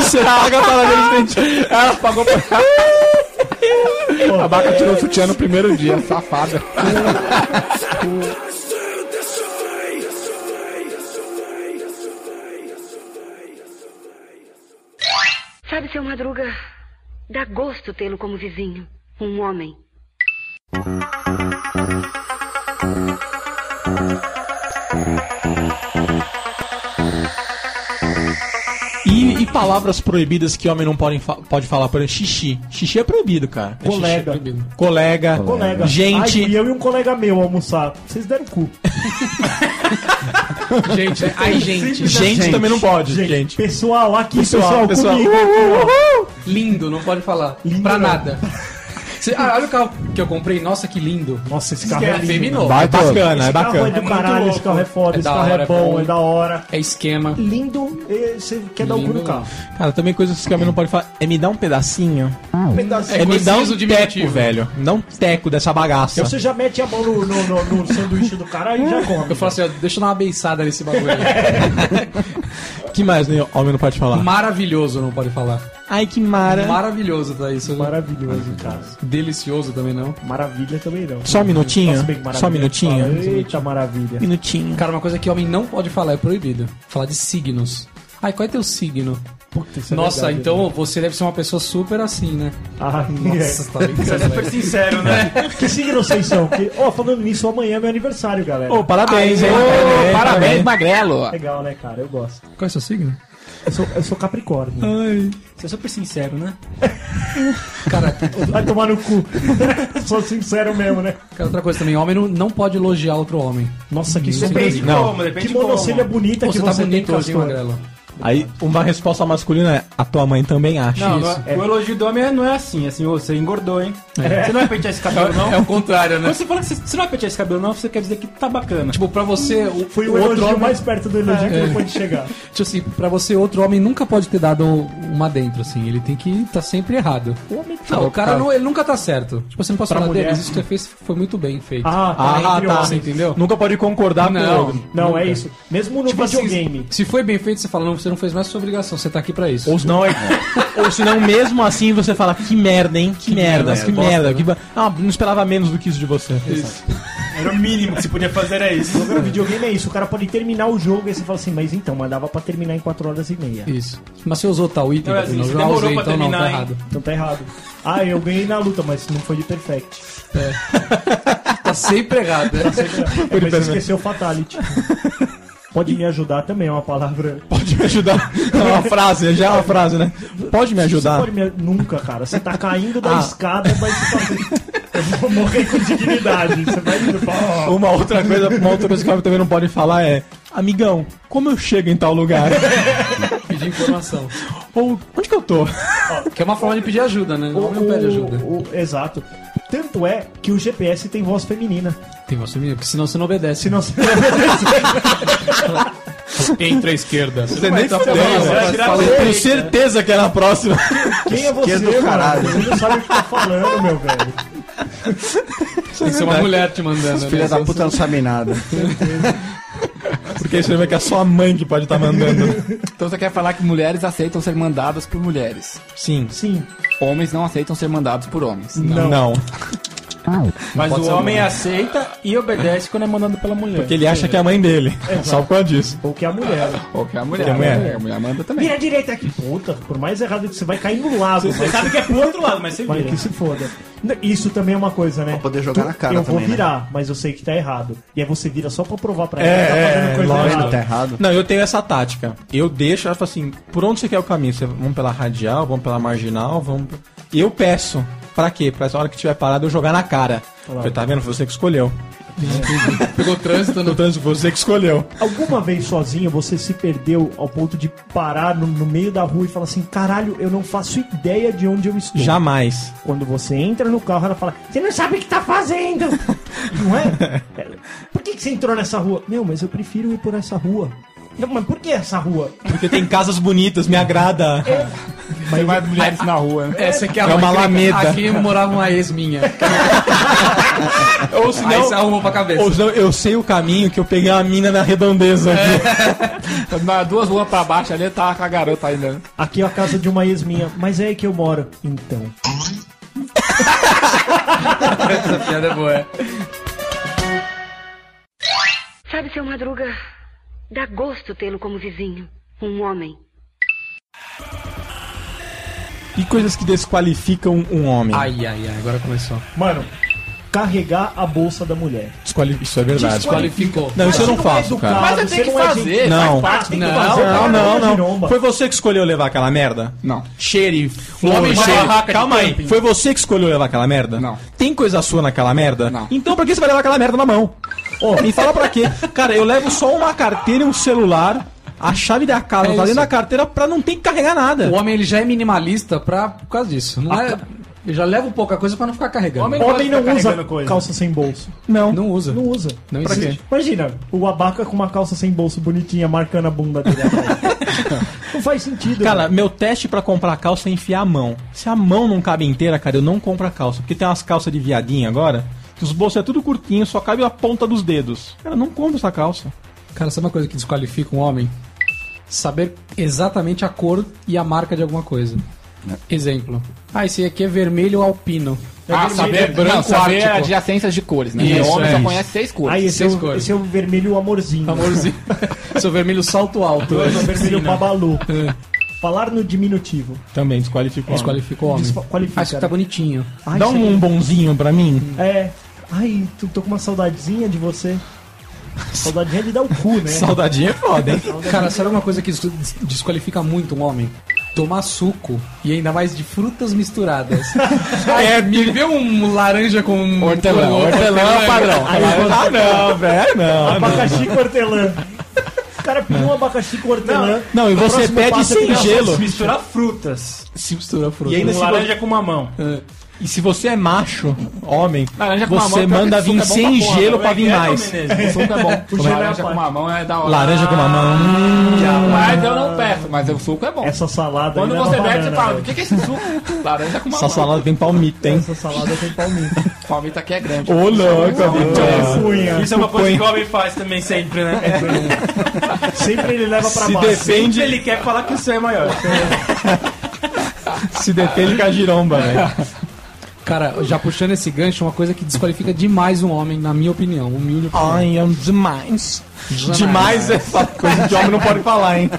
[SPEAKER 2] Você paga pra ver os peitinhos.
[SPEAKER 3] Ela pagou pra. A vaca tirou o sutiã no primeiro dia, safada.
[SPEAKER 9] Sabe, seu Madruga, dá gosto tê-lo como vizinho. Um homem.
[SPEAKER 2] E, e palavras proibidas que homem não pode, fa- pode falar, por exemplo, xixi. Xixi é proibido, cara.
[SPEAKER 8] Colega.
[SPEAKER 2] Colega,
[SPEAKER 8] Colega.
[SPEAKER 2] gente.
[SPEAKER 8] Ai, e eu e um colega meu almoçar. Vocês deram cu.
[SPEAKER 6] Gente, né? ai, gente.
[SPEAKER 2] gente, também não pode, gente.
[SPEAKER 8] Pessoal, aqui, pessoal,
[SPEAKER 2] Pessoal, pessoal. Uh,
[SPEAKER 8] comigo.
[SPEAKER 6] Lindo, né? não pode falar.
[SPEAKER 8] Lindo,
[SPEAKER 6] pra
[SPEAKER 8] não.
[SPEAKER 6] nada. Você- ah, olha o carro que eu comprei. Nossa, que lindo.
[SPEAKER 8] Nossa, esse carro é
[SPEAKER 6] É
[SPEAKER 8] lindo.
[SPEAKER 6] feminino.
[SPEAKER 2] É bacana, uh. é
[SPEAKER 8] Esse carro é
[SPEAKER 2] bacana.
[SPEAKER 8] do caralho, esse carro é foda,
[SPEAKER 6] É
[SPEAKER 8] esse
[SPEAKER 6] da
[SPEAKER 8] carro é
[SPEAKER 6] hora,
[SPEAKER 8] bom,
[SPEAKER 6] bom.
[SPEAKER 8] é da hora.
[SPEAKER 6] É esquema.
[SPEAKER 8] Lindo, e você quer dar o cu no
[SPEAKER 6] Lindo.
[SPEAKER 8] carro.
[SPEAKER 2] Cara, também coisas que homem não pode falar é me dá um pedacinho.
[SPEAKER 8] Um pedacinho.
[SPEAKER 2] É, me dá um
[SPEAKER 6] coisinhas do
[SPEAKER 2] teco,
[SPEAKER 6] diminutivo.
[SPEAKER 2] velho. Me dá um teco dessa bagaça.
[SPEAKER 8] Você já mete a mão no, no- no- no sanduíche do cara e já come.
[SPEAKER 6] Eu falo assim, ó, deixa eu dar uma beiçada nesse bagulho. aí.
[SPEAKER 2] Que mais, né? Homem não pode falar.
[SPEAKER 6] Maravilhoso, não pode falar.
[SPEAKER 2] Ai, que mara.
[SPEAKER 6] Maravilhoso, tá isso.
[SPEAKER 8] Maravilhoso, cara.
[SPEAKER 6] Delicioso também, não.
[SPEAKER 8] Maravilha também não.
[SPEAKER 2] Só um minutinho?
[SPEAKER 8] Nossa, bem que maravilha.
[SPEAKER 2] Só um minutinho?
[SPEAKER 8] Fala, Eita maravilha.
[SPEAKER 2] Minutinho.
[SPEAKER 6] Cara, uma coisa que homem não pode falar, é proibido. Falar de signos. Ai, qual é teu signo?
[SPEAKER 8] é
[SPEAKER 6] Nossa,
[SPEAKER 8] verdade,
[SPEAKER 6] então você deve ser uma pessoa super assim, né?
[SPEAKER 8] Ai,
[SPEAKER 6] Nossa, tá brincando, velho.
[SPEAKER 5] Sincero, né?
[SPEAKER 8] é. Ah, Que signo vocês são? Que- Ó, falando nisso, amanhã é meu aniversário, galera.
[SPEAKER 2] Ô, parabéns, hein?
[SPEAKER 3] Ô, parabéns, é Magrelo!
[SPEAKER 8] Legal, né, cara? Eu gosto.
[SPEAKER 6] Qual é seu signo?
[SPEAKER 8] Eu sou, eu sou capricórnio.
[SPEAKER 5] Você é super sincero, né?
[SPEAKER 6] Cara,
[SPEAKER 8] Vai tomar no cu. sou sincero mesmo, né?
[SPEAKER 6] cara, outra coisa também, homem não, não pode elogiar outro homem.
[SPEAKER 8] Nossa, que
[SPEAKER 5] Depende
[SPEAKER 8] surpresa.
[SPEAKER 5] de como, depende
[SPEAKER 8] Que
[SPEAKER 5] de como.
[SPEAKER 8] monocelha bonita
[SPEAKER 6] Pô,
[SPEAKER 8] É que
[SPEAKER 6] você tá
[SPEAKER 8] você tem,
[SPEAKER 6] bonito hoje, hein,
[SPEAKER 8] Castor.
[SPEAKER 6] Magrelo?
[SPEAKER 2] Aí, uma resposta masculina é: a tua mãe também acha.
[SPEAKER 5] Não,
[SPEAKER 2] isso.
[SPEAKER 5] não é- o elogio do homem é- não é assim, é assim, ô, você engordou, hein? Você não vai pentear esse cabelo, não?
[SPEAKER 6] É o contrário, né?
[SPEAKER 5] Quando você fala que você, você não vai pentear esse cabelo, não, você quer dizer que tá bacana.
[SPEAKER 6] Tipo, pra você, o,
[SPEAKER 8] Foi o
[SPEAKER 6] o outro
[SPEAKER 8] elogio
[SPEAKER 6] homem,
[SPEAKER 8] mais perto do elogio que ele pode chegar.
[SPEAKER 6] tipo assim, pra você, outro homem nunca pode ter dado uma dentro, assim. Ele tem que tá sempre errado. Não, o cara não, ele nunca tá certo. Tipo, você não pode
[SPEAKER 8] Pra
[SPEAKER 6] falar
[SPEAKER 8] mulher.
[SPEAKER 6] deles, isso que você fez foi muito bem feito.
[SPEAKER 8] Ah, tá.
[SPEAKER 2] Ah,
[SPEAKER 8] entre
[SPEAKER 2] tá.
[SPEAKER 8] homens.
[SPEAKER 6] entendeu?
[SPEAKER 2] Nunca pode concordar
[SPEAKER 6] Não.
[SPEAKER 2] com o outro.
[SPEAKER 8] Não, é
[SPEAKER 6] Nunca.
[SPEAKER 8] isso. Mesmo no
[SPEAKER 6] Tipo assim,
[SPEAKER 8] videogame.
[SPEAKER 6] se foi bem feito, você fala, não, você não fez mais sua obrigação, você tá aqui pra isso.
[SPEAKER 2] Ou se não, é- ou se não, mesmo assim você fala, que merda, hein? Que, merda, que merda. que ba- Ah, não esperava menos do que isso de você.
[SPEAKER 5] Era o mínimo que você podia fazer, era isso.
[SPEAKER 8] No videogame é isso, o cara pode terminar o jogo e você fala assim, mas então, mas dava pra terminar em 4 horas e meia.
[SPEAKER 6] Isso. Mas você usou tal item,
[SPEAKER 5] Não, é
[SPEAKER 6] Gabriel,
[SPEAKER 5] assim,
[SPEAKER 6] eu
[SPEAKER 5] você
[SPEAKER 6] já
[SPEAKER 5] demorou
[SPEAKER 6] usei,
[SPEAKER 5] pra
[SPEAKER 6] então não, tá
[SPEAKER 5] terminar, hein?
[SPEAKER 6] errado.
[SPEAKER 8] Então tá errado. Ah, eu ganhei na luta, mas não foi de perfect.
[SPEAKER 6] Tá sempre errado. né?
[SPEAKER 8] É, mas esqueceu o fatality. Pode me ajudar também, é uma palavra.
[SPEAKER 2] Pode me ajudar? É uma frase, já é uma frase, né? Pode me
[SPEAKER 8] Você
[SPEAKER 2] ajudar?
[SPEAKER 8] pode me... Nunca, cara. Você tá caindo da
[SPEAKER 2] Ah.
[SPEAKER 8] escada, mas você tá... Eu vou morrer com dignidade. Você vai me falar, ó,
[SPEAKER 2] Uma outra coisa, uma outra coisa que o homem também não pode falar é: Amigão, como eu chego em tal lugar?
[SPEAKER 6] Pedir informação.
[SPEAKER 2] Ou onde que eu tô?
[SPEAKER 6] Que é uma forma de pedir ajuda, né? O homem não pede ajuda.
[SPEAKER 8] o- o- Exato. Tanto é que o GPS tem voz feminina.
[SPEAKER 6] Tem você, menino, porque senão você não obedece.
[SPEAKER 8] Se não se
[SPEAKER 4] Entra à esquerda.
[SPEAKER 7] Você nem fudeu,
[SPEAKER 8] vai
[SPEAKER 7] né?
[SPEAKER 8] tirar
[SPEAKER 7] Fala-
[SPEAKER 8] direito.
[SPEAKER 2] É, Tenho certeza que era a próxima.
[SPEAKER 8] Quem é você,
[SPEAKER 7] Esquerdo,
[SPEAKER 8] mano?
[SPEAKER 7] caralho.
[SPEAKER 8] Você não sabe o que tá falando, meu velho.
[SPEAKER 4] Tem que ser uma mulher te mandando.
[SPEAKER 7] Filha da puta não sabe nada.
[SPEAKER 2] Porque você vê que é só a mãe que pode estar mandando.
[SPEAKER 3] Então você quer falar que mulheres aceitam ser mandadas por mulheres.
[SPEAKER 2] Sim.
[SPEAKER 8] Sim.
[SPEAKER 3] Homens não aceitam ser mandados por homens.
[SPEAKER 2] Não.
[SPEAKER 5] Mas
[SPEAKER 3] pode
[SPEAKER 5] o
[SPEAKER 3] ser
[SPEAKER 5] homem aceita e obedece quando é mandado pela mulher.
[SPEAKER 2] Porque ele acha que é a mãe dele. Só por causa disso.
[SPEAKER 8] Ou que é a mulher.
[SPEAKER 3] Ou que é a mulher.
[SPEAKER 2] Que a mulher.
[SPEAKER 3] né? A mulher manda também.
[SPEAKER 8] Vira à direita aqui. Puta, por mais errado que você vai cair no lago.
[SPEAKER 5] Você sabe que é pro outro lado, mas você
[SPEAKER 8] Vai
[SPEAKER 5] vira.
[SPEAKER 8] que se foda. N- Isso também é uma coisa, né?
[SPEAKER 7] Pra poder jogar na cara
[SPEAKER 8] Eu vou
[SPEAKER 7] também, né?
[SPEAKER 8] virar, mas eu sei que tá errado. E aí você vira só pra provar pra
[SPEAKER 2] É,
[SPEAKER 8] ela que tá
[SPEAKER 2] é,
[SPEAKER 8] fazendo coisa
[SPEAKER 2] lógico,
[SPEAKER 8] errada.
[SPEAKER 7] Tá errado.
[SPEAKER 2] Não, eu tenho essa tática. Eu deixo, ela fala assim, por onde você quer o caminho? Você, vamos pela radial, vamos pela marginal, vamos... E eu peço. Pra quê? Pra essa hora que tiver parado eu jogar na cara. Eu, tá vendo? Foi você que escolheu.
[SPEAKER 4] Pegou trânsito no.
[SPEAKER 2] Portanto, foi você que escolheu.
[SPEAKER 8] Alguma vez sozinho você se perdeu ao ponto de parar no, no meio da rua e falar assim: caralho, eu não faço ideia de onde eu estou.
[SPEAKER 2] Jamais.
[SPEAKER 8] Quando você entra no carro, ela fala: você não sabe o que tá fazendo. não é? É, Por que, que você entrou nessa rua? Não, mas eu prefiro ir por essa rua. Não, mas por que essa rua?
[SPEAKER 2] Porque tem casas bonitas, me agrada.
[SPEAKER 3] Tem mais mulheres na rua, né?
[SPEAKER 6] Essa aqui é, a
[SPEAKER 2] É uma
[SPEAKER 6] mãe que-
[SPEAKER 2] alameda.
[SPEAKER 6] Aqui morava uma ex minha.
[SPEAKER 2] Ou
[SPEAKER 6] Aí você arrumou pra cabeça.
[SPEAKER 2] Ou senão eu sei o caminho que eu peguei a mina na redondeza aqui.
[SPEAKER 3] Na- Duas ruas pra baixo ali tá com a garota ainda.
[SPEAKER 8] Aqui é a casa de uma ex minha, mas é aí que eu moro. Então.
[SPEAKER 6] Essa piada é boa. é.
[SPEAKER 9] Sabe, seu Madruga, dá gosto tê-lo como vizinho. Um homem.
[SPEAKER 2] E coisas que desqualificam um homem.
[SPEAKER 6] Ai, ai, ai, agora começou.
[SPEAKER 8] Mano, carregar a bolsa da mulher.
[SPEAKER 2] Desquali- Isso é verdade.
[SPEAKER 6] Qualificou.
[SPEAKER 2] Não, isso eu não
[SPEAKER 8] Você não é
[SPEAKER 2] faço, cara.
[SPEAKER 8] educado,
[SPEAKER 3] Mas
[SPEAKER 8] você
[SPEAKER 3] tem que
[SPEAKER 8] não é
[SPEAKER 3] fazer.
[SPEAKER 8] gente-
[SPEAKER 2] Não.
[SPEAKER 8] Ah, tem que
[SPEAKER 6] Não,
[SPEAKER 8] fazer,
[SPEAKER 2] Não,
[SPEAKER 8] cara,
[SPEAKER 2] não,
[SPEAKER 8] de
[SPEAKER 2] não.
[SPEAKER 8] giromba.
[SPEAKER 2] Foi você que escolheu levar aquela merda?
[SPEAKER 3] Não.
[SPEAKER 2] Xerife.
[SPEAKER 3] Homem Ah,
[SPEAKER 2] Homem
[SPEAKER 3] de
[SPEAKER 2] xerife.
[SPEAKER 3] barraca de
[SPEAKER 2] Calma aí.
[SPEAKER 3] camping.
[SPEAKER 2] Foi você que escolheu levar aquela merda?
[SPEAKER 3] Não.
[SPEAKER 2] Tem coisa sua naquela merda?
[SPEAKER 3] Não.
[SPEAKER 2] Então pra que você vai levar aquela merda na mão? Ô, me fala pra quê? Cara, eu levo só uma carteira e um celular, a chave da
[SPEAKER 3] É
[SPEAKER 2] casa tá dentro da carteira pra não ter que carregar nada.
[SPEAKER 6] O homem ele já é minimalista pra, por causa disso. Não é, ele já leva pouca coisa pra não ficar carregando.
[SPEAKER 5] Homem-
[SPEAKER 8] Homem
[SPEAKER 5] Pode
[SPEAKER 8] não
[SPEAKER 5] ficar
[SPEAKER 8] usa
[SPEAKER 5] carregando coisa.
[SPEAKER 8] calça sem bolso.
[SPEAKER 2] Não.
[SPEAKER 6] não usa.
[SPEAKER 8] Não usa.
[SPEAKER 6] Não
[SPEAKER 8] Pra
[SPEAKER 6] existe.
[SPEAKER 8] quê? Imagina, o abaca com uma calça sem bolso bonitinha marcando a bunda dele. atrás. não faz sentido. né?
[SPEAKER 2] Cara,
[SPEAKER 8] mano.
[SPEAKER 2] meu teste pra comprar calça é enfiar a mão. Se a mão não cabe inteira, cara, eu não compro a calça. Porque tem umas calças de viadinha agora, que os bolsos é tudo curtinho, só cabe a ponta dos dedos. Cara, eu não compro essa calça.
[SPEAKER 6] Cara, sabe uma coisa que desqualifica um homem? Saber exatamente a cor e a marca de alguma coisa. Exemplo. Ah, esse aqui é vermelho alpino.
[SPEAKER 3] Ah, saber branco,
[SPEAKER 6] Não, saber
[SPEAKER 3] saber
[SPEAKER 6] é
[SPEAKER 3] adjacências de cores, né?
[SPEAKER 6] Isso,
[SPEAKER 3] o homem
[SPEAKER 6] é
[SPEAKER 3] só
[SPEAKER 6] isso.
[SPEAKER 3] conhece seis cores.
[SPEAKER 8] Aí esse é,
[SPEAKER 6] seis
[SPEAKER 8] o,
[SPEAKER 6] cores.
[SPEAKER 8] esse é o vermelho amorzinho.
[SPEAKER 6] Amorzinho. Seu vermelho salto alto.
[SPEAKER 8] Esse é o vermelho babalu.
[SPEAKER 2] É.
[SPEAKER 8] Falar no diminutivo.
[SPEAKER 2] Também
[SPEAKER 3] É
[SPEAKER 2] desqualificou.
[SPEAKER 6] Desqualifica o homem.
[SPEAKER 8] Desqualifica.
[SPEAKER 6] Ah, isso aqui tá bonitinho.
[SPEAKER 8] Ai,
[SPEAKER 2] Dá
[SPEAKER 8] isso
[SPEAKER 2] um, bonzinho pra mim.
[SPEAKER 8] aqui- É. Ai, tu- tô com uma saudadezinha de você. Saudadinha de dar o cu, né?
[SPEAKER 2] Saudadinha é foda, hein?
[SPEAKER 6] Cara, sabe uma coisa que des- desqualifica muito um homem? Tomar suco e ainda mais de frutas misturadas. é, me vê um laranja com
[SPEAKER 3] Hortelã,
[SPEAKER 6] com-
[SPEAKER 3] hortelã é o padrão.
[SPEAKER 8] Aí você-
[SPEAKER 2] Ah, não, velho, não.
[SPEAKER 8] Abacaxi com hortelã. O cara pediu um abacaxi com hortelã.
[SPEAKER 2] Não, e
[SPEAKER 8] O
[SPEAKER 2] você
[SPEAKER 8] próximo
[SPEAKER 2] pede
[SPEAKER 8] passo é
[SPEAKER 2] sem
[SPEAKER 8] pegar-
[SPEAKER 2] gelo.
[SPEAKER 5] Misturar frutas.
[SPEAKER 6] Se mistura
[SPEAKER 2] E
[SPEAKER 6] fruta.
[SPEAKER 2] ainda
[SPEAKER 5] Um
[SPEAKER 2] se
[SPEAKER 5] laranja com mamão.
[SPEAKER 2] E se você é macho, homem,
[SPEAKER 3] Laranja com
[SPEAKER 2] você
[SPEAKER 3] mamão, pior
[SPEAKER 2] manda
[SPEAKER 3] que suco
[SPEAKER 2] vir
[SPEAKER 3] é bom
[SPEAKER 2] sem
[SPEAKER 3] pra porra,
[SPEAKER 2] gelo
[SPEAKER 5] Como
[SPEAKER 2] pra
[SPEAKER 5] é que
[SPEAKER 2] vir
[SPEAKER 5] é,
[SPEAKER 2] mais.
[SPEAKER 5] Tom
[SPEAKER 3] O
[SPEAKER 5] Menezes?
[SPEAKER 3] suco é bom. O
[SPEAKER 8] gelo é
[SPEAKER 3] laranja
[SPEAKER 8] a
[SPEAKER 3] com
[SPEAKER 8] parte.
[SPEAKER 3] mamão é da hora.
[SPEAKER 2] Laranja com hum, mamão.
[SPEAKER 3] Mas eu não peço, mas o suco é bom.
[SPEAKER 8] Essa salada
[SPEAKER 3] Quando
[SPEAKER 8] aí leva
[SPEAKER 3] você
[SPEAKER 6] né,
[SPEAKER 3] bebe,
[SPEAKER 8] banana,
[SPEAKER 3] você fala, o
[SPEAKER 8] velho.
[SPEAKER 3] que, que é esse suco? laranja com mamão.
[SPEAKER 2] Essa salada tem palmito, hein?
[SPEAKER 8] Essa salada tem palmito.
[SPEAKER 3] Palmito aqui é grande.
[SPEAKER 2] Ô, louco,
[SPEAKER 8] É,
[SPEAKER 2] bicho.
[SPEAKER 8] cunha.
[SPEAKER 5] Isso é uma coisa que o homem faz também sempre, né?
[SPEAKER 8] É Sempre ele leva pra
[SPEAKER 2] Se
[SPEAKER 8] baixo.
[SPEAKER 2] defende,
[SPEAKER 5] Ele quer falar que o seu é maior.
[SPEAKER 2] se defende com a giromba, né? velho.
[SPEAKER 6] Cara, já puxando esse gancho, é uma coisa que desqualifica demais um homem, na minha opinião. Humilde.
[SPEAKER 8] Ah,
[SPEAKER 2] Ai, é demais. Demais é essa coisa que homem não pode falar, hein?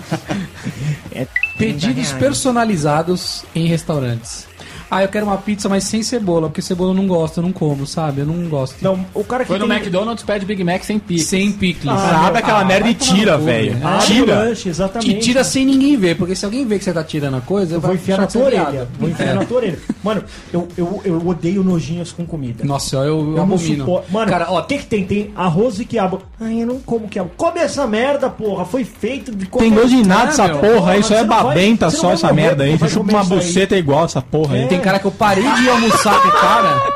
[SPEAKER 6] Pedidos personalizados em restaurantes. Ah, eu quero uma pizza, mas sem cebola, porque cebola eu não gosto, eu não como, sabe? Eu não gosto.
[SPEAKER 8] Não, o cara que
[SPEAKER 3] Foi no
[SPEAKER 8] tem...
[SPEAKER 3] McDonald's, pede Big Mac sem pizza. ah,
[SPEAKER 6] Sem picles. Ah,
[SPEAKER 2] Sabe aquela merda e tira, velho.
[SPEAKER 3] né?
[SPEAKER 8] Ah, no
[SPEAKER 2] Tira.
[SPEAKER 8] lanche, exatamente.
[SPEAKER 6] E tira sem ninguém ver, porque se alguém vê que você tá tirando a coisa,
[SPEAKER 8] Eu vou enfiar na tua orelha. Vou enfiar
[SPEAKER 6] É.
[SPEAKER 8] na tua orelha. Mano, eu, eu, eu odeio nojinhos com comida.
[SPEAKER 6] Nossa, eu, eu,
[SPEAKER 8] Eu não
[SPEAKER 6] abomino.
[SPEAKER 8] suporto. Mano,
[SPEAKER 6] Cara, ó,
[SPEAKER 8] o que que tem? Tem arroz e quiabo. Ai, eu não como quiabo. Come essa merda, porra. Foi feito de...
[SPEAKER 2] Tem gosto de nada
[SPEAKER 6] Ah,
[SPEAKER 2] essa
[SPEAKER 6] meu.
[SPEAKER 2] porra aí, só
[SPEAKER 8] Você
[SPEAKER 2] é
[SPEAKER 8] não vai-
[SPEAKER 2] babenta
[SPEAKER 8] você não
[SPEAKER 2] só
[SPEAKER 8] vai
[SPEAKER 2] essa
[SPEAKER 8] morrer,
[SPEAKER 2] merda aí.
[SPEAKER 8] não
[SPEAKER 2] Você
[SPEAKER 8] vai
[SPEAKER 2] chupa é
[SPEAKER 8] comer
[SPEAKER 2] uma
[SPEAKER 8] isso aí.
[SPEAKER 5] É.
[SPEAKER 6] É,
[SPEAKER 2] buceta igual essa porra aí.
[SPEAKER 6] tem cara que eu parei de almoçar com o cara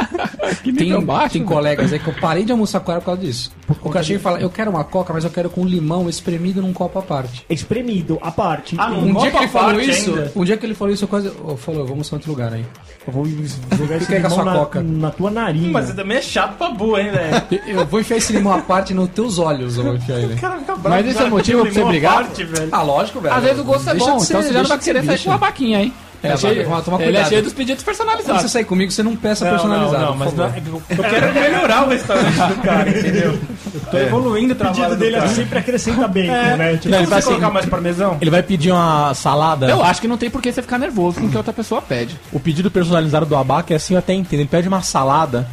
[SPEAKER 6] Tem,
[SPEAKER 3] nível baixo,
[SPEAKER 6] tem
[SPEAKER 3] né?
[SPEAKER 6] colegas aí que eu parei de almoçar com ela por causa disso. O cara chega e fala, eu quero uma coca, mas eu quero com limão espremido num copo à parte.
[SPEAKER 8] Espremido, a parte.
[SPEAKER 5] Ah, não.
[SPEAKER 6] Um
[SPEAKER 5] copo
[SPEAKER 6] dia que
[SPEAKER 5] à
[SPEAKER 6] ele falou
[SPEAKER 5] parte
[SPEAKER 6] isso,
[SPEAKER 5] ainda?
[SPEAKER 6] um dia que ele falou isso, eu quase. Eu falou, vamos pra outro lugar aí.
[SPEAKER 8] Eu vou jogar esse
[SPEAKER 6] Fica aí com
[SPEAKER 8] limão
[SPEAKER 6] a sua
[SPEAKER 8] na,
[SPEAKER 6] coca.
[SPEAKER 8] na tua narina.
[SPEAKER 5] Mas também é chato pra boa, hein, velho?
[SPEAKER 6] Eu vou enfiar esse limão à parte nos teus olhos, eu vou enfiar ele.
[SPEAKER 5] Cara, fica bravo,
[SPEAKER 3] Mas esse é
[SPEAKER 5] cara,
[SPEAKER 3] motivo pra
[SPEAKER 5] limão
[SPEAKER 3] você brigar?
[SPEAKER 5] à parte, Tá, velho.
[SPEAKER 6] Ah, lógico, velho.
[SPEAKER 3] Às vezes o gosto é
[SPEAKER 6] Deixa
[SPEAKER 3] bom,
[SPEAKER 6] de ser-
[SPEAKER 3] então você já não
[SPEAKER 6] deixa
[SPEAKER 3] vai
[SPEAKER 6] de ser
[SPEAKER 3] querer sair
[SPEAKER 6] bicha.
[SPEAKER 3] com uma baquinha, hein?
[SPEAKER 6] É, vai, toma- toma
[SPEAKER 3] ele é
[SPEAKER 6] cuidado.
[SPEAKER 3] cheio dos pedidos
[SPEAKER 6] Se você
[SPEAKER 3] personalizados.
[SPEAKER 6] sair comigo, você não peça
[SPEAKER 5] Não,
[SPEAKER 6] personalizado.
[SPEAKER 5] não, não,
[SPEAKER 6] por
[SPEAKER 5] mas não
[SPEAKER 6] favor.
[SPEAKER 5] é que eu eu quero melhorar o restaurante do cara, entendeu? Eu tô evoluindo o
[SPEAKER 8] O
[SPEAKER 5] trabalho
[SPEAKER 8] pedido
[SPEAKER 5] dele
[SPEAKER 8] dele é
[SPEAKER 5] cara.
[SPEAKER 8] sempre acrescenta bacon, né? Tipo,
[SPEAKER 5] Não,
[SPEAKER 2] ele
[SPEAKER 5] ele
[SPEAKER 2] vai
[SPEAKER 5] vai
[SPEAKER 2] assim-
[SPEAKER 5] colocar mais parmesão?
[SPEAKER 2] Ele vai pedir uma salada.
[SPEAKER 3] Eu acho que não tem por que você ficar nervoso com o que outra pessoa pede.
[SPEAKER 2] O pedido personalizado do Abaca é assim, eu até entendo. Ele pede uma salada,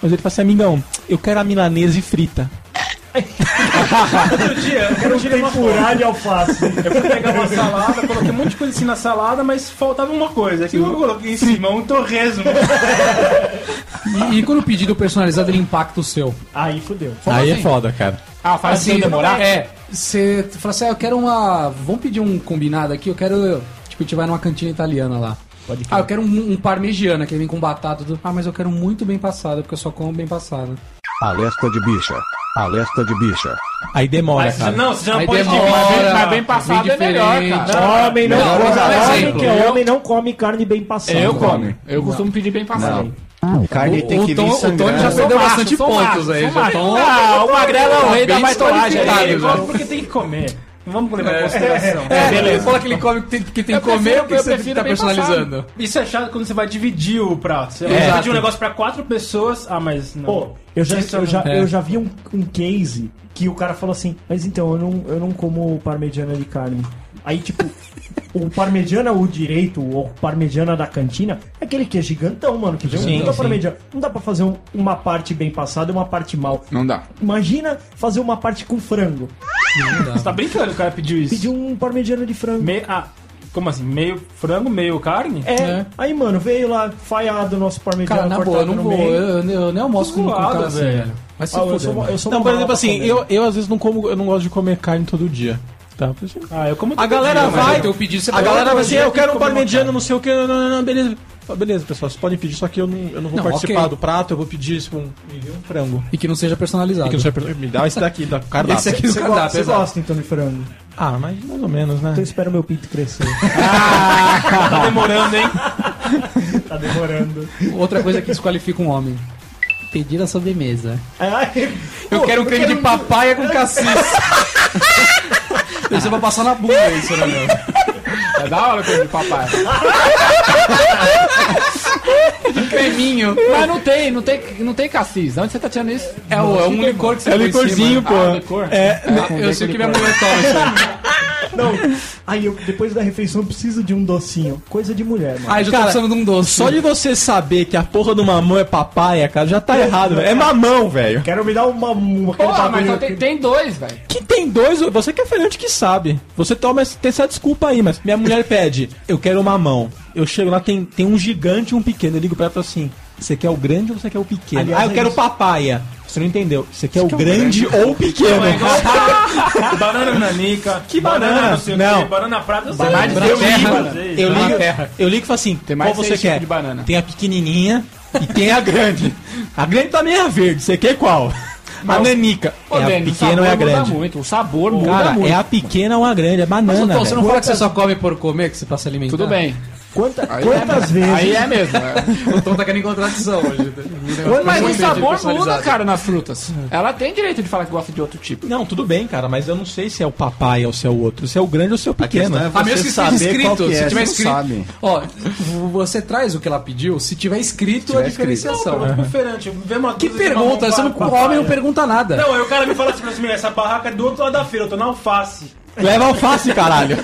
[SPEAKER 2] mas ele fala assim, amigão, eu quero a milanesa e frita.
[SPEAKER 8] eu quero tempurar de alface.
[SPEAKER 5] Eu fui pegar uma salada, coloquei um monte de coisa assim na salada, mas faltava uma coisa. Aqui eu coloquei em cima um torresmo.
[SPEAKER 6] E, e quando o pedido personalizado, ele impacta o seu.
[SPEAKER 8] Aí fudeu.
[SPEAKER 2] Aí
[SPEAKER 3] assim?
[SPEAKER 2] é foda, cara.
[SPEAKER 3] Ah, faz assim, demorar?
[SPEAKER 6] É. Você fala assim, ah, eu quero uma. Vamos pedir um combinado aqui, eu quero. Tipo, a gente vai numa cantina italiana lá. ah, eu quero um, um parmegiana, que vem com batata. tudo. Ah, mas eu quero muito bem passado, porque eu só como bem passado.
[SPEAKER 1] Alerta de bicha. Alerta de bicha.
[SPEAKER 2] Aí demora,
[SPEAKER 5] Aí você já-
[SPEAKER 2] cara.
[SPEAKER 5] não, você já não
[SPEAKER 6] Aí
[SPEAKER 5] pode
[SPEAKER 6] demora,
[SPEAKER 5] dividir.
[SPEAKER 3] Tipo, Mas bem- mas
[SPEAKER 6] vem
[SPEAKER 3] bem passado é melhor,
[SPEAKER 6] diferente.
[SPEAKER 3] cara.
[SPEAKER 8] homem não,
[SPEAKER 6] Não,
[SPEAKER 8] come,
[SPEAKER 6] vou dar um
[SPEAKER 8] homem
[SPEAKER 6] exemplo.
[SPEAKER 8] que é homem não come carne bem passada.
[SPEAKER 3] Eu como. Eu costumo pedir bem passado.
[SPEAKER 7] Carne
[SPEAKER 6] O-
[SPEAKER 7] tem
[SPEAKER 6] o
[SPEAKER 7] que
[SPEAKER 6] Tom-
[SPEAKER 7] vir
[SPEAKER 6] o Tony
[SPEAKER 7] sangrando. Né,
[SPEAKER 6] já sou- Deu
[SPEAKER 3] macho,
[SPEAKER 6] bastante
[SPEAKER 3] sou
[SPEAKER 6] pontos
[SPEAKER 3] macho,
[SPEAKER 6] aí,
[SPEAKER 3] sou
[SPEAKER 6] já.
[SPEAKER 3] macho.
[SPEAKER 6] Então,
[SPEAKER 3] Ah, o magrelo é o rei da
[SPEAKER 6] bem
[SPEAKER 3] baitolagem.
[SPEAKER 6] desqualificado,
[SPEAKER 3] ele-
[SPEAKER 5] Ele come porque tem que comer. Não Vamos levar em consideração.
[SPEAKER 6] É, beleza. Fala que ele come que tem, que tem
[SPEAKER 3] Eu
[SPEAKER 6] que comer,
[SPEAKER 3] prefiro-
[SPEAKER 6] porque
[SPEAKER 3] eu
[SPEAKER 6] você
[SPEAKER 3] prefiro
[SPEAKER 6] tá
[SPEAKER 3] bem passado.
[SPEAKER 6] personalizando.
[SPEAKER 5] Isso é chato quando você vai dividir o prato. Você vai
[SPEAKER 6] Exato.
[SPEAKER 5] dividir um negócio pra quatro pessoas. Ah, mas não.
[SPEAKER 8] Pô, eu já, eu já,
[SPEAKER 6] É.
[SPEAKER 8] eu já vi um, um case que o cara falou assim, mas então, eu não, eu não como parmegiana de carne. Aí, tipo, o parmegiana, o direito, ou parmegiana da cantina, é aquele que é gigantão, mano, que vem
[SPEAKER 6] Sim,
[SPEAKER 8] muita
[SPEAKER 6] sim.
[SPEAKER 8] parmegiana. Não dá pra fazer um- uma parte bem passada e uma parte mal.
[SPEAKER 3] Não dá.
[SPEAKER 8] Imagina fazer uma parte com frango.
[SPEAKER 5] Você tá brincando, o cara pediu isso.
[SPEAKER 8] Pedir um parmegiana de frango.
[SPEAKER 5] Me- ah, como assim? Meio frango, meio carne?
[SPEAKER 8] É.
[SPEAKER 6] É.
[SPEAKER 8] aí, mano, veio lá falhado o nosso parmegiana
[SPEAKER 6] Cara, na boa, eu não
[SPEAKER 8] no
[SPEAKER 6] vou.
[SPEAKER 8] meio.
[SPEAKER 6] Eu, eu nem almoço com, com
[SPEAKER 5] Zoado,
[SPEAKER 6] cara assim,
[SPEAKER 5] velho.
[SPEAKER 6] velho. Vai se
[SPEAKER 8] Ah, eu
[SPEAKER 6] fuder.
[SPEAKER 8] sou, uma-
[SPEAKER 6] mano.
[SPEAKER 8] eu sou
[SPEAKER 2] Não,
[SPEAKER 8] uma
[SPEAKER 2] por exemplo
[SPEAKER 8] mala
[SPEAKER 2] assim,
[SPEAKER 8] pra
[SPEAKER 2] eu, eu às vezes não como, eu não gosto de comer carne todo dia. Tá?
[SPEAKER 5] Ah, eu como
[SPEAKER 2] A galera
[SPEAKER 5] todo dia, mas
[SPEAKER 2] vai,
[SPEAKER 5] eu tenho-
[SPEAKER 6] teu pedido, você
[SPEAKER 2] A
[SPEAKER 6] vai-
[SPEAKER 2] galera vai assim,
[SPEAKER 5] dia
[SPEAKER 2] eu
[SPEAKER 5] tem
[SPEAKER 2] quero
[SPEAKER 5] que
[SPEAKER 2] um
[SPEAKER 5] comer
[SPEAKER 2] parmegiana, não sei o que, não, não, não, beleza. Fala, Beleza, pessoal, vocês podem pedir, só que eu não, eu não vou
[SPEAKER 6] Não,
[SPEAKER 2] participar
[SPEAKER 6] ok.
[SPEAKER 2] do prato, eu vou pedir isso com um frango.
[SPEAKER 6] E que não seja personalizado.
[SPEAKER 2] Que não seja per- Me dá esse daqui, da cardápio.
[SPEAKER 6] Esse aqui
[SPEAKER 8] Você,
[SPEAKER 6] do
[SPEAKER 8] go-
[SPEAKER 6] cardápio,
[SPEAKER 8] você
[SPEAKER 6] exato.
[SPEAKER 8] gosta então de frango?
[SPEAKER 2] Ah, mas mais ou menos, né?
[SPEAKER 8] Então eu espero meu pinto crescer.
[SPEAKER 5] Tá demorando, hein?
[SPEAKER 8] tá demorando.
[SPEAKER 6] Outra coisa que desqualifica um homem. Pedir a sobremesa. Eu
[SPEAKER 8] Pô,
[SPEAKER 6] quero um creme de papaya com cassis. Você vai passar na bunda isso, né, meu?
[SPEAKER 3] É da hora coisa de papai.
[SPEAKER 6] um Creminho.
[SPEAKER 3] Mas não tem, não tem, não tem cassis. Onde você tá tirando isso?
[SPEAKER 6] É, o- é um licor que você
[SPEAKER 2] É
[SPEAKER 6] põe em
[SPEAKER 2] licorzinho,
[SPEAKER 6] cima. né?
[SPEAKER 2] pô.
[SPEAKER 6] Ah, eu sei que minha mulher toma isso aí.
[SPEAKER 8] Não. Aí eu, depois da refeição, eu preciso de um docinho. Coisa de mulher, mano.
[SPEAKER 6] Ah, eu já
[SPEAKER 2] Cara,
[SPEAKER 6] tô precisando de um doce.
[SPEAKER 2] Só de você saber que a porra do mamão é papaya, cara, já tá
[SPEAKER 6] um
[SPEAKER 2] errado, velho. É mamão, velho.
[SPEAKER 8] Quero me dar uma. uma aquele
[SPEAKER 3] Porra, mas
[SPEAKER 8] bagulho
[SPEAKER 3] só tem,
[SPEAKER 8] que-
[SPEAKER 3] tem dois, velho.
[SPEAKER 2] Que tem dois, você que é feirante que sabe. Você toma essa- tem essa desculpa aí, mas minha mulher pede, eu quero mamão. Eu chego lá, tem, tem um gigante e um pequeno. Eu ligo pra ela e falo assim: você quer o grande ou você quer o pequeno?
[SPEAKER 8] Aliás,
[SPEAKER 2] ah, eu
[SPEAKER 8] é
[SPEAKER 2] quero
[SPEAKER 8] isso.
[SPEAKER 2] papaya. Você não entendeu. Você quer o grande ou o pequeno?
[SPEAKER 5] banana nanica.
[SPEAKER 2] Que banana?
[SPEAKER 5] não sei o
[SPEAKER 2] Não.
[SPEAKER 5] quê, Banana prata, eu sei.
[SPEAKER 2] Banana
[SPEAKER 5] eu
[SPEAKER 2] de terra.
[SPEAKER 5] sei.
[SPEAKER 2] Eu ligo,
[SPEAKER 3] terra.
[SPEAKER 2] eu ligo e falo assim:
[SPEAKER 3] Tem mais
[SPEAKER 2] qual você
[SPEAKER 3] seis tipos
[SPEAKER 2] quer?
[SPEAKER 3] de banana.
[SPEAKER 2] Tem a pequenininha e tem a grande. A grande também é a verde, você quer qual? a nanica.
[SPEAKER 3] Ô,
[SPEAKER 2] é a
[SPEAKER 3] Denis, o
[SPEAKER 2] pequena ou
[SPEAKER 3] sabor
[SPEAKER 2] é a
[SPEAKER 3] muda
[SPEAKER 2] grande?
[SPEAKER 3] Muito, o sabor muda
[SPEAKER 2] Cara,
[SPEAKER 3] muito.
[SPEAKER 2] é a pequena ou a grande, é
[SPEAKER 6] Mas,
[SPEAKER 2] banana.
[SPEAKER 6] então, você não
[SPEAKER 2] velho.
[SPEAKER 6] fala que você só come por comer, que você passa alimentar?
[SPEAKER 3] Tudo bem.
[SPEAKER 8] Quanta-
[SPEAKER 3] Aí
[SPEAKER 8] quantas
[SPEAKER 3] é,
[SPEAKER 8] vezes.
[SPEAKER 3] Aí é mesmo. é.
[SPEAKER 6] O Tom tá querendo contradição hoje.
[SPEAKER 3] Mas o
[SPEAKER 6] Muito
[SPEAKER 3] um sabor muda,
[SPEAKER 6] personalizado.
[SPEAKER 3] cara, nas frutas. Ela tem direito de falar que gosta de outro tipo.
[SPEAKER 2] Não, tudo bem, cara, mas eu não sei se é o papai ou se é o outro, se é o grande ou se é o
[SPEAKER 7] A
[SPEAKER 2] pequeno.
[SPEAKER 7] questão é
[SPEAKER 6] A menos
[SPEAKER 7] você
[SPEAKER 6] que esteja
[SPEAKER 7] saber qual
[SPEAKER 6] escrito.
[SPEAKER 7] que é,
[SPEAKER 6] se tiver
[SPEAKER 7] você não
[SPEAKER 6] escrito.
[SPEAKER 7] sabe.
[SPEAKER 6] Ó, v- você traz o que ela pediu, se tiver escrito
[SPEAKER 7] tiver
[SPEAKER 6] a
[SPEAKER 7] escrito.
[SPEAKER 6] diferenciação.
[SPEAKER 5] Diferente, vê uma
[SPEAKER 6] Que
[SPEAKER 5] dúzia de
[SPEAKER 6] pergunta? Você
[SPEAKER 5] mamão
[SPEAKER 6] não, um
[SPEAKER 5] com
[SPEAKER 6] o
[SPEAKER 5] papaya.
[SPEAKER 6] homem não pergunta nada.
[SPEAKER 5] Não, aí o cara me fala assim pra mim, essa barraca é do outro lado da feira, eu tô na alface.
[SPEAKER 2] Leva alface, caralho.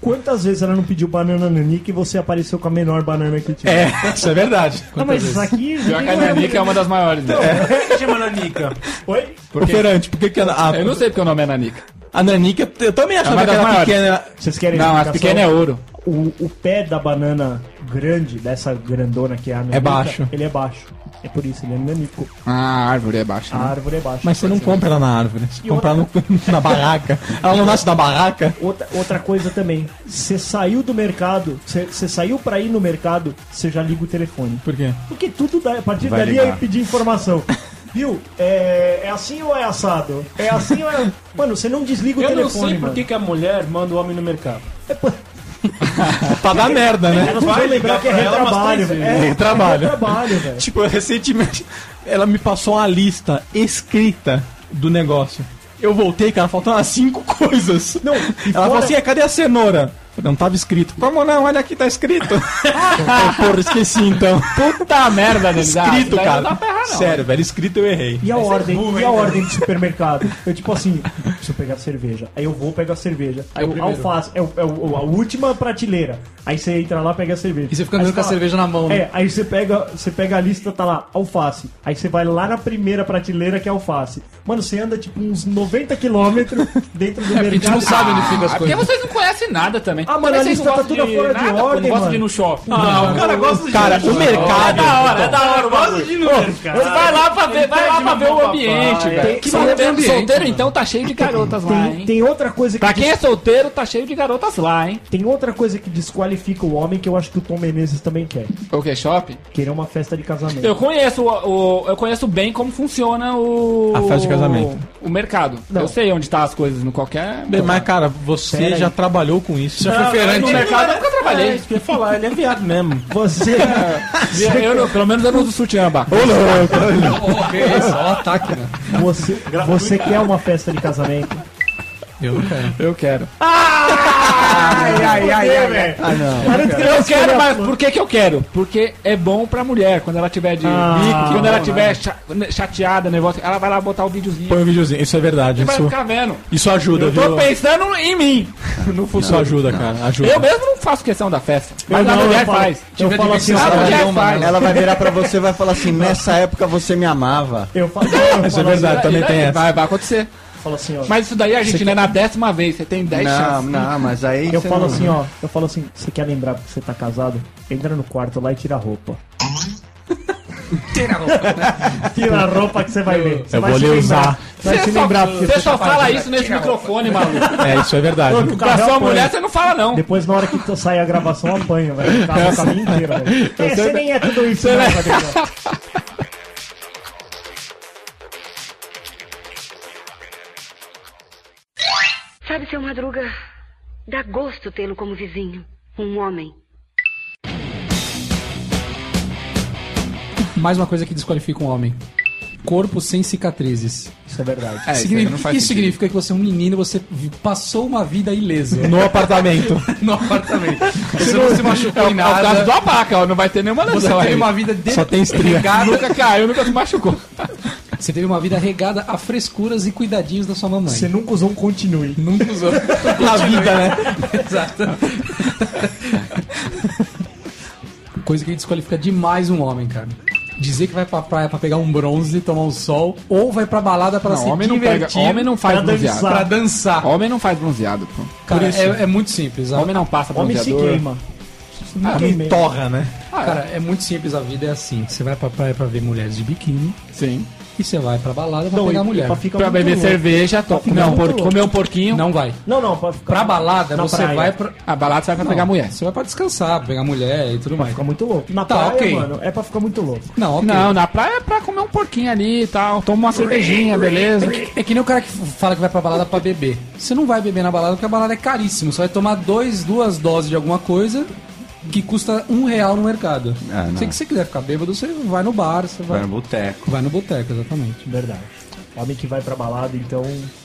[SPEAKER 8] Quantas vezes ela não pediu banana nanica e você apareceu com a menor banana que tinha?
[SPEAKER 2] É, isso é verdade.
[SPEAKER 8] Não, mas isso aqui.
[SPEAKER 3] Pior que a Nanica é uma das maiores, né?
[SPEAKER 5] Por que chama nanica?
[SPEAKER 8] Oi?
[SPEAKER 2] Ô, Ferante, por que, que a, a,
[SPEAKER 3] Eu não sei porque o nome é Nanica.
[SPEAKER 2] a Nanica. Eu também achava
[SPEAKER 3] uma
[SPEAKER 2] que
[SPEAKER 3] das
[SPEAKER 2] era
[SPEAKER 3] maiores.
[SPEAKER 2] pequena.
[SPEAKER 8] Vocês querem
[SPEAKER 3] Não, as
[SPEAKER 8] explicação?
[SPEAKER 3] pequenas é ouro.
[SPEAKER 8] o, o pé da banana grande, dessa grandona que é a nanica,
[SPEAKER 2] baixo.
[SPEAKER 8] Ele é baixo. É por isso, ele é nanico.
[SPEAKER 3] Ah, a árvore é baixa.
[SPEAKER 8] A
[SPEAKER 3] né?
[SPEAKER 8] árvore é baixa.
[SPEAKER 2] Mas você não compra ela na árvore, você
[SPEAKER 8] E
[SPEAKER 2] compra ela no- na barraca. Ela não nasce na barraca?
[SPEAKER 8] Outra, outra coisa também, você saiu do mercado, você- você saiu pra ir no mercado, você já liga o telefone.
[SPEAKER 2] Por quê?
[SPEAKER 8] Porque tudo dá, a partir
[SPEAKER 7] Vai
[SPEAKER 8] dali
[SPEAKER 7] ligar.
[SPEAKER 8] é pedir informação. Viu? É, é assim ou é assado? É assim ou é. Mano, você não desliga o
[SPEAKER 5] Eu não
[SPEAKER 8] telefone.
[SPEAKER 5] sei por
[SPEAKER 8] mano.
[SPEAKER 5] que que a mulher manda o homem no mercado.
[SPEAKER 2] Pra dar merda, né?
[SPEAKER 8] Elas vão lembrar que é retrabalho, velho. É
[SPEAKER 2] Retrabalho.
[SPEAKER 8] retrabalho, velho.
[SPEAKER 2] Tipo, recentemente ela me passou uma lista escrita do negócio. Eu voltei, cara, faltando umas cinco coisas.
[SPEAKER 8] Não, e
[SPEAKER 2] ela falou
[SPEAKER 8] fora-
[SPEAKER 2] assim: "É, cadê a cenoura? Eu Não tava escrito. Como não? Olha aqui, tá escrito. Eu, Porra, esqueci então.
[SPEAKER 3] Puta merda, Denis. Ah, isso
[SPEAKER 2] escrito,
[SPEAKER 3] daí
[SPEAKER 2] cara.
[SPEAKER 3] Não dá pra errar, não.
[SPEAKER 2] Sério, velho, escrito eu errei.
[SPEAKER 8] E a
[SPEAKER 3] é
[SPEAKER 8] ordem? e a ordem do supermercado? Eu, tipo assim, preciso pegar cerveja. Aí eu vou pegar cerveja. Aí o alface, é, o- é o- a última prateleira. Aí você entra lá, pega a cerveja.
[SPEAKER 6] E você fica
[SPEAKER 8] Aí
[SPEAKER 6] andando com a
[SPEAKER 8] fala-
[SPEAKER 6] cerveja na mão, né?
[SPEAKER 8] É, aí você pega, você pega a lista, tá lá, alface. Aí você vai lá na primeira prateleira que é alface. Mano, você anda tipo uns 90 quilômetros dentro do
[SPEAKER 6] A gente não
[SPEAKER 8] mercado.
[SPEAKER 6] sabe onde fica as
[SPEAKER 3] Ah, porque
[SPEAKER 6] coisas.
[SPEAKER 3] vocês não conhecem nada também.
[SPEAKER 8] Ah, mano,
[SPEAKER 3] Também
[SPEAKER 8] a
[SPEAKER 3] vocês
[SPEAKER 8] lista
[SPEAKER 3] não
[SPEAKER 8] tá
[SPEAKER 3] gostam
[SPEAKER 8] toda fora de
[SPEAKER 3] nada, pô,
[SPEAKER 8] ordem,
[SPEAKER 3] Não gosta
[SPEAKER 8] mano.
[SPEAKER 3] de um ir no shopping.
[SPEAKER 2] o cara gosta de Cara, o
[SPEAKER 3] É
[SPEAKER 2] mercado.
[SPEAKER 3] da hora, é da hora. Eu gosto de número, cara. Vai lá pra ver, vai lá pra ver o ambiente, velho.
[SPEAKER 6] que saber do
[SPEAKER 3] Solteiro,
[SPEAKER 6] ambiente,
[SPEAKER 3] solteiro,
[SPEAKER 6] mano.
[SPEAKER 3] então, tá cheio de garotas lá,
[SPEAKER 8] Tem,
[SPEAKER 3] hein?
[SPEAKER 8] tem outra coisa que
[SPEAKER 3] Pra quem
[SPEAKER 8] des-
[SPEAKER 3] é solteiro, tá cheio de garotas lá, hein?
[SPEAKER 8] tem outra coisa que desqualifica o homem que eu acho que o Tom Menezes também quer.
[SPEAKER 3] O que, shopping?
[SPEAKER 8] Querer uma festa de casamento.
[SPEAKER 3] Eu conheço, o, o- eu conheço bem como funciona o...
[SPEAKER 2] A festa de casamento.
[SPEAKER 3] O mercado.
[SPEAKER 8] Não.
[SPEAKER 3] Eu sei onde tá as coisas, no qualquer...
[SPEAKER 2] Bem, Mas, cara, você
[SPEAKER 8] Pera aí.
[SPEAKER 2] já trabalhou com isso. é Ah,
[SPEAKER 5] Já fui feirante.
[SPEAKER 3] No mercado eu nunca trabalhei.
[SPEAKER 5] É, isso que eu ia falar, ele é viado mesmo.
[SPEAKER 8] Você
[SPEAKER 3] Eu não- pelo menos eu não uso sutiã, Baco.
[SPEAKER 8] Você, você quer uma festa de casamento?
[SPEAKER 3] Eu quero.
[SPEAKER 8] Ai, ai, ai, ai, Ah, não.
[SPEAKER 3] Eu quero, mas por que que eu quero? Porque é bom pra mulher, quando ela tiver de
[SPEAKER 8] Ah,
[SPEAKER 3] bico,
[SPEAKER 8] que
[SPEAKER 3] quando ela
[SPEAKER 8] bom,
[SPEAKER 3] tiver cha- né, chateada, nervosa, ela vai lá botar o videozinho.
[SPEAKER 2] Põe um videozinho. Isso é verdade.
[SPEAKER 3] Você vai
[SPEAKER 2] Isso,
[SPEAKER 3] ficar vendo.
[SPEAKER 2] isso ajuda,
[SPEAKER 3] Eu
[SPEAKER 2] viu?
[SPEAKER 3] tô pensando em mim.
[SPEAKER 2] Isso ajuda, cara. Ajuda.
[SPEAKER 3] Eu mesmo não faço questão da festa. Mas
[SPEAKER 8] não,
[SPEAKER 3] a
[SPEAKER 8] eu
[SPEAKER 3] mulher
[SPEAKER 8] falo-
[SPEAKER 3] faz.
[SPEAKER 8] Eu falo assim,
[SPEAKER 3] Ah,
[SPEAKER 8] ó,
[SPEAKER 3] não, já
[SPEAKER 7] Ela-
[SPEAKER 3] faz.
[SPEAKER 7] Ela vai virar pra você e vai falar assim: nessa época você me amava.
[SPEAKER 3] Ah,
[SPEAKER 8] eu falo, eu
[SPEAKER 2] Isso é
[SPEAKER 8] falo assim,
[SPEAKER 2] verdade, também tem essa.
[SPEAKER 3] Vai, vai acontecer.
[SPEAKER 8] eu falo assim, ó.
[SPEAKER 3] Mas isso daí a gente não é na décima vez, você tem 10
[SPEAKER 7] Não,
[SPEAKER 3] chances.
[SPEAKER 7] não, mas aí.
[SPEAKER 8] Eu
[SPEAKER 7] você
[SPEAKER 8] falo
[SPEAKER 7] não-
[SPEAKER 8] assim, ó. Eu falo assim, você quer lembrar que você tá casado? Entra no quarto lá e tira a roupa. tira a roupa. tira a roupa que você vai ver. Você
[SPEAKER 2] Eu
[SPEAKER 8] vai
[SPEAKER 2] vou
[SPEAKER 8] se
[SPEAKER 2] lhe
[SPEAKER 8] lembrar.
[SPEAKER 2] usar.
[SPEAKER 8] Você vai se lembrar porque
[SPEAKER 3] né? Você
[SPEAKER 8] você
[SPEAKER 3] só fala isso nesse microfone, maluco.
[SPEAKER 2] É, isso é verdade.
[SPEAKER 8] Ô, que o
[SPEAKER 3] Pra
[SPEAKER 8] Carrel
[SPEAKER 3] sua
[SPEAKER 8] apanha.
[SPEAKER 3] mulher você não fala, não.
[SPEAKER 8] Depois, na hora que tu sair a gravação, apanha, velho. Tá o caminho inteiro, velho.
[SPEAKER 6] Então,
[SPEAKER 8] É, Você
[SPEAKER 6] tá-
[SPEAKER 8] nem é tudo isso, né, Rodrigo?
[SPEAKER 9] Sabe, seu Madruga, dá gosto tê-lo como vizinho. Um homem.
[SPEAKER 6] Mais uma coisa que desqualifica um homem. Corpo sem cicatrizes.
[SPEAKER 8] Isso é verdade.
[SPEAKER 3] É,
[SPEAKER 6] Signi-
[SPEAKER 3] aí não faz
[SPEAKER 6] isso
[SPEAKER 3] sentido.
[SPEAKER 6] significa que você é um menino, você vi- passou uma vida ilesa.
[SPEAKER 2] No apartamento.
[SPEAKER 10] No apartamento. Você não se machucou em
[SPEAKER 3] É o caso
[SPEAKER 10] nada.
[SPEAKER 3] do abaca, ó. Não vai ter nenhuma
[SPEAKER 10] Você
[SPEAKER 3] lesão
[SPEAKER 10] teve
[SPEAKER 3] aí.
[SPEAKER 10] uma vida de...
[SPEAKER 2] Só tem estria.
[SPEAKER 3] Nunca caiu, nunca se machucou.
[SPEAKER 6] Você teve uma vida regada a frescuras e cuidadinhos da sua mamãe.
[SPEAKER 8] Você nunca usou um continue.
[SPEAKER 10] Nunca usou.
[SPEAKER 2] Na vida, né?
[SPEAKER 10] Exato.
[SPEAKER 6] Coisa que desqualifica demais um homem, cara. Dizer que vai pra praia pra pegar um bronze, tomar um sol, ou vai pra balada pra
[SPEAKER 3] Não,
[SPEAKER 6] se
[SPEAKER 3] homem não pega.
[SPEAKER 6] divertir.
[SPEAKER 3] Homem não faz
[SPEAKER 8] pra
[SPEAKER 3] bronzeado.
[SPEAKER 8] dançar.
[SPEAKER 10] Pra dançar.
[SPEAKER 3] Homem não faz bronzeado, pô.
[SPEAKER 6] Cara, é, é muito simples. A-
[SPEAKER 3] Homem não passa
[SPEAKER 8] Homem se
[SPEAKER 3] bronzeador.
[SPEAKER 8] queima.
[SPEAKER 6] Ah,
[SPEAKER 8] Não
[SPEAKER 2] Me
[SPEAKER 6] um
[SPEAKER 8] queimei.
[SPEAKER 2] torra, né?
[SPEAKER 8] Ah,
[SPEAKER 6] Cara, é muito simples. A vida é assim. Você vai pra praia pra ver mulheres de biquíni
[SPEAKER 3] Sim.
[SPEAKER 6] e você vai pra balada pra
[SPEAKER 8] Não,
[SPEAKER 6] pegar
[SPEAKER 8] e-
[SPEAKER 6] mulher.
[SPEAKER 8] pra
[SPEAKER 2] Então
[SPEAKER 8] ficar
[SPEAKER 3] Pra
[SPEAKER 8] muito
[SPEAKER 3] beber
[SPEAKER 8] louco.
[SPEAKER 3] cerveja, to...
[SPEAKER 8] ficar
[SPEAKER 3] comer, um
[SPEAKER 8] muito
[SPEAKER 3] por...
[SPEAKER 8] louco.
[SPEAKER 3] comer um porquinho.
[SPEAKER 6] Não vai.
[SPEAKER 8] Não, não, pra ficar.
[SPEAKER 6] Pra balada,
[SPEAKER 8] Na
[SPEAKER 6] você
[SPEAKER 8] praia.
[SPEAKER 6] vai pra...
[SPEAKER 3] A balada sai pra
[SPEAKER 6] Não,
[SPEAKER 3] pegar mulher.
[SPEAKER 6] Você vai pra descansar, pegar mulher e tudo mais.
[SPEAKER 8] Fica muito louco. Na
[SPEAKER 6] Tá,
[SPEAKER 8] praia,
[SPEAKER 6] ok.
[SPEAKER 8] mano, é pra ficar muito louco.
[SPEAKER 6] Não, ok.
[SPEAKER 3] Não, na praia é pra comer um porquinho ali e tal. Toma uma cervejinha, beleza.
[SPEAKER 6] É que nem o cara que fala que vai pra balada pra beber. Você não vai beber na balada porque a balada é caríssima. Você vai tomar dois, duas doses de alguma coisa que custa um real no mercado.
[SPEAKER 7] Ah, não.
[SPEAKER 6] Se que você quiser ficar bêbado, você vai no bar, você vai,
[SPEAKER 7] Vai no um boteco.
[SPEAKER 6] vai no boteco, exatamente.
[SPEAKER 8] Verdade. Homem que vai pra balada, então,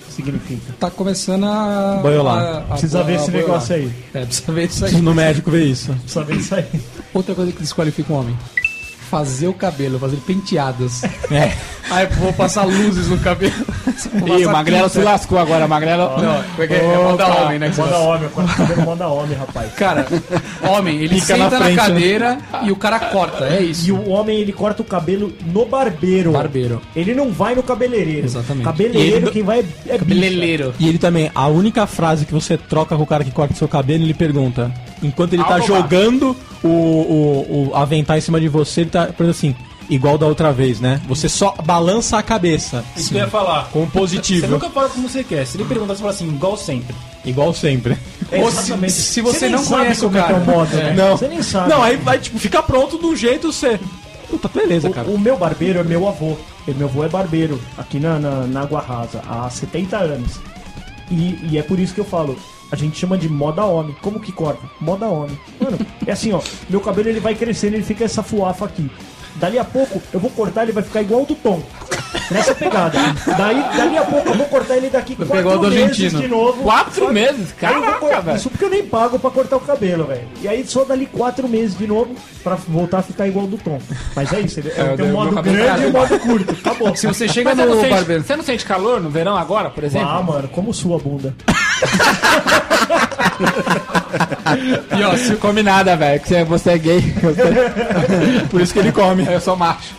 [SPEAKER 8] significa. Ah,
[SPEAKER 6] Tá começando a.
[SPEAKER 2] Boiolar.
[SPEAKER 6] a- a-
[SPEAKER 8] Precisa
[SPEAKER 6] a-
[SPEAKER 8] ver esse
[SPEAKER 6] a boiolar.
[SPEAKER 8] negócio aí.
[SPEAKER 6] É, precisa ver isso aí.
[SPEAKER 2] Preciso no médico ver isso.
[SPEAKER 8] Precisa ver isso aí.
[SPEAKER 6] Outra coisa que desqualifica um homem: fazer o cabelo, fazer penteadas.
[SPEAKER 10] Ai, vou passar luzes no cabelo.
[SPEAKER 3] Ih, o Magrelo se lascou agora, Magrelo.
[SPEAKER 10] Não, porque é moda homem, né? que você
[SPEAKER 8] Moda
[SPEAKER 10] faz.
[SPEAKER 8] homem, eu corto o cabelo moda homem, rapaz.
[SPEAKER 10] Cara, homem, ele
[SPEAKER 2] Fica na
[SPEAKER 10] senta na,
[SPEAKER 2] frente, né?
[SPEAKER 10] cadeira.
[SPEAKER 6] e o cara corta, é isso.
[SPEAKER 8] E o homem, ele corta o cabelo no barbeiro.
[SPEAKER 6] Barbeiro.
[SPEAKER 8] Ele não vai no cabeleireiro.
[SPEAKER 6] Cabeleireiro,
[SPEAKER 8] Cabeleireiro, quem vai é- é bicha.
[SPEAKER 10] Beleleiro.
[SPEAKER 2] E ele também, a única frase que você troca com o cara que corta seu cabelo, ele pergunta: Enquanto ele tá
[SPEAKER 3] Alto bar.
[SPEAKER 2] jogando o, o, o aventar em cima de você, ele tá fazendo assim, igual da outra vez, né? Você só balança a cabeça.
[SPEAKER 5] Isso que eu ia falar.
[SPEAKER 2] Com positivo.
[SPEAKER 5] Você nunca fala como você quer. Se ele perguntar, você fala assim, igual sempre.
[SPEAKER 2] Igual sempre.
[SPEAKER 5] Ou se- Exatamente. se você Você nem não sabe conhece o
[SPEAKER 2] como
[SPEAKER 5] como é cara. que é o modo, né?
[SPEAKER 2] Não.
[SPEAKER 5] Você nem sabe.
[SPEAKER 8] é
[SPEAKER 2] Não, aí vai, tipo, fica pronto do jeito você. Puta, beleza, cara.
[SPEAKER 8] O, o meu barbeiro é meu avô. E meu avô é barbeiro aqui na, na, na Água Rasa há 70 anos. E, e é por isso que eu falo. A gente chama de moda homem. Como que corta? Moda homem. Mano, é assim, ó. Meu cabelo ele vai crescendo, ele fica essa fuafa aqui. Dali a pouco eu vou cortar, ele vai ficar igual o do Tom. Nessa pegada. Daí, dali a pouco eu vou cortar ele daqui
[SPEAKER 10] Vai pegar o
[SPEAKER 8] quatro
[SPEAKER 10] do
[SPEAKER 8] meses
[SPEAKER 10] argentino.
[SPEAKER 8] de novo.
[SPEAKER 3] Quatro meses?
[SPEAKER 8] Aí eu
[SPEAKER 3] Caraca,
[SPEAKER 8] vou cor-
[SPEAKER 3] velho.
[SPEAKER 8] Isso porque eu nem pago pra cortar o cabelo, velho. E aí só dali quatro meses de novo pra voltar a ficar igual do Tom. Mas é isso, ele- é,
[SPEAKER 3] É,
[SPEAKER 8] tem um
[SPEAKER 3] meu
[SPEAKER 8] modo
[SPEAKER 3] cabelo
[SPEAKER 8] grande e um
[SPEAKER 3] tá
[SPEAKER 8] modo curto. Acabou.
[SPEAKER 10] Se você chega
[SPEAKER 3] Mas é você
[SPEAKER 10] no
[SPEAKER 3] não, sente,
[SPEAKER 10] barbeiro.
[SPEAKER 3] você não sente calor no verão agora, por exemplo?
[SPEAKER 8] Ah, mano, como sua bunda.
[SPEAKER 3] E ó, se come nada, velho, que você- você é gay. Por isso que ele come. Eu sou macho.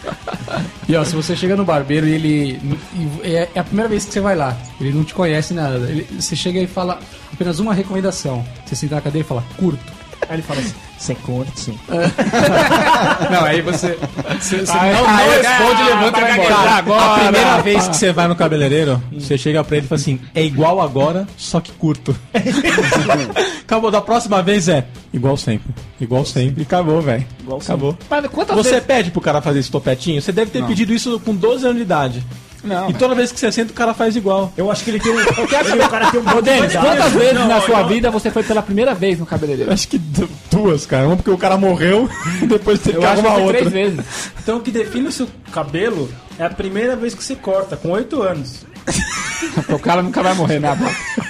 [SPEAKER 10] E ó, se você
[SPEAKER 6] Você chega no barbeiro e ele. e é é a primeira vez que você vai lá. Ele não te conhece nada. Ele- você chega e fala apenas uma recomendação. Você senta na cadeira e fala, curto.
[SPEAKER 8] Aí ele fala assim, você curte sim.
[SPEAKER 10] Não, aí você. você, você não,
[SPEAKER 3] aí,
[SPEAKER 10] não responde,
[SPEAKER 3] ah,
[SPEAKER 10] levanta e
[SPEAKER 3] vai
[SPEAKER 10] vai
[SPEAKER 3] cagar
[SPEAKER 10] embora.
[SPEAKER 2] A primeira vez que você vai no cabeleireiro, você chega pra ele e fala assim: é igual agora, só que curto. acabou, da próxima vez é igual sempre. Igual sempre. Acabou, velho. Acabou.
[SPEAKER 3] Mas quantas
[SPEAKER 2] Você
[SPEAKER 3] vezes...
[SPEAKER 2] pede pro cara fazer esse topetinho? Você deve ter pedido isso com 12 anos de idade.
[SPEAKER 3] Não,
[SPEAKER 2] e toda vez que você senta, o cara faz igual.
[SPEAKER 8] Eu acho que ele tem um. Eu quero que o cara tem um
[SPEAKER 3] Ô,
[SPEAKER 8] modo
[SPEAKER 3] Denis, quantas vezes na sua
[SPEAKER 5] não.
[SPEAKER 3] vida você foi pela primeira vez no cabeleireiro?
[SPEAKER 2] Acho que du- duas, cara. Uma porque o cara morreu e depois teve que
[SPEAKER 3] Eu acho que
[SPEAKER 2] arrumar
[SPEAKER 3] eu fui
[SPEAKER 2] outra.
[SPEAKER 3] três vezes.
[SPEAKER 5] Então o que define o seu cabelo é a primeira vez que você corta, com 8 anos.
[SPEAKER 3] O cara nunca vai morrer, né?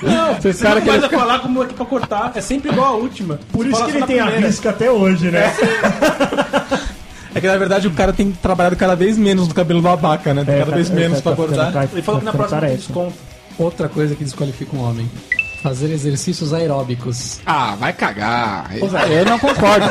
[SPEAKER 5] Não,
[SPEAKER 3] Vocês
[SPEAKER 5] você
[SPEAKER 3] cara
[SPEAKER 5] não
[SPEAKER 3] que
[SPEAKER 5] vai
[SPEAKER 3] ele-
[SPEAKER 5] falar como é que pra cortar. É sempre igual a última.
[SPEAKER 8] Por
[SPEAKER 5] Você
[SPEAKER 8] isso
[SPEAKER 5] fala
[SPEAKER 8] que
[SPEAKER 5] só
[SPEAKER 8] ele
[SPEAKER 5] na
[SPEAKER 8] tem a
[SPEAKER 5] primeira.
[SPEAKER 8] risca até hoje, né?
[SPEAKER 2] É que na verdade o cara tem trabalhado cada vez menos no cabelo babaca, né? Tem cada
[SPEAKER 8] É,
[SPEAKER 2] vez menos pra cortar.
[SPEAKER 5] Ele falou que na próxima tem desconto.
[SPEAKER 6] Outra coisa que desqualifica um homem. Fazer exercícios aeróbicos.
[SPEAKER 3] Ah, vai cagar. Eu não concordo.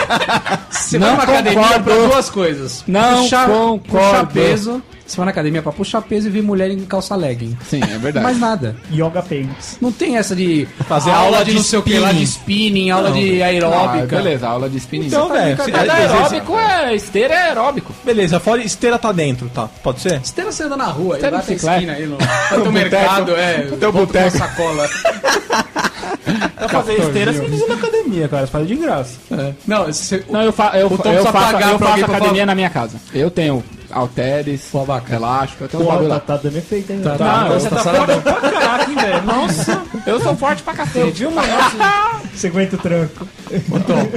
[SPEAKER 10] Você vai pra academia pra duas coisas.
[SPEAKER 3] Não
[SPEAKER 10] puxar, puxar
[SPEAKER 3] concordo.
[SPEAKER 10] peso.
[SPEAKER 6] Você vai na academia pra puxar peso e ver mulher em calça legging.
[SPEAKER 3] Sim, é verdade.
[SPEAKER 6] Mais nada.
[SPEAKER 8] Yoga Pants.
[SPEAKER 6] Não tem essa de
[SPEAKER 2] Fazer aula de
[SPEAKER 6] não sei o que lá de spinning, aula de
[SPEAKER 3] Ah,
[SPEAKER 6] aeróbica.
[SPEAKER 3] beleza, aula de spinning.
[SPEAKER 2] Então,
[SPEAKER 3] Você tá
[SPEAKER 2] velho,
[SPEAKER 3] brincando.
[SPEAKER 2] você-
[SPEAKER 3] Mas
[SPEAKER 2] às vezes-
[SPEAKER 3] aeróbico é esteira é aeróbico.
[SPEAKER 2] Beleza, fora esteira tá dentro, tá? Pode ser?
[SPEAKER 6] Esteira você anda na rua, ele
[SPEAKER 3] Esteira
[SPEAKER 6] vai um pra
[SPEAKER 3] bicicleta.
[SPEAKER 6] esquina aí no.
[SPEAKER 10] Vai pro mercado, é.
[SPEAKER 2] Teu boteco.
[SPEAKER 10] Sacola.
[SPEAKER 5] Pra fazer esteira, você não precisa ir na academia, cara. Você faz de graça.
[SPEAKER 6] É.
[SPEAKER 10] Não, você,
[SPEAKER 3] Não, eu, fa eu,
[SPEAKER 10] Tom
[SPEAKER 3] eu
[SPEAKER 10] precisa
[SPEAKER 3] faço,
[SPEAKER 10] pagar
[SPEAKER 3] eu
[SPEAKER 10] pra alguém
[SPEAKER 3] faço
[SPEAKER 10] pra
[SPEAKER 3] academia
[SPEAKER 10] falar-
[SPEAKER 3] na minha casa. Eu tenho halteres, elástico, eu tenho um
[SPEAKER 8] Porra,
[SPEAKER 3] bagulho
[SPEAKER 8] tá,
[SPEAKER 3] lá.
[SPEAKER 8] tá dando efeito, hein? velho?
[SPEAKER 5] Tá,
[SPEAKER 10] não,
[SPEAKER 5] você tá forte pra caraca, hein, velho. Nossa,
[SPEAKER 3] Eu sou forte pra
[SPEAKER 5] eu
[SPEAKER 3] cacete.
[SPEAKER 5] vi uma nossa.
[SPEAKER 8] Você aguenta o tranco.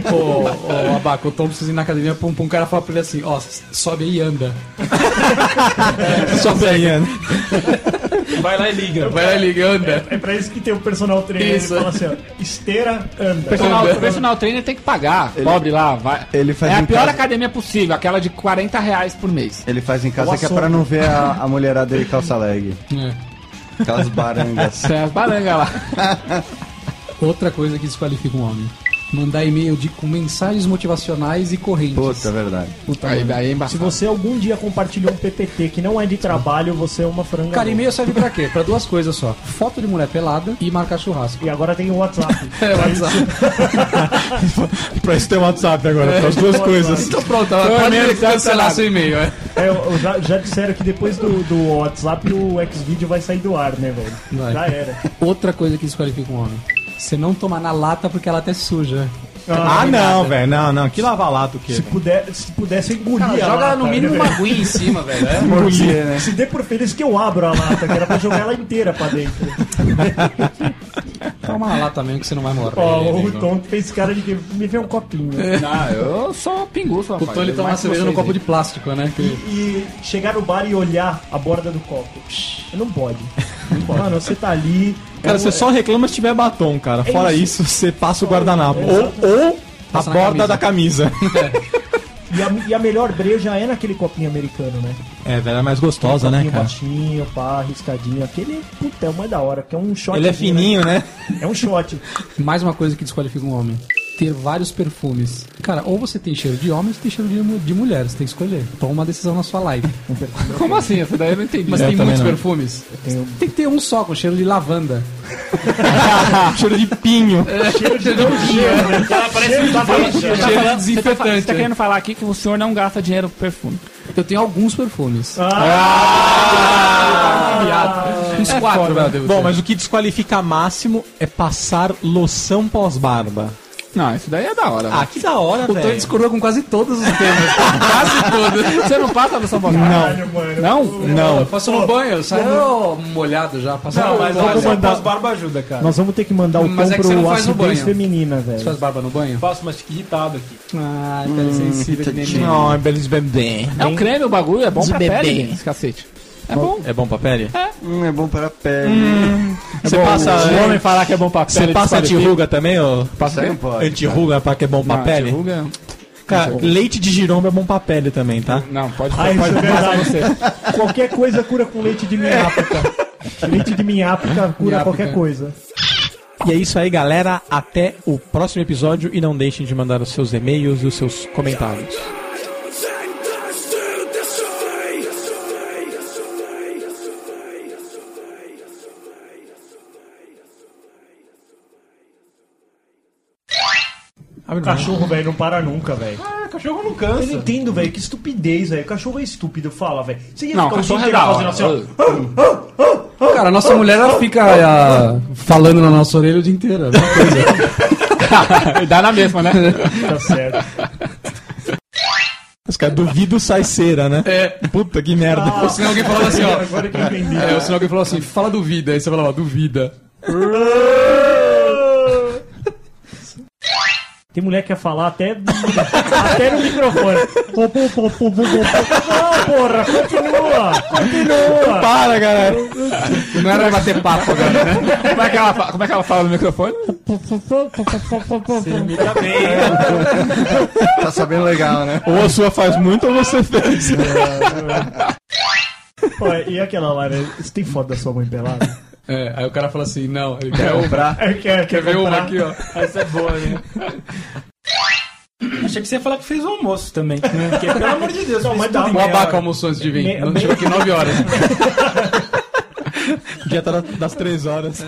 [SPEAKER 6] Tom, ô, ô, Abaca, o Tom precisa ir na academia pra um, pra um cara falar pra ele assim: ó, sobe aí e anda.
[SPEAKER 2] Só Brian.
[SPEAKER 5] Vai lá e liga.
[SPEAKER 10] vai lá e liga, anda.
[SPEAKER 8] É pra isso que tem o personal trainer.
[SPEAKER 10] Isso.
[SPEAKER 8] Ele fala assim, ó, esteira anda.
[SPEAKER 3] Personal, o personal trainer tem que pagar. Pobre lá, vai.
[SPEAKER 7] ele faz
[SPEAKER 3] é a
[SPEAKER 7] em
[SPEAKER 3] pior
[SPEAKER 7] casa.
[SPEAKER 3] academia possível, aquela de 40 reais por mês.
[SPEAKER 7] Ele faz em casa
[SPEAKER 8] O
[SPEAKER 7] que é
[SPEAKER 8] assombro.
[SPEAKER 7] pra não ver a, a mulherada dele calça leg.
[SPEAKER 6] É.
[SPEAKER 7] Aquelas barangas.
[SPEAKER 3] Tem as barangas lá.
[SPEAKER 6] Outra coisa que desqualifica um homem: mandar e-mail de, com mensagens motivacionais e correntes.
[SPEAKER 7] Puta, é verdade.
[SPEAKER 8] Puta,
[SPEAKER 3] Aí,
[SPEAKER 8] mano.
[SPEAKER 3] aí é
[SPEAKER 8] Se
[SPEAKER 3] embaçado.
[SPEAKER 8] você algum dia compartilhou um PPT que não é de trabalho, você é uma franga.
[SPEAKER 6] Cara, e-mail serve pra quê? Pra duas coisas só: foto de mulher pelada e marcar churrasco.
[SPEAKER 8] E agora tem o WhatsApp.
[SPEAKER 10] É, WhatsApp.
[SPEAKER 2] pra isso tem WhatsApp agora, as duas coisas.
[SPEAKER 10] Então pronto, ela pode
[SPEAKER 3] tá
[SPEAKER 10] cancelar seu e-mail, é.
[SPEAKER 8] É, eu- eu já, já disseram que depois do, do WhatsApp o Xvideo vai sair do ar, né, velho?
[SPEAKER 6] Vai.
[SPEAKER 8] Já era.
[SPEAKER 6] Outra coisa que desqualifica um homem: você não tomar na lata porque ela até suja.
[SPEAKER 7] Então,
[SPEAKER 2] Ah, não, velho. Não, não. Que lavalato que.
[SPEAKER 8] Se, puder, se pudesse, eu engolia
[SPEAKER 10] Cara,
[SPEAKER 8] a
[SPEAKER 10] joga
[SPEAKER 8] lata,
[SPEAKER 10] no mínimo
[SPEAKER 8] né,
[SPEAKER 10] uma
[SPEAKER 8] velho?
[SPEAKER 10] aguinha em cima, velho. é.
[SPEAKER 7] Porque, né?
[SPEAKER 8] Se dê por feliz que eu abro a lata, que era pra jogar ela inteira pra dentro.
[SPEAKER 6] Toma na lata mesmo que você não vai morrer.
[SPEAKER 8] Ó, o Tom fez cara de que me vê um copinho.
[SPEAKER 3] Ah, eu sou pinguço,
[SPEAKER 6] O
[SPEAKER 3] rapaz.
[SPEAKER 6] Tony
[SPEAKER 3] Eu
[SPEAKER 6] toma uma
[SPEAKER 3] mais que
[SPEAKER 6] cerveja no
[SPEAKER 3] vocês
[SPEAKER 6] copo de
[SPEAKER 3] aí.
[SPEAKER 6] plástico, né? Que-
[SPEAKER 8] E chegar no bar e olhar a borda do copo. Não pode. Não pode. Mano, você tá ali.
[SPEAKER 2] Cara,
[SPEAKER 8] é
[SPEAKER 2] você
[SPEAKER 8] um-
[SPEAKER 2] só reclama se tiver batom, cara. Fora É isso, você passa o guardanapo. Ou, ou a
[SPEAKER 6] Passa na
[SPEAKER 2] borda
[SPEAKER 6] camisa.
[SPEAKER 2] da camisa.
[SPEAKER 8] E a, e a melhor breja é naquele copinho americano, né?
[SPEAKER 2] É, velho, é mais gostosa, né,
[SPEAKER 8] Copinho
[SPEAKER 2] cara?
[SPEAKER 8] baixinho, pá, riscadinho. Aquele, puta, é o mais da hora, que é um shot.
[SPEAKER 2] Ele é fininho, né?
[SPEAKER 8] É um shot.
[SPEAKER 6] Mais uma coisa que desqualifica um homem. ter vários perfumes. Cara, ou você tem cheiro de homem ou você tem cheiro de, mu- de mulher. Você tem que escolher. Toma uma decisão na sua live.
[SPEAKER 3] Como assim? Essa daí eu não entendi.
[SPEAKER 6] Mas
[SPEAKER 3] Eu
[SPEAKER 6] tem
[SPEAKER 3] também
[SPEAKER 6] muitos
[SPEAKER 3] não.
[SPEAKER 6] perfumes. Tem que ter um só com cheiro de lavanda.
[SPEAKER 2] cheiro de pinho.
[SPEAKER 3] Cheiro de
[SPEAKER 11] nojo. Ela parece
[SPEAKER 3] Cheiro
[SPEAKER 11] que tá
[SPEAKER 3] de
[SPEAKER 11] falando-
[SPEAKER 3] nojo.
[SPEAKER 11] cheiro de
[SPEAKER 3] Você tá falando-
[SPEAKER 11] desinfetante,
[SPEAKER 3] Você tá
[SPEAKER 11] é.
[SPEAKER 3] querendo falar aqui que o senhor não gasta dinheiro com perfume.
[SPEAKER 6] Eu tenho alguns perfumes.
[SPEAKER 3] Ah!
[SPEAKER 6] Uns
[SPEAKER 2] É
[SPEAKER 6] quatro,
[SPEAKER 2] foda.
[SPEAKER 6] meu Deus.
[SPEAKER 2] Bom, mas o que desqualifica máximo é passar loção pós-barba.
[SPEAKER 3] Não, isso daí é da hora.
[SPEAKER 2] Ah, que da hora,
[SPEAKER 6] O Tony
[SPEAKER 2] velho.
[SPEAKER 6] descurou com quase todos os temas.
[SPEAKER 3] Quase tudo. Você não passa no São Paulo?
[SPEAKER 11] Caralho, mano.
[SPEAKER 3] Não?
[SPEAKER 2] Não.
[SPEAKER 6] Passou no banho, saiu molhado já. Passou
[SPEAKER 5] Não,
[SPEAKER 6] no
[SPEAKER 5] mas
[SPEAKER 6] banho.
[SPEAKER 5] o
[SPEAKER 2] é
[SPEAKER 6] Você
[SPEAKER 5] mandar... barba ajuda, cara.
[SPEAKER 8] Nós vamos ter que mandar o
[SPEAKER 6] Mas
[SPEAKER 8] cão
[SPEAKER 6] é que você não
[SPEAKER 8] pro
[SPEAKER 6] faz no
[SPEAKER 8] acidez
[SPEAKER 6] banho.
[SPEAKER 8] feminina, velho.
[SPEAKER 6] faz barba no banho?
[SPEAKER 5] Faço, mas fico irritado aqui.
[SPEAKER 6] Ah, pele sensível de neném.
[SPEAKER 2] Não, é belo de bebê.
[SPEAKER 3] É um creme o bagulho, é bom pra
[SPEAKER 2] Bebê.
[SPEAKER 3] pele, gente, esse cacete. É bom.
[SPEAKER 2] É bom pra pele? É
[SPEAKER 7] Hum, é bom para a pele.
[SPEAKER 2] Você passa,
[SPEAKER 5] O homem falar que é bom pra pele.
[SPEAKER 2] você passa
[SPEAKER 5] desqualifica.
[SPEAKER 2] antirruga também, ô?
[SPEAKER 7] Isso aí não pode.
[SPEAKER 2] Antirruga pra que é bom pra
[SPEAKER 3] Não,
[SPEAKER 2] pele?
[SPEAKER 3] divulga-
[SPEAKER 2] Cara, leite de giromba é bom pra pele também, tá?
[SPEAKER 3] Não, pode
[SPEAKER 8] Ah, isso
[SPEAKER 3] pode
[SPEAKER 8] é
[SPEAKER 3] passar
[SPEAKER 8] verdade.
[SPEAKER 3] você.
[SPEAKER 8] Qualquer coisa cura com leite de minhápica. leite de minhápica cura
[SPEAKER 6] Minhápica.
[SPEAKER 8] qualquer coisa.
[SPEAKER 2] E é isso aí, galera. Até o próximo episódio e não deixem de mandar os seus e-mails e os seus comentários.
[SPEAKER 8] Cachorro, velho, não para nunca, velho.
[SPEAKER 5] Ah, cachorro não
[SPEAKER 8] Eu não
[SPEAKER 5] cansa.
[SPEAKER 8] entendo, velho. Que estupidez, velho. Cachorro é estúpido, fala, velho. Você ia
[SPEAKER 3] Não,
[SPEAKER 8] ficar o dia
[SPEAKER 3] cachorro é
[SPEAKER 8] inteiro
[SPEAKER 3] da
[SPEAKER 8] fazendo
[SPEAKER 3] hora.
[SPEAKER 8] assim, ó.
[SPEAKER 6] Cara, a nossa mulher ela fica ah, falando na nossa orelha o dia inteiro. É
[SPEAKER 3] E Dá na mesma, né?
[SPEAKER 8] Tá certo.
[SPEAKER 2] Os caras duvido sai cera, né? É. Puta que merda.
[SPEAKER 12] Ou senão alguém falava assim, ó.
[SPEAKER 8] Agora que eu entendi.
[SPEAKER 12] É, ou senão alguém falava assim, fala duvida. Aí você falava, duvida.
[SPEAKER 8] Tem mulher que quer falar até, até no microfone. Pô, pô, pô, pô, pô, pô, pô. Ah, porra, continua. Continua.
[SPEAKER 2] Para, galera.
[SPEAKER 3] Não era pra bater papo agora, né? Como é que ela, fa- como é que ela fala no microfone?
[SPEAKER 7] Tá sabendo legal, né?
[SPEAKER 2] Ou a sua faz muito ou você fez.
[SPEAKER 8] Ó, e aquela lá, né? Você tem foto da sua mãe pelada?
[SPEAKER 12] É, aí o cara fala assim, não, ele quer o braço.
[SPEAKER 8] É, quer,
[SPEAKER 12] Quer ver uma
[SPEAKER 8] comprar?
[SPEAKER 12] aqui, ó?
[SPEAKER 5] Essa é boa, né? Achei que você ia falar que fez o almoço também. né? Porque, pelo amor de Deus,
[SPEAKER 8] Não,
[SPEAKER 5] fez
[SPEAKER 8] mas dá
[SPEAKER 5] tudo
[SPEAKER 12] O
[SPEAKER 5] em
[SPEAKER 8] uma
[SPEAKER 5] meia hora.
[SPEAKER 12] abaca almoçou antes de vir. tipo,
[SPEAKER 8] Me-
[SPEAKER 12] Não chegou aqui 9 horas.
[SPEAKER 2] Já tá das três horas.